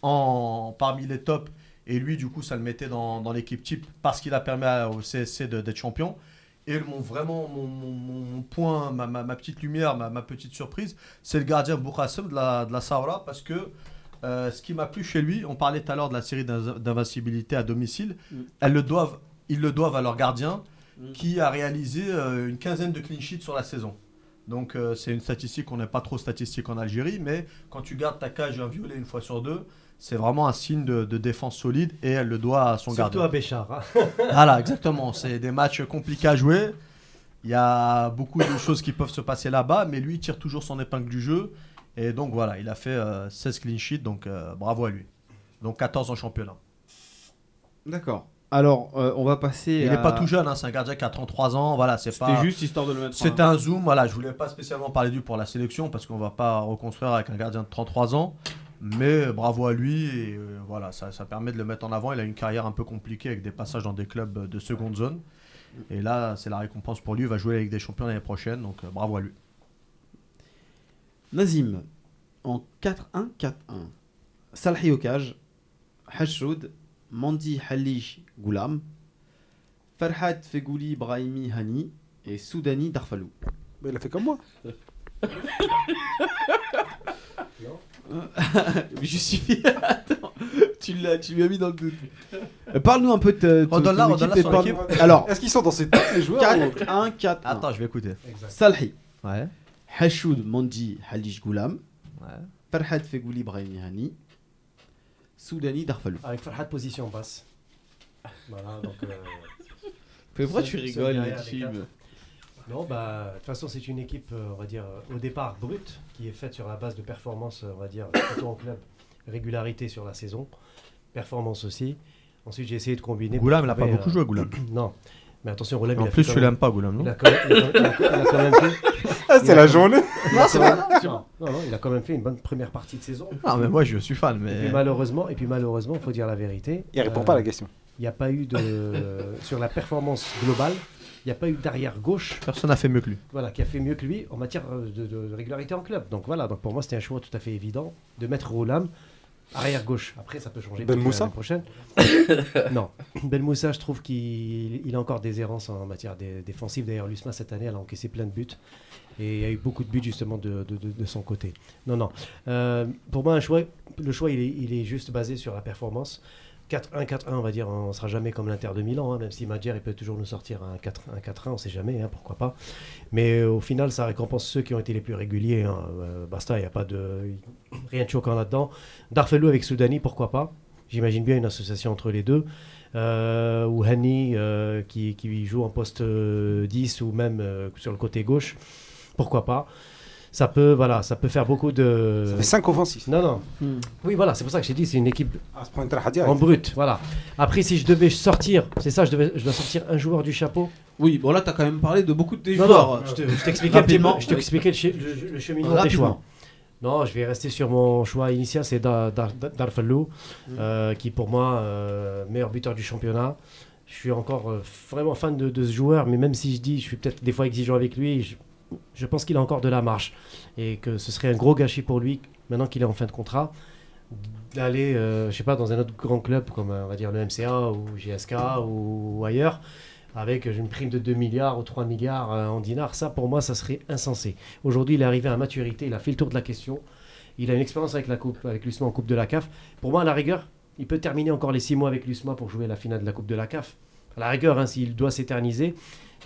Speaker 6: en parmi les tops, et lui du coup ça le mettait dans, dans l'équipe type parce qu'il a permis à- au CSC de- d'être champion. Et mon, vraiment, mon, mon- mon- mon point, ma, ma- ma petite lumière, ma, ma petite surprise, c'est le gardien Bourasem de la, de la Saoura parce que euh, ce qui m'a plu chez lui, on parlait tout à l'heure de la série d'in- d'invincibilité à domicile,
Speaker 3: Mm.
Speaker 6: elles le doivent, ils le doivent à leur gardien
Speaker 3: Mm.
Speaker 6: qui a réalisé euh, une quinzaine de clean sheets sur la saison. Donc euh, c'est une statistique qu'on n'a pas trop statistique en Algérie, mais quand tu gardes ta cage inviolée une fois sur deux, c'est vraiment un signe de, de défense solide et elle le doit à son
Speaker 4: Surtout
Speaker 6: gardien.
Speaker 4: à Béchard. hein.
Speaker 6: Voilà, exactement. C'est des matchs compliqués à jouer. Il y a beaucoup de choses qui peuvent se passer là-bas, mais lui il tire toujours son épingle du jeu. Et donc voilà, il a fait euh, 16 clean sheets, donc euh, bravo à lui. Donc 14 en championnat.
Speaker 3: D'accord. Alors, euh, on va passer.
Speaker 6: il
Speaker 3: à...
Speaker 6: n'est
Speaker 4: euh,
Speaker 6: pas tout jeune, hein, c'est un gardien qui a 33 ans. Voilà, c'est
Speaker 3: C'était
Speaker 6: pas.
Speaker 3: juste histoire de le mettre. en
Speaker 6: C'était un zoom. Voilà, je voulais pas spécialement parler de lui pour la sélection parce qu'on va pas reconstruire avec un gardien de 33 ans. Mais euh, bravo à lui et euh, voilà, ça, ça permet de le mettre en avant. Il a une carrière un peu compliquée avec des passages dans des clubs euh, de seconde zone. Et là, c'est la récompense pour lui. Il va jouer avec des champions l'année prochaine, donc euh, bravo à lui.
Speaker 3: Nazim, en 4-1-4-1. Salhi au cage, Hashoud, Mandi Hallish Goulam, Farhat Fegouli Brahimi Hani et Soudani Darfalou.
Speaker 5: Mais il a fait comme moi.
Speaker 3: Mais je suis. Attends, tu l'as, tu lui as mis dans le doute. Euh, Parle-nous un peu de ta- ton-
Speaker 6: Redonne-la,
Speaker 3: ton
Speaker 6: redonne-la
Speaker 3: et
Speaker 6: son
Speaker 3: parle-
Speaker 5: équipe.
Speaker 3: Alors,
Speaker 5: Est-ce qu'ils sont dans ces tous les joueurs ou-
Speaker 3: 4-1-4-1.
Speaker 6: Attends, je vais écouter.
Speaker 3: Salhi,
Speaker 6: Ouais.
Speaker 3: Hashoud Mandi Hallish Goulam,
Speaker 6: Ouais.
Speaker 3: Farhat Fegouli Brahimi Hani, Soudani Darfalou.
Speaker 4: Avec Farhat position basse. Voilà, donc. euh,
Speaker 3: Pourquoi
Speaker 4: tu
Speaker 3: tu
Speaker 4: C'est- rigoles,
Speaker 3: rigoles,
Speaker 4: c'est derrière les
Speaker 3: Najim
Speaker 4: quatre. Non, bah, de toute façon, c'est une équipe, euh, on va dire, euh, au départ brute, qui est faite sur la base de performance, euh, on va dire, plutôt en club, régularité sur la saison, performance aussi. Ensuite, j'ai essayé de combiner. pour
Speaker 6: Goulam, il n'a pas
Speaker 4: trouver,
Speaker 6: beaucoup
Speaker 4: euh,
Speaker 6: joué, Goulam.
Speaker 4: Non, mais attention, Goulam,
Speaker 6: En
Speaker 4: il a
Speaker 6: plus, tu
Speaker 4: fait quand même-
Speaker 6: l'aimes pas, Goulam, non
Speaker 4: il a quand même- il a quand même- il a quand même fait-
Speaker 5: Ah, C'est
Speaker 4: Il a-
Speaker 5: la journée.
Speaker 4: il a quand même- non, non, non, il a quand même fait une bonne première partie de saison.
Speaker 6: Ah, mais moi, je suis fan,
Speaker 4: Et puis
Speaker 6: mais.
Speaker 4: malheureusement, et puis malheureusement, faut dire la vérité.
Speaker 5: Il répond
Speaker 4: euh,
Speaker 5: pas à la question.
Speaker 4: il n'y a pas eu de. sur la performance globale, il n'y a pas eu d'arrière gauche
Speaker 6: Personne n'a fait mieux que lui.
Speaker 4: voilà, qui a fait mieux que lui en matière euh, de, de régularité en club. Donc voilà, donc pour moi c'était un choix tout à fait évident de mettre Roulam arrière gauche. Après ça peut changer.
Speaker 5: Ben
Speaker 4: peut-être
Speaker 5: Moussa
Speaker 4: l'année prochaine. non, Ben Moussa, je trouve qu'il il a encore des errances en matière dé- défensive. D'ailleurs, l'USMA cette année, elle a encaissé plein de buts. Et il y a eu beaucoup de buts justement de, de- de- de son côté. Non, non. Euh, pour moi, un choix, le choix, il est, il est juste basé sur la performance. 4-1, 4-1, on va dire, on sera jamais comme l'Inter de Milan, hein, même si Madjer, il peut toujours nous sortir un 4-1, un 4-1, on sait jamais, hein, pourquoi pas. Mais euh, au final, ça récompense ceux qui ont été les plus réguliers. hein. Euh, Basta, il n'y a pas de. Rien de choquant là-dedans. Darfelou avec Soudani, pourquoi pas J'imagine bien une association entre les deux. Euh, ou Hani euh, qui, qui joue en poste euh, 10 ou même euh, sur le côté gauche, pourquoi pas ça peut, voilà, ça peut faire beaucoup de.
Speaker 5: Ça fait 5 offensifs.
Speaker 4: Non, non.
Speaker 3: Hmm.
Speaker 4: Oui, voilà, c'est pour ça que j'ai dit, c'est une équipe
Speaker 5: Ah, se prend une Trahadia.
Speaker 4: en brut. Voilà. Après, si je devais sortir, c'est ça, je, devais, je dois sortir un joueur du chapeau.
Speaker 3: Oui, bon là t'as quand même parlé de beaucoup de tes
Speaker 4: Non,
Speaker 3: joueurs.
Speaker 4: non, je te- je t'expliquais un petit peu-
Speaker 3: Rapidement.
Speaker 4: je t'expliquais le, chi- le- le cheminement des
Speaker 3: Rapidement.
Speaker 4: choix. Non, je vais rester sur mon choix initial, c'est Dar, Dar- Dar- Darfallou,
Speaker 3: Mm.
Speaker 4: euh, qui pour moi, euh, meilleur buteur du championnat. Je suis encore euh, vraiment fan de, de ce joueur, mais même si je dis, je suis peut-être des fois exigeant avec lui, je, je pense qu'il a encore de la marche et que ce serait un gros gâchis pour lui, maintenant qu'il est en fin de contrat, d'aller, euh, je sais pas, dans un autre grand club comme euh, on va dire le MCA ou GSK ou ailleurs, avec euh, une prime de 2 milliards ou 3 milliards euh, en dinars, ça pour moi, ça serait insensé. Aujourd'hui, il est arrivé à maturité, il a fait le tour de la question, il a une expérience avec la coupe, avec l'USMA en Coupe de la CAF. Pour moi, à la rigueur, il peut terminer encore les 6 mois avec l'USMA pour jouer la finale de la Coupe de la CAF. À la rigueur, hein, s'il doit s'éterniser,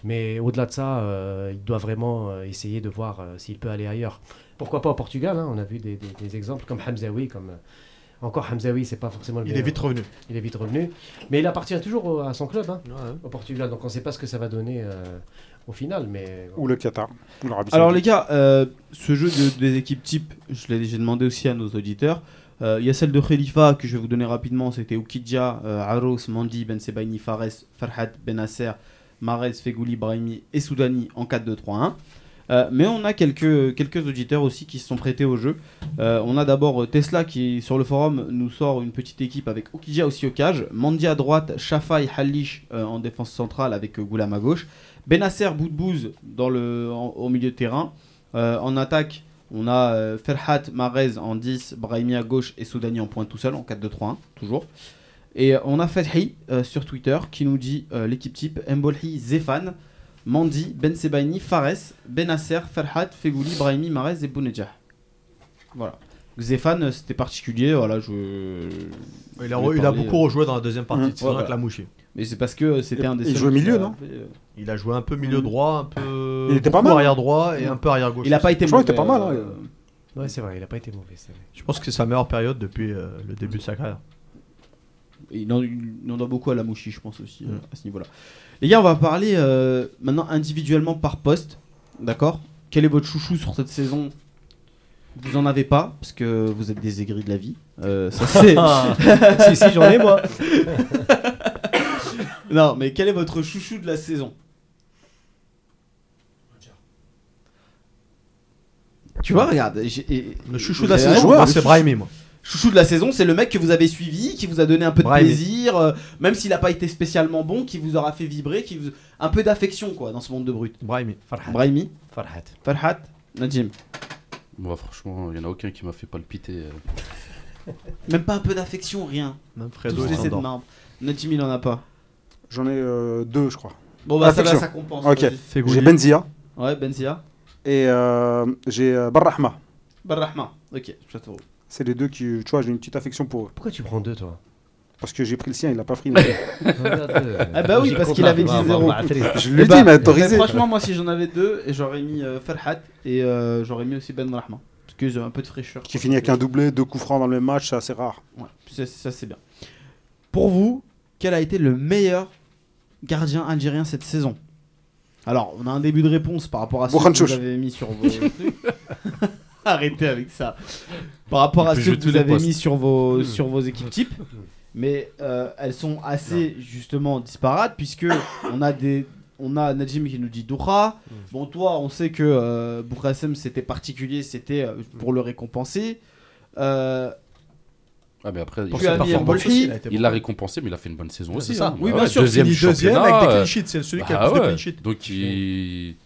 Speaker 4: mais au-delà de ça, euh, il doit vraiment euh, essayer de voir euh, s'il peut aller ailleurs. Pourquoi pas au Portugal hein, On a vu des, des- des exemples comme Hamzaoui, comme euh, encore Hamzaoui, c'est pas forcément le
Speaker 6: Il est
Speaker 4: meilleur.
Speaker 6: vite revenu.
Speaker 4: Il est vite revenu, mais il appartient toujours au- à son club. hein au Portugal. Donc on ne sait pas ce que ça va donner euh, au final, mais
Speaker 5: Ou le Qatar. Ou l'Arabie
Speaker 3: Alors
Speaker 5: Saoudite.
Speaker 3: les gars, euh, ce jeu de- des équipes type, je l'ai j'ai demandé aussi à nos auditeurs. Euh, Il y a celle de Khalifa que je vais vous donner rapidement. C'était Oukidja, euh, Aros, Mandi, Ben Sebaini, Fares, Farhad, Benasser, Marez, Fegouli, Brahimi et Soudani en 4-2-3-1. Euh, mais on a quelques, quelques auditeurs aussi qui se sont prêtés au jeu. Euh, on a d'abord euh, Tesla qui sur le forum nous sort une petite équipe avec Oukidja aussi au cage, Mandi à droite, Shafai, Hallish euh, en défense centrale avec euh, Goulam à gauche, Benasser, Boudbouz dans le, en- au milieu de terrain. Euh, en attaque, on a euh, Ferhat, Marez en 10, Brahimi à gauche et Soudani en pointe tout seul en 4-2-3-1, toujours. Et euh, on a Fethi euh, sur Twitter qui nous dit euh, l'équipe type Mbolhi, Zefan, Mandi, Ben Sebaini, Fares, Benasser, Ferhat, Fegouli, Brahimi, Marez et Bounedjah. Voilà. Zefan, euh, c'était particulier, voilà, je.
Speaker 6: Il a,
Speaker 3: Je voulais
Speaker 6: il a
Speaker 3: parler,
Speaker 6: beaucoup
Speaker 3: euh,
Speaker 6: rejoué dans la deuxième partie
Speaker 5: Mhm.
Speaker 6: de saison
Speaker 3: Ouais,
Speaker 6: avec
Speaker 3: voilà.
Speaker 6: la mouchée.
Speaker 3: Mais c'est parce que euh, c'était
Speaker 5: Il-
Speaker 3: un des
Speaker 5: il
Speaker 3: seuls
Speaker 5: jouait
Speaker 3: qui
Speaker 5: milieu,
Speaker 3: a
Speaker 5: non
Speaker 3: fait, euh,
Speaker 6: Il a joué un peu milieu droit, un peu
Speaker 5: Il était pas
Speaker 6: beaucoup
Speaker 5: mal, hein.
Speaker 6: arrière droit et
Speaker 3: Mhm.
Speaker 6: un peu arrière gauche.
Speaker 3: Il a pas été
Speaker 5: Je crois que
Speaker 3: mauvais,
Speaker 5: t'es pas mal, hein.
Speaker 3: euh,
Speaker 4: ouais, c'est vrai, il n'a pas été mauvais. c'est vrai.
Speaker 6: Je pense que c'est sa meilleure période depuis euh, le début de sa carrière.
Speaker 3: Il en, il en doit beaucoup à la mouchi, je pense aussi,
Speaker 6: Mm.
Speaker 3: euh, à ce niveau-là. Les gars, on va parler euh, maintenant individuellement par poste. D'accord Quel est votre chouchou sur cette saison Vous en avez pas, parce que vous êtes des aigris de la vie. Euh, ça, c'est-
Speaker 4: si, si, j'en ai moi.
Speaker 3: non, mais quel est votre chouchou de la saison Tu vois, regarde. j'ai- et-
Speaker 6: Le chouchou
Speaker 3: vous
Speaker 6: de la
Speaker 3: avez
Speaker 6: saison,
Speaker 3: raison,
Speaker 6: moi,
Speaker 3: le
Speaker 6: c'est
Speaker 3: chouchou-
Speaker 6: Brahimi. Moi.
Speaker 3: Chouchou de la saison, c'est le mec que vous avez suivi, qui vous a donné un peu de
Speaker 6: Brahimi.
Speaker 3: plaisir, euh, même s'il n'a pas été spécialement bon, qui vous aura fait vibrer, qui vous... un peu d'affection quoi dans ce monde de brut.
Speaker 6: Brahimi.
Speaker 5: Ah.
Speaker 4: Farhat.
Speaker 3: Brahimi,
Speaker 4: Farhat.
Speaker 3: Farhat, Najim.
Speaker 7: Moi, franchement, il n'y en a aucun qui m'a fait palpiter. euh.
Speaker 3: Même pas un peu d'affection, rien.
Speaker 6: Même
Speaker 3: Tous
Speaker 6: Fredo
Speaker 3: laissés
Speaker 6: est
Speaker 3: de
Speaker 6: dedans.
Speaker 3: marbre. Najim il en a pas.
Speaker 5: J'en ai euh, deux, je crois.
Speaker 3: Bon bah ça, va,
Speaker 5: Affection.
Speaker 3: ça compense.
Speaker 5: Ok.
Speaker 3: vas-y.
Speaker 6: Fegouli.
Speaker 5: J'ai Benzia
Speaker 3: Ouais Benzia,
Speaker 5: et euh, j'ai euh, Barrahma.
Speaker 3: Barrahma. Ok, je te retrouve.
Speaker 5: C'est les deux qui, tu vois, j'ai une petite affection pour eux.
Speaker 4: Pourquoi tu prends deux, toi
Speaker 5: Parce que j'ai pris le sien, il l'a pas pris. le mien.
Speaker 3: Ah bah oui, parce qu'il avait 10-0.
Speaker 5: je lui
Speaker 3: Eh
Speaker 5: ai dit,
Speaker 3: bah,
Speaker 5: il m'a autorisé.
Speaker 3: Mais franchement moi si j'en avais deux, j'aurais mis euh, Farhat et euh, j'aurais mis aussi Ben Rahma. Parce que j'ai un peu de fraîcheur.
Speaker 5: Qui
Speaker 3: quoi.
Speaker 5: finit avec un doublé, deux coups francs dans le même match, c'est assez rare.
Speaker 3: Ouais, ça, ça, c'est bien. Pour vous, quel a été le meilleur gardien algérien cette saison Alors, on a un début de réponse par rapport à ce que
Speaker 5: Bourhanchouch.
Speaker 3: vous avez mis sur vos trucs. Arrêtez avec ça. Par rapport à
Speaker 7: Il peut
Speaker 3: ce
Speaker 7: jouer
Speaker 3: que
Speaker 7: tous
Speaker 3: vous
Speaker 7: les
Speaker 3: avez
Speaker 7: postes. Mmh.
Speaker 3: mis sur vos, sur vos équipes types. Mais euh, elles sont assez
Speaker 7: Mmh.
Speaker 3: justement disparates puisque on a des on a Najim qui nous dit Doura.
Speaker 7: Mmh.
Speaker 3: Bon toi on sait que euh, Boukhasem, c'était particulier, c'était euh, pour le récompenser. Euh,
Speaker 7: Ouais, Ah, mais après,
Speaker 6: Pour
Speaker 7: il-
Speaker 6: cette
Speaker 3: Ami Mbappé.
Speaker 6: performance aussi, elle a été
Speaker 7: il
Speaker 6: bonne.
Speaker 7: l'a récompensé, mais il a fait une bonne saison
Speaker 6: Ouais,
Speaker 7: aussi.
Speaker 6: c'est ça.
Speaker 7: hein.
Speaker 6: Oui,
Speaker 7: Bah
Speaker 6: bien
Speaker 7: ouais,
Speaker 6: sûr.
Speaker 7: Deuxième
Speaker 6: fini deuxième
Speaker 7: championnat,
Speaker 6: avec des
Speaker 7: euh,
Speaker 6: clean sheets. C'est celui qui a
Speaker 7: bah
Speaker 6: le plus de
Speaker 7: ouais.
Speaker 6: clean sheets.
Speaker 7: Donc il.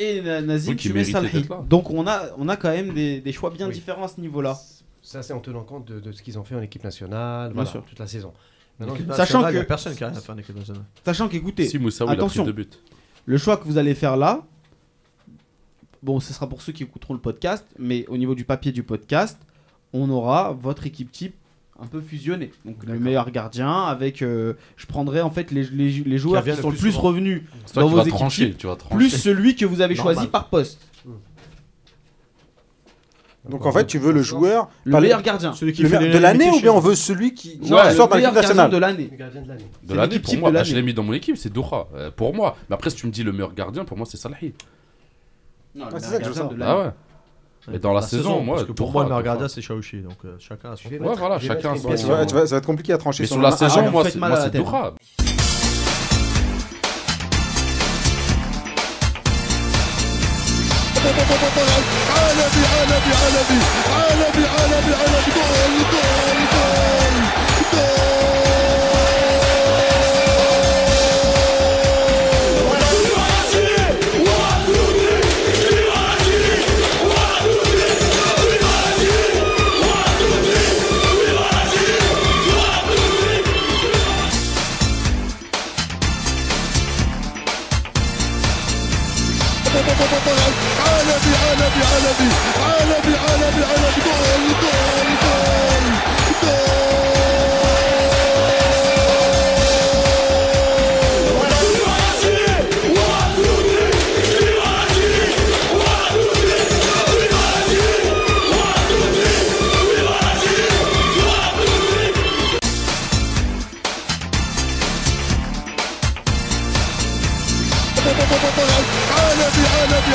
Speaker 3: Et Na- Nazim,
Speaker 7: Oui,
Speaker 3: tu
Speaker 7: qui
Speaker 3: mets
Speaker 7: méritait
Speaker 3: Salhi.
Speaker 7: d'être là.
Speaker 3: Donc on a, on a quand même des, des choix bien
Speaker 4: Oui.
Speaker 3: différents à ce niveau-là.
Speaker 4: Ça, c'est en tenant compte de, de ce qu'ils ont fait en équipe nationale,
Speaker 3: Bien
Speaker 4: voilà,
Speaker 3: sûr.
Speaker 4: toute la saison. Maintenant,
Speaker 6: L'équipe
Speaker 3: Sachant
Speaker 6: nationale, il y a
Speaker 3: que-
Speaker 6: personne qui a rien fait en équipe nationale.
Speaker 3: Sachant qu'écoutez,
Speaker 7: Si Moussaoui, il a
Speaker 3: attention.
Speaker 7: pris deux buts.
Speaker 3: le choix que vous allez faire là, bon, ce sera pour ceux qui écouteront le podcast, mais au niveau du papier du podcast, on aura votre équipe type un peu fusionnée. Donc le meilleur gardien avec, euh, je prendrai en fait les, les- les joueurs qui,
Speaker 6: reviennent le
Speaker 3: sont le
Speaker 6: plus
Speaker 3: plus
Speaker 6: souvent.
Speaker 3: revenus,
Speaker 7: C'est toi
Speaker 3: Dans
Speaker 7: qui
Speaker 3: vos
Speaker 7: vas
Speaker 3: équipes
Speaker 7: trancher,
Speaker 3: types,
Speaker 7: tu vas trancher.
Speaker 3: plus celui que vous avez
Speaker 6: Normal.
Speaker 3: choisi par poste.
Speaker 5: Donc en fait, tu veux le joueur.
Speaker 3: Le
Speaker 5: pas le-
Speaker 3: meilleur gardien.
Speaker 6: Ah. Celui qui
Speaker 5: le
Speaker 6: fait
Speaker 5: meilleur
Speaker 6: les
Speaker 5: de l'année ou
Speaker 6: limitations.
Speaker 5: bien on veut celui qui qui
Speaker 3: Non,
Speaker 5: sort
Speaker 3: le meilleur
Speaker 5: dans l'équipe
Speaker 3: gardien de
Speaker 5: nationale
Speaker 3: l'année.
Speaker 4: le gardien de l'année.
Speaker 7: De
Speaker 3: C'est
Speaker 7: l'année,
Speaker 3: l'équipe
Speaker 7: pour
Speaker 3: type
Speaker 7: moi.
Speaker 3: de
Speaker 7: Bah, je
Speaker 3: l'année.
Speaker 7: l'ai mis dans mon équipe, c'est Doura. Euh, pour moi. Mais après, si tu me dis le meilleur gardien, pour moi, c'est Salahi.
Speaker 3: Non, le
Speaker 5: Ah, c'est
Speaker 3: meilleur
Speaker 5: ça que je
Speaker 3: gardien
Speaker 5: sens.
Speaker 3: de l'année.
Speaker 7: Ah ouais. Et dans la saison, moi,
Speaker 6: Parce que pour Bah,
Speaker 7: Torah,
Speaker 6: moi, le meilleur
Speaker 7: Torah.
Speaker 6: gardien, c'est Shaoshi. Donc euh, chacun a son.
Speaker 4: Je vais
Speaker 7: Ouais,
Speaker 4: mettre-
Speaker 7: voilà,
Speaker 4: je vais
Speaker 7: chacun
Speaker 4: mettre
Speaker 7: son-
Speaker 5: Ouais,
Speaker 4: une
Speaker 5: tu
Speaker 7: Ouais,
Speaker 5: vois,
Speaker 7: ouais.
Speaker 5: tu vois, ça va être compliqué à trancher
Speaker 7: Mais sur
Speaker 5: le
Speaker 7: la
Speaker 5: main.
Speaker 3: Ah,
Speaker 7: saison,
Speaker 3: vous
Speaker 7: moi,
Speaker 3: faites
Speaker 7: c'est
Speaker 3: mal
Speaker 7: moi,
Speaker 3: à la
Speaker 7: c'est
Speaker 3: tête.
Speaker 7: Doura.
Speaker 2: عالمي عالمي عالمي عالمي عالمي عالمي جول جول جول عالمي عالمي عالمي عالمي عالمي عالمي جول جول جول عالمي عالمي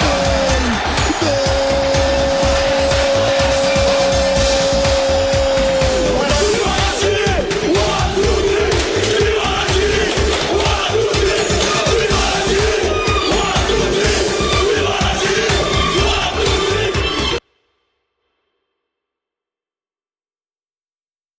Speaker 2: جول